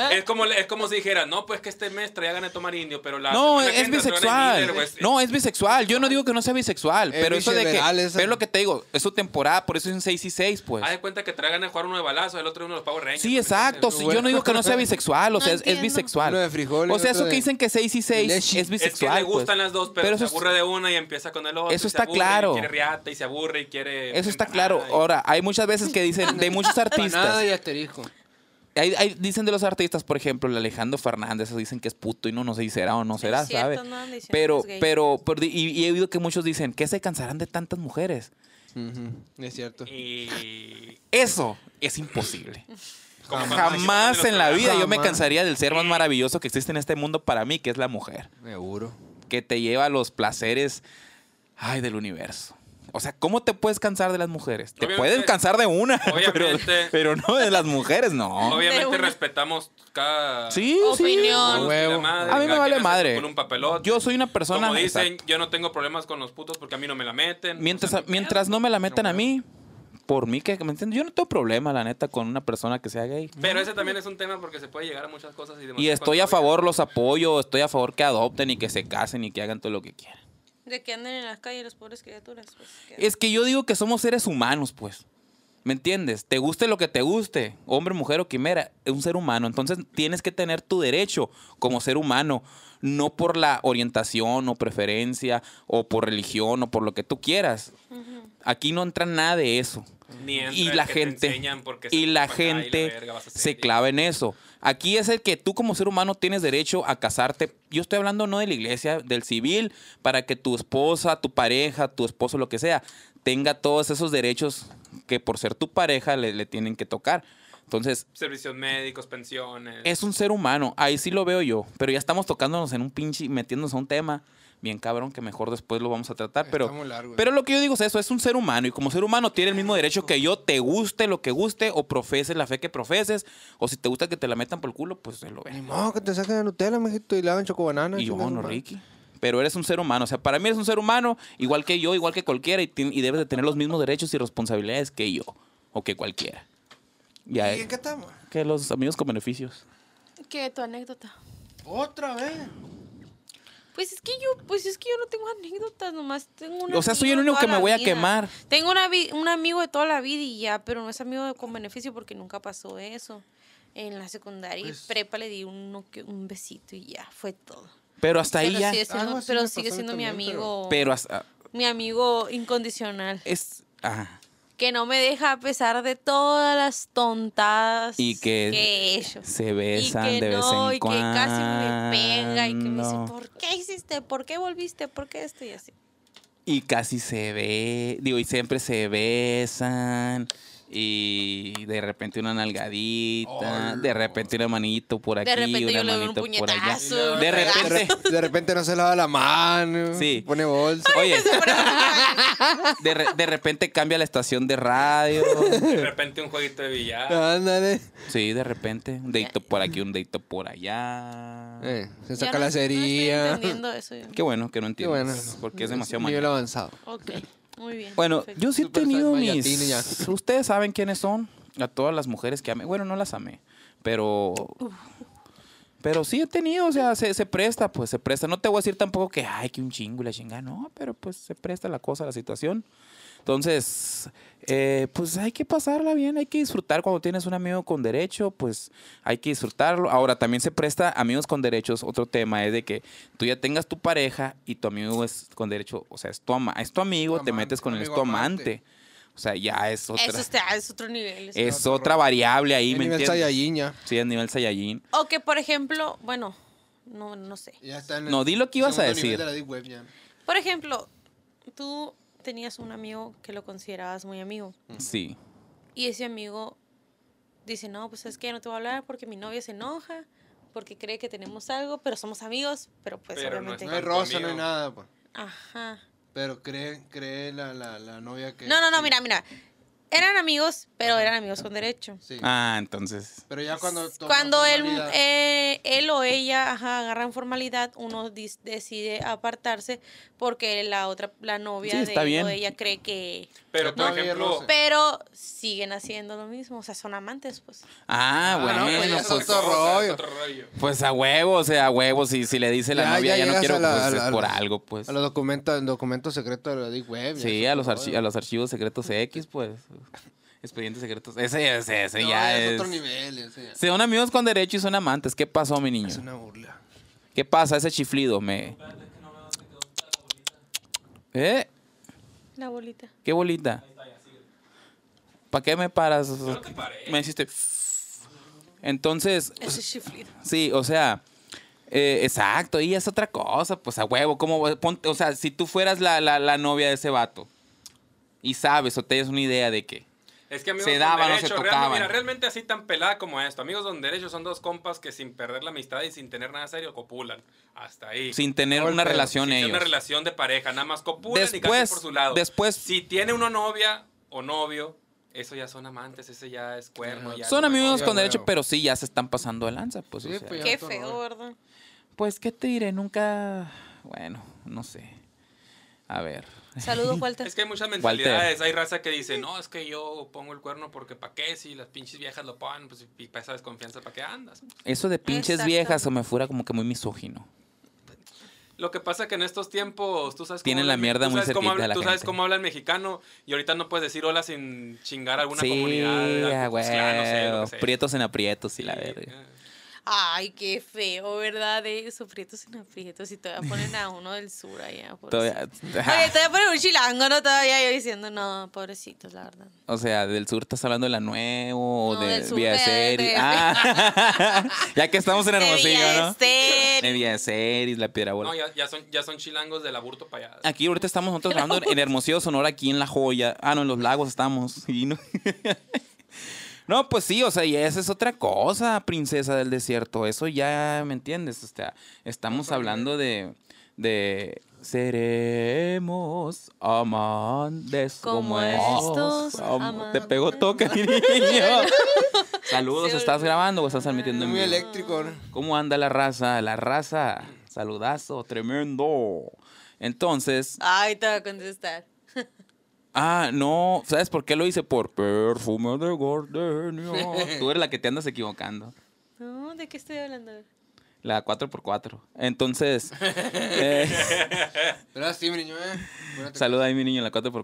Speaker 4: Es como, es como si dijera, no, pues que este mes traía ganas de tomar indio, pero la.
Speaker 1: No,
Speaker 4: semana que
Speaker 1: es
Speaker 4: entra trae
Speaker 1: bisexual.
Speaker 4: Miller, güey.
Speaker 1: no, es bisexual. Yo no digo que no sea bisexual,
Speaker 3: Es
Speaker 1: pero eso de que.
Speaker 3: bisexual, esa-
Speaker 1: Es lo que te digo, es su temporada, por eso es un 6 y 6, pues.
Speaker 4: Haz de cuenta que trae ganas de jugar uno de balazo, el otro uno de los pavos Rangers.
Speaker 1: Sí,
Speaker 4: ¿me
Speaker 1: exacto.
Speaker 4: entiendes?
Speaker 1: sí, yo no digo que no sea bisexual, o
Speaker 2: No
Speaker 1: sea, es, es
Speaker 2: entiendo.
Speaker 1: bisexual.
Speaker 3: Uno de frijol y
Speaker 1: o sea, eso
Speaker 3: otro
Speaker 1: que
Speaker 3: de-
Speaker 1: dicen que 6 y 6
Speaker 3: leche. Es que
Speaker 1: es
Speaker 3: le
Speaker 1: bisexual.
Speaker 4: Es que le gustan
Speaker 1: pues.
Speaker 4: las dos, pero,
Speaker 1: Pero
Speaker 4: se
Speaker 1: eso es-
Speaker 4: aburre de una y empieza con el otro.
Speaker 1: Eso
Speaker 4: y se
Speaker 1: está
Speaker 4: aburre, y
Speaker 1: claro.
Speaker 4: quiere riata y se aburre y quiere.
Speaker 1: Eso está claro.
Speaker 4: empanada y-
Speaker 1: Ahora, hay muchas veces que dicen, de muchos
Speaker 3: Panada
Speaker 1: artistas,
Speaker 3: y asterisco.
Speaker 1: hay- hay- dicen de los artistas, por ejemplo, el Alejandro Fernández, esos dicen que es puto y no, no sé si será o no será,
Speaker 2: cierto,
Speaker 1: ¿sabe?
Speaker 2: no andan diciendo que
Speaker 1: Pero,
Speaker 2: es gay.
Speaker 1: pero, pero- y, y he oído que muchos dicen, ¿qué se cansarán de tantas mujeres?
Speaker 3: Ujú, Es cierto.
Speaker 4: Y.
Speaker 1: Eso es imposible.
Speaker 4: como cuando
Speaker 1: Jamás
Speaker 4: dijimos
Speaker 1: en la
Speaker 4: los
Speaker 1: vida yo me
Speaker 3: Jamás.
Speaker 1: cansaría del ser más maravilloso que existe en este mundo para mí, que es la mujer,
Speaker 3: Seguro.
Speaker 1: que te lleva a los placeres ay, del universo. O sea, ¿cómo te puedes cansar de las mujeres? Te
Speaker 4: Obviamente-
Speaker 1: pueden cansar de una, pero,
Speaker 4: Obviamente.
Speaker 1: pero no de las mujeres, no.
Speaker 2: De
Speaker 4: Obviamente
Speaker 2: una.
Speaker 4: respetamos cada.
Speaker 1: Sí,
Speaker 2: Opinión.
Speaker 1: sí.
Speaker 4: gusto y
Speaker 3: Huevo.
Speaker 4: la madre,
Speaker 1: A mí me
Speaker 4: cada
Speaker 1: vale
Speaker 4: quien hace
Speaker 1: madre.
Speaker 4: Con un papelote.
Speaker 1: Yo soy una persona...
Speaker 4: Como dicen, pues,
Speaker 1: exacto.
Speaker 4: yo no tengo problemas con los putos porque a mí no me la meten.
Speaker 1: mientras,
Speaker 4: O sea,
Speaker 1: mientras no me la metan a mí, por mí que... ¿me entiendes? Yo no tengo problema, la neta, con una persona que sea gay.
Speaker 4: Pero ese también es un tema porque se puede llegar a muchas cosas. Y,
Speaker 1: Y estoy a favor, los apoyo, estoy a favor que adopten y que se casen y que hagan todo lo que quieran.
Speaker 2: De que anden en las calles las pobres criaturas. Pues, que-
Speaker 1: Es que yo digo que somos seres humanos, pues. ¿Me entiendes? Te guste lo que te guste, hombre, mujer o quimera, es un ser humano. Entonces tienes que tener tu derecho como ser humano, no por la orientación o preferencia o por religión o por lo que tú quieras. Aquí no entra nada de eso.
Speaker 4: Ni entra
Speaker 1: y
Speaker 4: el
Speaker 1: la
Speaker 4: que te
Speaker 1: gente
Speaker 4: enseñan porque
Speaker 1: y
Speaker 4: se-
Speaker 1: la
Speaker 4: acá y la
Speaker 1: gente
Speaker 4: verga, vas a ser
Speaker 1: se
Speaker 4: gay.
Speaker 1: clava en eso. Aquí es el que tú como ser humano tienes derecho a casarte. Yo estoy hablando no de la iglesia, del civil, para que tu esposa, tu pareja, tu esposo, lo que sea, tenga todos esos derechos que por ser tu pareja le, le tienen que tocar. Entonces,
Speaker 4: Servicios médicos, pensiones.
Speaker 1: es un ser humano, ahí sí lo veo yo, pero ya estamos tocándonos en un pinche, metiéndonos a un tema bien cabrón que mejor después lo vamos a tratar, pero...
Speaker 3: Está muy largo, eh.
Speaker 1: Pero lo que yo digo es eso, es un ser humano y como ser humano tiene el mismo derecho que yo, te guste lo que guste o profeses la fe que profeses o si te gusta que te la metan por el culo, pues se lo
Speaker 3: Ni
Speaker 1: ve.
Speaker 3: modo que te saquen de Nutella, mijito, y le hagan chocobanana.
Speaker 1: Y yo,
Speaker 3: chingada
Speaker 1: no,
Speaker 3: madre.
Speaker 1: Ricky. Pero eres un ser humano, o sea, para mí eres un ser humano igual que yo, igual que cualquiera y, ti- y debes de tener los mismos derechos y responsabilidades que yo o que cualquiera.
Speaker 3: ¿Y
Speaker 1: Ya
Speaker 3: en qué estamos?
Speaker 1: que los amigos con beneficios.
Speaker 2: que tu anécdota.
Speaker 3: Otra vez.
Speaker 2: Pues es que yo, pues es que yo no tengo anécdotas, nomás tengo una
Speaker 1: O sea, soy
Speaker 2: amigo
Speaker 1: el
Speaker 2: de
Speaker 1: único que
Speaker 2: toda
Speaker 1: me
Speaker 2: la
Speaker 1: voy a
Speaker 2: vida.
Speaker 1: quemar.
Speaker 2: Tengo una vi- un amigo de toda la vida y ya, pero no es amigo de- con beneficio porque nunca pasó eso. En la secundaria
Speaker 3: Pues
Speaker 2: y prepa le di uno que- un besito y ya, fue todo.
Speaker 1: Pero hasta ahí
Speaker 2: pero
Speaker 1: ya.
Speaker 2: sigue siendo,
Speaker 3: Algo así
Speaker 2: pero
Speaker 3: me
Speaker 2: sigue
Speaker 3: pasó a mí
Speaker 2: siendo mi
Speaker 3: también, pero-
Speaker 2: amigo,
Speaker 1: Pero hasta
Speaker 2: mi amigo incondicional,
Speaker 1: es ajá.
Speaker 2: que no me deja a pesar de todas las tontadas
Speaker 1: Y que
Speaker 2: he hecho.
Speaker 1: se besan
Speaker 2: y que
Speaker 1: de vez
Speaker 2: no,
Speaker 1: en
Speaker 2: y que casi me pega y que me dice,
Speaker 1: cuando.
Speaker 2: ¿por qué hiciste? ¿Por qué volviste? ¿Por qué esto? Y así.
Speaker 1: Y casi se ve, digo, y siempre se besan. Y de repente una nalgadita, de repente una manito por aquí,
Speaker 2: De repente
Speaker 1: una
Speaker 2: yo le doy un
Speaker 1: manito por allá.
Speaker 2: puñetazo.
Speaker 1: De
Speaker 3: De,
Speaker 1: repente,
Speaker 3: re- de repente no se lava la mano.
Speaker 1: Sí.
Speaker 3: Pone bolsa.
Speaker 1: oye, de, re- de repente cambia la estación de radio.
Speaker 4: De repente un jueguito de
Speaker 1: Ah,
Speaker 4: billar.
Speaker 3: Ándale.
Speaker 1: Sí, de repente, un deito por aquí, un deito por allá.
Speaker 3: Eh, se
Speaker 2: Ya
Speaker 3: saca
Speaker 2: no-
Speaker 3: la
Speaker 2: No
Speaker 3: sería.
Speaker 2: estoy entendiendo eso. yo.
Speaker 1: Qué bueno que no entiendes, porque es demasiado
Speaker 3: Nivel
Speaker 1: mañana.
Speaker 3: avanzado.
Speaker 2: Ok, muy bien.
Speaker 1: Bueno,
Speaker 2: perfecto.
Speaker 1: yo sí he
Speaker 3: Super
Speaker 1: tenido
Speaker 3: Saiyan Mayatini ya.
Speaker 1: mis... Ustedes saben quiénes son, a todas las mujeres que amé. Bueno, no las amé, pero... Pero sí he tenido, o sea, se, se presta, pues se presta. No te voy a decir tampoco que, ay, que un chingo y la chingada, no, pero pues se presta la cosa, la situación. Entonces, eh, pues hay que pasarla bien, hay que disfrutar cuando tienes un amigo con derecho, pues hay que disfrutarlo. Ahora, también se presta amigos con derechos, otro tema es de que tú ya tengas tu pareja y tu amigo es con derecho, o sea, es tu, ama- es tu amigo, te
Speaker 3: Amante,
Speaker 1: metes con él, es
Speaker 3: amigo
Speaker 1: tu
Speaker 3: amante.
Speaker 1: amante. O sea, ya es otra, Eh,
Speaker 2: Eso está, es otro nivel. eso.
Speaker 1: es otra variable ahí,
Speaker 3: El
Speaker 1: ¿me
Speaker 3: nivel
Speaker 1: entiendes?
Speaker 3: Saiyajin ya.
Speaker 1: Sí, a nivel Saiyajin.
Speaker 2: O que, por ejemplo, bueno, no, no sé.
Speaker 3: Ya está en
Speaker 1: No, di lo que ibas a
Speaker 3: segundo nivel
Speaker 1: decir.
Speaker 3: de la Deep Web ya.
Speaker 2: Por ejemplo, tú tenías un amigo que lo considerabas muy amigo.
Speaker 1: Sí.
Speaker 2: Y ese amigo dice, no, pues es que no te voy a hablar porque mi novia se enoja, porque cree que tenemos algo, pero somos amigos, pero pues
Speaker 4: Pero no
Speaker 2: obviamente...
Speaker 3: No
Speaker 4: está-
Speaker 3: hay rosa, no hay
Speaker 4: Conmigo.
Speaker 3: nada, pues.
Speaker 2: Ajá.
Speaker 3: Pero cree, cree la, la, la novia que.
Speaker 2: No, no, no, mira, mira. Eran amigos, pero eran amigos con derecho.
Speaker 3: Sí.
Speaker 1: Ah, entonces.
Speaker 3: Pero ya cuando. toma
Speaker 2: Cuando él,
Speaker 3: formalidad-
Speaker 2: eh, él o ella ajá, agarran formalidad, uno dis- decide apartarse porque la otra, la novia
Speaker 1: Sí,
Speaker 2: de
Speaker 1: está
Speaker 2: él
Speaker 1: bien.
Speaker 2: o ella cree que...
Speaker 4: Pero, por
Speaker 3: Todavía
Speaker 4: ejemplo,
Speaker 3: roce.
Speaker 2: Pero siguen haciendo lo mismo, o sea, son amantes, pues.
Speaker 1: Ah,
Speaker 3: Ah,
Speaker 1: bueno,
Speaker 3: no, pues ya
Speaker 1: pues,
Speaker 3: es
Speaker 1: pues,
Speaker 3: otro rollo.
Speaker 4: otro rollo.
Speaker 1: a huevo, o sea, a huevo. Si, si le dice la novia, ya, no
Speaker 3: llegas
Speaker 1: quiero,
Speaker 3: a la-
Speaker 1: pues
Speaker 3: a la-
Speaker 1: es por
Speaker 3: a los-
Speaker 1: algo, pues.
Speaker 3: A los documentos, documentos secretos de la Deep Web.
Speaker 1: Sí,
Speaker 3: ya
Speaker 1: a los,
Speaker 3: es
Speaker 1: archi-
Speaker 3: otro
Speaker 1: a los archivos secretos X, pues. Expedientes secretos. Ese, ese, ese
Speaker 3: rollo. No,
Speaker 1: ya
Speaker 3: es
Speaker 1: es.
Speaker 3: otro nivel. ese ya.
Speaker 1: Son amigos con derecho y son amantes. ¿Qué pasó, mi niño?
Speaker 3: Es una burla.
Speaker 1: ¿Qué pasa? Ese chiflido me. ¿Eh?
Speaker 2: La bolita.
Speaker 1: ¿Qué bolita? ¿Para qué me paras? Me hiciste. Entonces,
Speaker 2: Ese chiflido.
Speaker 1: sí, o sea. eh, exacto, y es otra cosa, pues a huevo. ¿cómo va- ponte- o sea, si tú fueras la, la- la novia de ese vato y sabes o te das una idea de que.
Speaker 4: Es que amigos
Speaker 1: Se
Speaker 4: con
Speaker 1: daban, no se
Speaker 4: derecho,
Speaker 1: tocaban.
Speaker 4: realmente, mira, realmente así tan pelada como esto. Amigos don derecho son dos compas que sin perder la amistad y sin tener nada serio copulan. Hasta ahí.
Speaker 1: Sin tener
Speaker 3: Todo el
Speaker 1: una
Speaker 3: pedo.
Speaker 1: relación
Speaker 4: Sin tener
Speaker 1: ellos.
Speaker 4: una relación de pareja, nada más copulan y
Speaker 1: Después-
Speaker 4: casi por su lado.
Speaker 1: después-
Speaker 4: si tiene una novia o novio, eso ya son amantes, ese ya es cuerno. ya
Speaker 1: Son
Speaker 4: no me
Speaker 1: amigos
Speaker 4: jodas.
Speaker 1: con
Speaker 3: huevo.
Speaker 1: derecho, pero sí ya se están pasando de lanza, pues.
Speaker 3: Sí,
Speaker 1: o sea.
Speaker 3: pues,
Speaker 2: Qué
Speaker 3: otro
Speaker 2: feo,
Speaker 3: rollo.
Speaker 2: ¿verdad?
Speaker 1: Pues, ¿qué te diré? Nunca. Bueno, no sé. A ver.
Speaker 2: Saludos, Walter.
Speaker 4: Es que hay muchas
Speaker 1: Walter.
Speaker 4: mentalidades. Hay raza que dice, no, es que yo pongo el cuerno porque pa' qué, si las pinches viejas lo ponen, pues y para esa desconfianza, ¿para qué andas?
Speaker 1: Eso de pinches
Speaker 2: Exacto.
Speaker 1: viejas se me fuera como que muy misógino.
Speaker 4: Lo que pasa que en estos tiempos, tú sabes
Speaker 1: Tienen
Speaker 4: habla
Speaker 1: la
Speaker 4: el-
Speaker 1: mierda
Speaker 4: tú
Speaker 1: muy
Speaker 4: sabes cómo
Speaker 1: cerquita
Speaker 4: habla-
Speaker 1: de la
Speaker 4: Tú sabes
Speaker 1: gente.
Speaker 4: cómo habla el mexicano y ahorita no puedes decir hola sin chingar a alguna
Speaker 1: sí,
Speaker 4: comunidad. de
Speaker 1: a
Speaker 4: Alcopoxtlán, no sé, lo
Speaker 1: huevo.
Speaker 4: que sea.
Speaker 1: Prietos en aprietos y la
Speaker 4: Sí,
Speaker 1: verga.
Speaker 4: eh.
Speaker 2: Ay, qué feo, ¿verdad? De sufrietos sin aprietos. Y todavía ponen a uno del sur allá. pobrecito.
Speaker 1: Todavía-
Speaker 2: Oye, todavía ponen un chilango, ¿no? Todavía yo diciendo, no, pobrecitos, la verdad.
Speaker 1: o sea, del sur estás hablando de la nuevo o
Speaker 2: No,
Speaker 1: de
Speaker 2: del sur,
Speaker 1: Vía
Speaker 2: de-
Speaker 1: Series.
Speaker 2: de-
Speaker 1: Ah, ya que estamos en
Speaker 2: De
Speaker 1: Hermosillo, ¿no?
Speaker 2: Villaester.
Speaker 1: De Vía Series, la piedra bola.
Speaker 4: No, ya, ya son, ya son chilangos del aburto para allá.
Speaker 1: Aquí ahorita estamos nosotros grabando en Hermosillo, Sonora, aquí en La Joya. Ah, no, en Los Lagos estamos. Y no... No, pues sí, o sea, y esa es otra cosa, princesa del desierto. Eso ya, ¿me entiendes? O sea, estamos hablando de... de Seremos amantes
Speaker 2: Como
Speaker 1: como estos.
Speaker 2: estos
Speaker 1: am- Te pegó toca, mi niño. Saludos,
Speaker 2: Se
Speaker 1: ¿estás
Speaker 2: olvidó.
Speaker 1: grabando o estás transmitiendo en
Speaker 3: Muy
Speaker 1: vivo?
Speaker 3: eléctrico. ¿no?
Speaker 1: ¿Cómo anda la raza? La raza. Saludazo, tremendo. Entonces,
Speaker 2: Ay, te voy a contestar.
Speaker 1: Ah, no, ¿sabes por qué lo hice? Por perfume de gardenia. Tú eres la que te andas equivocando.
Speaker 2: No, ¿de qué estoy hablando?
Speaker 1: La 4x4. Entonces, eh,
Speaker 3: Pero así, mi niño, eh. Cuídate,
Speaker 1: saluda ahí mi niño en la 4x4.
Speaker 3: cuatro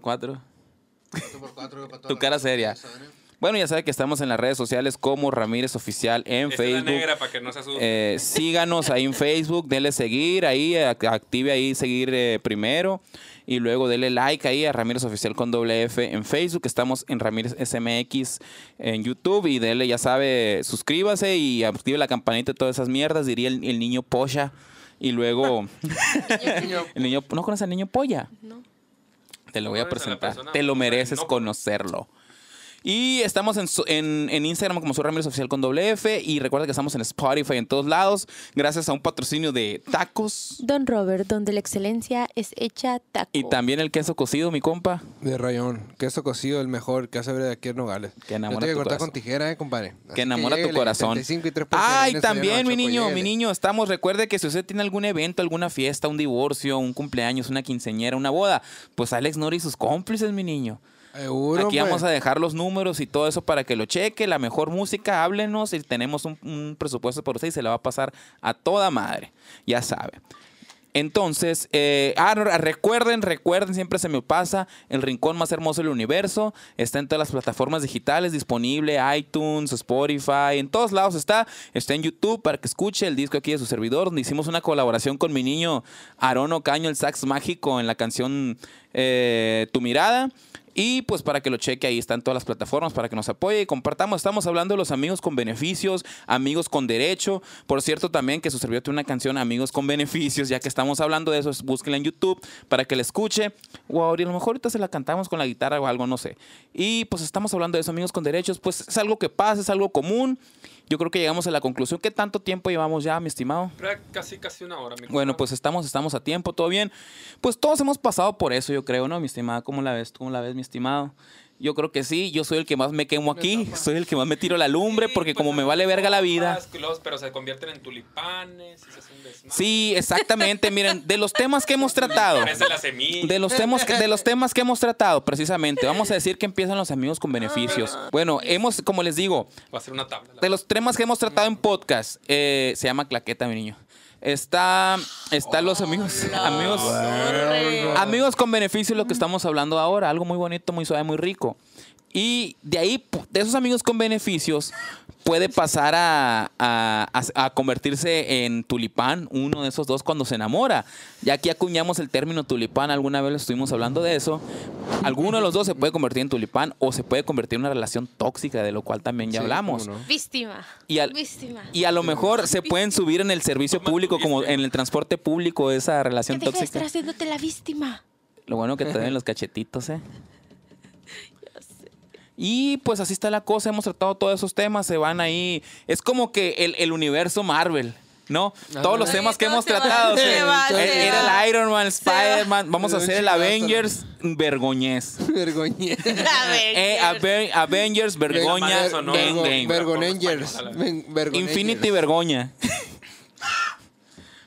Speaker 3: por cuatro, para toda
Speaker 1: Tu
Speaker 3: la
Speaker 1: cara
Speaker 3: raza,
Speaker 1: seria.
Speaker 3: ¿sabes?
Speaker 1: Bueno, ya sabe que estamos en las redes sociales como Ramírez Oficial en
Speaker 4: Esta es la
Speaker 1: Facebook.
Speaker 4: negra para que no se asuste.
Speaker 1: Eh, síganos ahí en Facebook, denle seguir ahí, ac- active ahí seguir eh, primero y luego denle like ahí a Ramírez Oficial con doble F en Facebook. Estamos en Ramírez SMX en YouTube y denle, ya sabe, suscríbase y active la campanita y todas esas mierdas, diría el, el niño Polla. Y luego,
Speaker 3: Niño,
Speaker 1: el niño, ¿no conoces al niño Polla?
Speaker 2: No.
Speaker 1: Te lo voy a
Speaker 4: No eres a la
Speaker 1: presentar.
Speaker 4: persona,
Speaker 1: Te lo
Speaker 4: o sea,
Speaker 1: mereces
Speaker 4: no-
Speaker 1: conocerlo. Y estamos en, so- en, en Instagram como Soy Ramírez Oficial con doble F. Y recuerda que estamos en Spotify en todos lados. Gracias a un patrocinio de tacos.
Speaker 6: Don Robert, donde la excelencia es hecha taco.
Speaker 1: Y también el queso cocido, mi compa.
Speaker 3: De rayón. Queso cocido, el mejor que hace ver de aquí en Nogales.
Speaker 1: Que enamora
Speaker 3: Yo te voy a
Speaker 1: tu
Speaker 3: cortar
Speaker 1: corazón.
Speaker 3: con tijera, eh, compadre. Así
Speaker 1: Que enamora tu
Speaker 3: llégale,
Speaker 1: corazón.
Speaker 3: 75 y 3%
Speaker 1: Ay,
Speaker 3: en ese
Speaker 1: también,
Speaker 3: llano,
Speaker 1: mi niño, mi
Speaker 3: llégale.
Speaker 1: niño, estamos. Recuerde que si usted tiene algún evento, alguna fiesta, un divorcio, un cumpleaños, una quinceñera, una boda, pues Alex Nori y sus cómplices, mi niño.
Speaker 3: Seguro, pues.
Speaker 1: Aquí
Speaker 3: hombre.
Speaker 1: vamos a dejar los números y todo eso para que lo cheque. La mejor música, háblenos. Y tenemos un, un presupuesto por usted y se la va a pasar a toda madre. Ya sabe. Entonces, eh, ah, no, recuerden, recuerden, siempre se me pasa, el rincón más hermoso del universo está en todas las plataformas digitales, disponible, iTunes, Spotify, en todos lados está, está en YouTube para que escuche el disco aquí de su servidor, donde hicimos una colaboración con mi niño Aaron Ocaño, el sax mágico, en la canción eh, Tu mirada. Y pues para que lo cheque, ahí están todas las plataformas para que nos apoye y compartamos. Estamos hablando de los amigos con beneficios, amigos con derecho. Por cierto, también que su servidor tiene una canción, Amigos con Beneficios, ya que estamos hablando de eso, es- búsquenla en YouTube para que la escuche. O ahorita- a lo mejor ahorita se la cantamos con la guitarra o algo, no sé. Y pues estamos hablando de eso, amigos con derechos. Pues es algo que pasa, es algo común. Yo creo que llegamos a la conclusión. ¿Qué tanto tiempo llevamos ya, mi estimado?
Speaker 4: Crack, Casi, casi una hora. mi
Speaker 1: Bueno,
Speaker 4: compa.
Speaker 1: pues estamos, estamos a tiempo, todo bien. Pues todos hemos pasado por eso, yo creo, ¿no, mi estimada? ¿Cómo la ves? ¿Cómo la ves, mi estimado? Yo creo que sí, yo soy el que más me quemo aquí, soy el que más me tiro la lumbre
Speaker 4: pues
Speaker 1: porque como me vale verga la vida.
Speaker 4: Pero se convierten en tulipanes y se hacen desmadre.
Speaker 1: Sí, exactamente, miren, de los temas que hemos tratado.
Speaker 4: Crece la semilla.
Speaker 1: De los, temas que, de los temas que hemos tratado, precisamente, vamos a decir que empiezan los amigos con beneficios. Bueno, hemos, como les digo,
Speaker 4: Va a ser una tabla. la-
Speaker 1: de los temas que hemos tratado en podcast, eh, se llama Claqueta, mi niño. Está, está los amigos, Ah, amigos, Ah.
Speaker 2: Torre.
Speaker 1: amigos con beneficio, lo que estamos hablando ahora, algo muy bonito, muy suave, muy rico. Y de ahí, pu- de esos amigos con beneficios, puede pasar a, a- a- a convertirse en tulipán, uno de esos dos cuando se enamora. Ya aquí acuñamos el término tulipán, alguna vez lo estuvimos hablando de eso. Alguno de los dos se puede convertir en tulipán o se puede convertir en una relación tóxica, de lo cual también ya
Speaker 5: Sí,
Speaker 1: hablamos.
Speaker 5: cómo no.
Speaker 2: Víctima.
Speaker 1: Y al-
Speaker 2: Víctima.
Speaker 1: Y a lo mejor se pueden subir en el servicio público, como en el transporte público, esa
Speaker 6: Que
Speaker 1: relación
Speaker 6: dejes de estar
Speaker 1: tóxica.
Speaker 6: haciéndote la víctima.
Speaker 1: Lo bueno que te den los cachetitos, ¿eh? Y pues así está la cosa, hemos tratado todos esos temas, se van ahí. Es como que el, el universo Marvel, ¿no? Todos los
Speaker 2: Oye,
Speaker 1: temas que
Speaker 2: todo
Speaker 1: hemos
Speaker 2: se va,
Speaker 1: tratado.
Speaker 2: se
Speaker 1: se-
Speaker 2: va,
Speaker 1: era
Speaker 2: se
Speaker 1: era
Speaker 2: va.
Speaker 1: el Iron Man,
Speaker 2: va.
Speaker 1: Spider-Man, vamos a
Speaker 3: Pero
Speaker 1: hacer el
Speaker 3: chingado,
Speaker 1: Avengers Vergoñez.
Speaker 3: Vergoñe.
Speaker 2: A ver.
Speaker 1: Eh, Aven- Avengers Vergoña
Speaker 4: Ver-
Speaker 3: Vergo-
Speaker 4: Sonora.
Speaker 1: Endgame.
Speaker 3: Vergonengers. Ven- Vergonengers.
Speaker 1: Infinity Vergoña.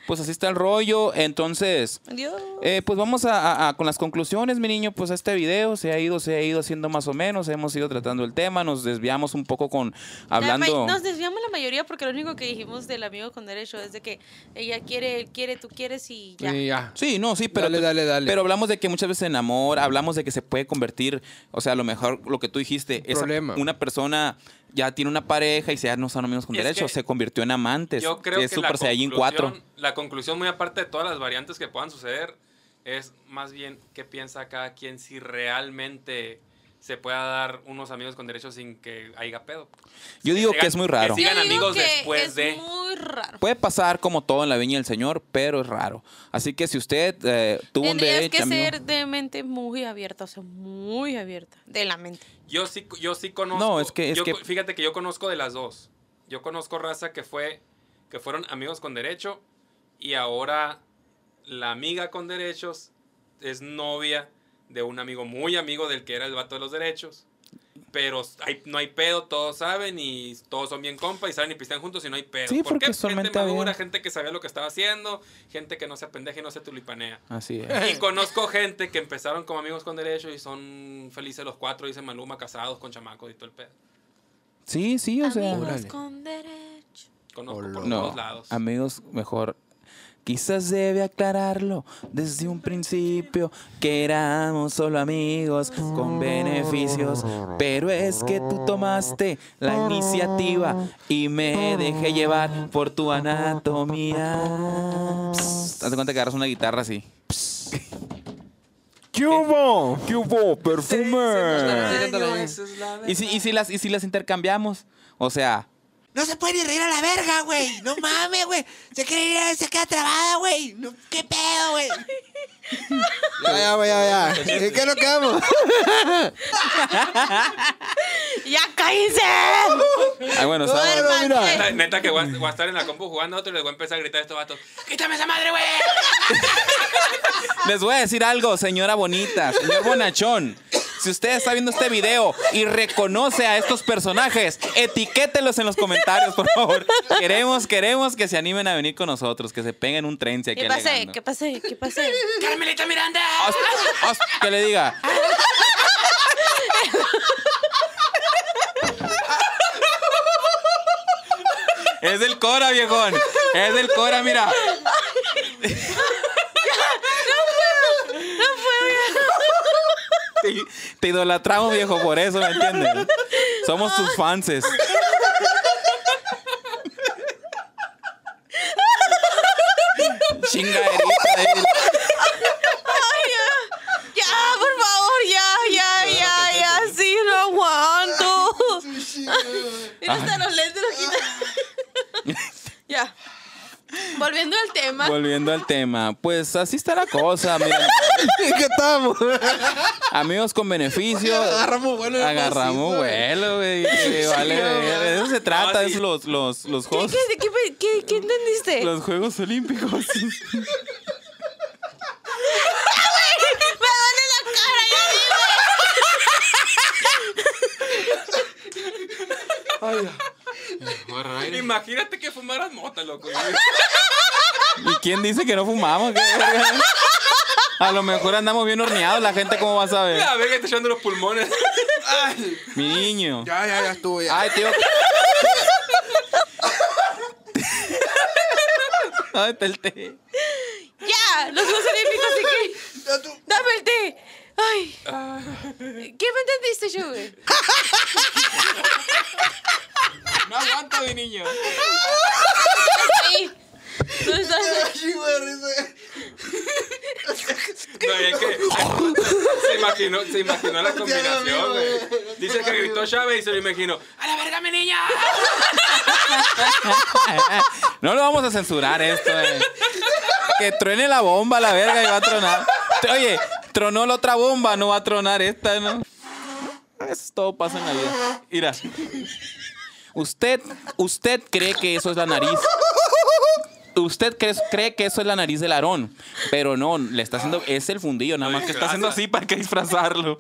Speaker 1: pues así está el rollo. Entonces,
Speaker 2: Dios.
Speaker 1: eh, pues vamos a, a- a- con las conclusiones, mi niño. Pues este video se ha ido, se ha ido haciendo más o menos. Hemos ido tratando el tema. Nos desviamos un poco con
Speaker 2: La
Speaker 1: hablando.
Speaker 2: ma- Nos desviamos la mayoría porque lo único que dijimos del amigo con derecho es de que ella quiere, él quiere, tú quieres y ya.
Speaker 3: Y ya.
Speaker 1: Sí, no, sí, pero,
Speaker 3: Dale, dale, dale.
Speaker 1: pero hablamos de que muchas veces se enamora, hablamos de que se puede convertir, o sea, a lo mejor lo que tú dijiste,
Speaker 3: Un
Speaker 1: esa-
Speaker 3: problema.
Speaker 1: una persona ya tiene una pareja y se no son amigos con
Speaker 4: Es
Speaker 1: derecho,
Speaker 4: que
Speaker 1: se convirtió en amantes.
Speaker 4: Yo creo
Speaker 1: es
Speaker 4: que
Speaker 1: Super
Speaker 4: la,
Speaker 1: Saiyajin
Speaker 4: conclusión,
Speaker 1: 4.
Speaker 4: la conclusión, muy aparte de todas las variantes que puedan suceder, es más bien qué piensa cada quien si realmente se pueda dar unos amigos con derechos sin que haya pedo.
Speaker 1: Yo digo que
Speaker 4: sigan-
Speaker 1: es muy raro.
Speaker 4: que sigan
Speaker 2: Yo digo
Speaker 4: amigos
Speaker 2: que
Speaker 4: después
Speaker 2: es
Speaker 4: de-
Speaker 2: muy raro.
Speaker 1: Puede pasar como todo en la viña del Señor, pero es raro. Así que si usted eh, tuvo un
Speaker 2: Tendrías
Speaker 1: derecho,
Speaker 2: que
Speaker 1: amigo-
Speaker 2: ser de mente muy abierta, o sea, muy abierta. De la mente.
Speaker 4: Yo sí, yo sí conozco.
Speaker 1: No, es que- es
Speaker 4: yo
Speaker 1: que-
Speaker 4: co- Fíjate que yo conozco de las dos. Yo conozco raza que fue. que fueron amigos con derecho. Y ahora la amiga con derechos es novia de un amigo muy amigo del que era el vato de los derechos. Pero hay- no hay pedo, todos saben y todos son bien compa y salen y pistean juntos y no hay pedo.
Speaker 1: Sí, porque son
Speaker 4: gente
Speaker 1: mente
Speaker 4: madura,
Speaker 1: abierta.
Speaker 4: gente que sabía lo que estaba haciendo, gente que no se apendeja y no se tulipanea.
Speaker 1: Así es.
Speaker 4: Y conozco gente que empezaron como amigos con derecho y son felices los cuatro, dicen Maluma, casados con chamacos y todo el pedo.
Speaker 1: Sí, sí, o sea.
Speaker 2: amigos con derecho.
Speaker 4: Conozco por
Speaker 1: Oh, No,
Speaker 4: todos lados.
Speaker 1: amigos, mejor. Quizás debe aclararlo desde un principio que éramos solo amigos con beneficios, pero es que tú tomaste la iniciativa y me dejé llevar por tu anatomía. Psst, Hazte cuenta que agarras una guitarra así.
Speaker 5: ¿Qué hubo? ¿Qué hubo? Perfume.
Speaker 1: ¿Y si, y si las, y si las intercambiamos? O sea,
Speaker 7: No se puede ni reír a la verga, güey. No mames, güey. Se quiere ir, a- se queda trabada, güey. No, ¿Qué pedo, güey?
Speaker 3: Ya, ya, güey, ya, ya. ¿En qué nos quedamos?
Speaker 2: ¡Ya cállense!
Speaker 1: ah, bueno, estamos-
Speaker 3: Bueno, mira.
Speaker 4: Neta, neta que voy a, voy a estar en la compu jugando a otro y les voy a empezar a gritar a estos vatos. ¡Quítame esa madre, güey!
Speaker 1: Les voy a decir algo, señora bonita, señor bonachón. Si usted está viendo este video y reconoce a estos personajes, etiquételos en los comentarios, por favor. Queremos, queremos que se animen a venir con nosotros, que se peguen un tren si aquí
Speaker 2: ¿Qué pasé?
Speaker 1: alegando.
Speaker 2: ¿Qué pasé? ¿Qué pasé?
Speaker 4: ¡Carmelita Miranda!
Speaker 1: Os- os- que le diga. Es del Cora, viejón. Es del Cora, mira. Te, te idolatramos, viejo, por eso, ¿me entiendes? Somos tus fanses. Chingaderita, eh.
Speaker 2: Ya, por favor, ya, ya, ya, ya, sí, no aguanto. Mira, hasta los lentes los quita. ya. Volviendo al tema.
Speaker 1: Volviendo al tema, pues así está la cosa, miren.
Speaker 3: ¿En qué estamos?
Speaker 1: amigos con beneficio.
Speaker 3: Agarramos vuelo. eh. en el
Speaker 1: Agarramos
Speaker 3: macizo,
Speaker 1: vuelo, güey. que Vale, verga. de eso se trata,
Speaker 4: No, sí.
Speaker 1: es los, los, los
Speaker 2: ¿Qué,
Speaker 1: juegos,
Speaker 2: qué, qué- qué- qué entendiste?
Speaker 1: los Juegos Olímpicos.
Speaker 2: Me duele la cara, ya dime.
Speaker 3: aire.
Speaker 4: Imagínate que fumaras mota, loco.
Speaker 1: ¿Y quién dice que no fumamos? ¿Qué verga? A lo mejor andamos bien horneados, la gente cómo va a saber.
Speaker 4: La verga está echando los pulmones.
Speaker 3: Ay,
Speaker 1: Mi niño.
Speaker 3: ya, ya, ya estuvo. Ya.
Speaker 1: Ay, tío. Ay, está el té.
Speaker 2: ¡Ya! Los dos olímpicos, así que. ¡Dame el té! ¡Ay!
Speaker 1: Ah.
Speaker 2: ¿Qué me entendiste, yo, güey?
Speaker 4: No aguanto, mi niño.
Speaker 2: Ahí. Tú estás-
Speaker 3: Ay, güey, risa.
Speaker 4: No, es que se imaginó, se imaginó la combinación, güey. Dice que gritó Chávez y se lo imaginó. ¡A la verga, mi niña!
Speaker 1: No lo vamos a censurar esto, eh. Que truene la bomba, la verga, y va a tronar. Oye, tronó la otra bomba, no va a tronar esta, ¿no? Eso todo pasa en la vida. Mira. Usted, usted cree que eso es la nariz. Usted cree, cree que eso es la nariz del Aarón. Pero no, le está haciendo. Es el fundillo, nada
Speaker 4: Lo
Speaker 1: más que está haciendo
Speaker 4: disfraza.
Speaker 1: así para que disfrazarlo.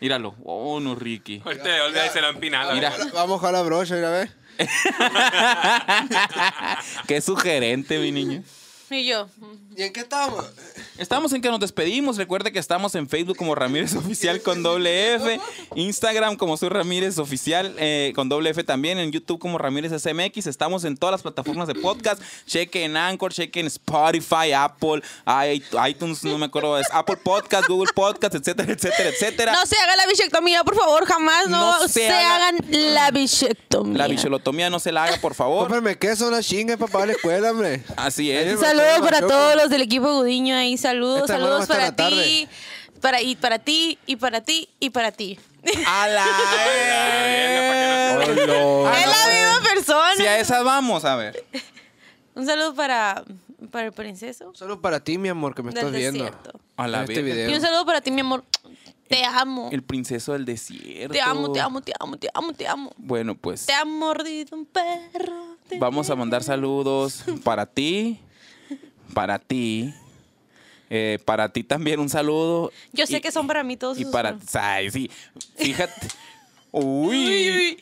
Speaker 1: Míralo. Oh, no, Ricky.
Speaker 4: Ahorita le olvida y se lo empina. la
Speaker 1: Mira.
Speaker 4: verga.
Speaker 3: Vamos a jalar brocha, mira, ve.
Speaker 1: Qué sugerente, mi niño.
Speaker 2: Y yo.
Speaker 3: ¿Y en qué estamos?
Speaker 1: Estamos en que nos despedimos. Recuerde que estamos en Facebook como Ramírez Oficial con doble F, Instagram como soy Ramírez Oficial eh, con doble F también, en YouTube como Ramírez SMX. Estamos en todas las plataformas de podcast. Chequen Anchor, chequen Spotify, Apple, i- iTunes, no me acuerdo, es Apple Podcast, Google Podcast, etcétera, etcétera, etcétera.
Speaker 6: No se haga la bichectomía, por favor, jamás no,
Speaker 1: No se
Speaker 6: se,
Speaker 1: haga-
Speaker 6: hagan la bichectomía.
Speaker 1: La bicholotomía no se la haga, por favor.
Speaker 3: Cómprame queso, una chinga para pagar la escuela, hombre.
Speaker 1: Así es.
Speaker 6: Saludos para
Speaker 3: Machuco.
Speaker 6: todos los del equipo Gudiño ahí, saludos,
Speaker 1: Este
Speaker 3: Esta hueva
Speaker 6: saludos
Speaker 3: hasta
Speaker 6: para
Speaker 3: la tarde.
Speaker 6: ti, para y para ti y para ti y para ti.
Speaker 1: A la
Speaker 4: verga,
Speaker 1: verga. Hola.
Speaker 6: es la misma persona.
Speaker 1: Si a esas vamos, a ver.
Speaker 2: Un saludo para, para el princeso.
Speaker 3: Solo para ti, mi amor, que me
Speaker 2: Del
Speaker 3: estás viendo.
Speaker 2: desierto.
Speaker 1: A la
Speaker 3: En este
Speaker 1: verga.
Speaker 2: Y un
Speaker 3: video.
Speaker 2: saludo para ti, mi amor. Te amo.
Speaker 1: El princeso del desierto.
Speaker 2: Te amo, te amo, te amo, te amo, te amo.
Speaker 1: Bueno, pues
Speaker 2: Te ha mordido un perro. Te-
Speaker 1: vamos a mandar saludos para ti, para ti, eh, para ti también un saludo.
Speaker 2: Yo sé
Speaker 1: Y-
Speaker 2: que son para mí todos
Speaker 1: Y
Speaker 2: sus-
Speaker 1: para... Ay, sí, fíjate. Uy.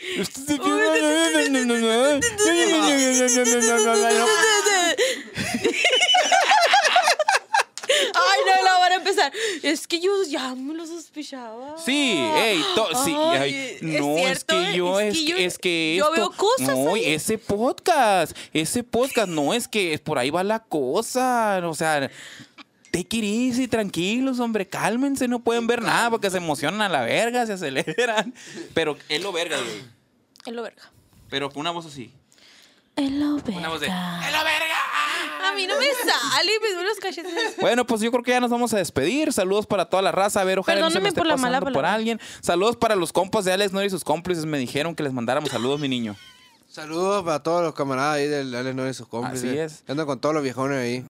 Speaker 2: Ay, no, la van a empezar. Es que yo ya me lo sospechaba.
Speaker 1: Sí, ey, to- sí, ay,
Speaker 2: Ay, es
Speaker 1: no, es,
Speaker 2: cierto,
Speaker 1: que yo, es, que- es que
Speaker 2: yo
Speaker 1: esto-
Speaker 2: veo cosas
Speaker 1: no,
Speaker 2: ahí.
Speaker 1: ese podcast, ese podcast, no, es que por ahí va la cosa, o sea, take it easy, tranquilos, hombre, cálmense, no pueden ver nada porque se emocionan a la verga, se aceleran, pero es lo verga, güey,
Speaker 2: Es lo verga.
Speaker 1: pero con una voz así,
Speaker 6: El
Speaker 4: Una voz de.
Speaker 2: A mí no me sale, me duelen los cachetes.
Speaker 1: Bueno, pues yo creo que ya nos vamos a despedir. Saludos para toda la raza. A ver, ojalá no se me
Speaker 2: Perdóname
Speaker 1: esté
Speaker 2: por la
Speaker 1: pasando
Speaker 2: mala
Speaker 1: por
Speaker 2: palabra.
Speaker 1: alguien. Saludos para los compas de Alex Nori y sus cómplices. Me dijeron que les mandáramos saludos, mi niño.
Speaker 3: Saludos para todos los camaradas ahí del Alex Noel y sus cómplices.
Speaker 1: Así es.
Speaker 3: Andan con todos los viejones ahí.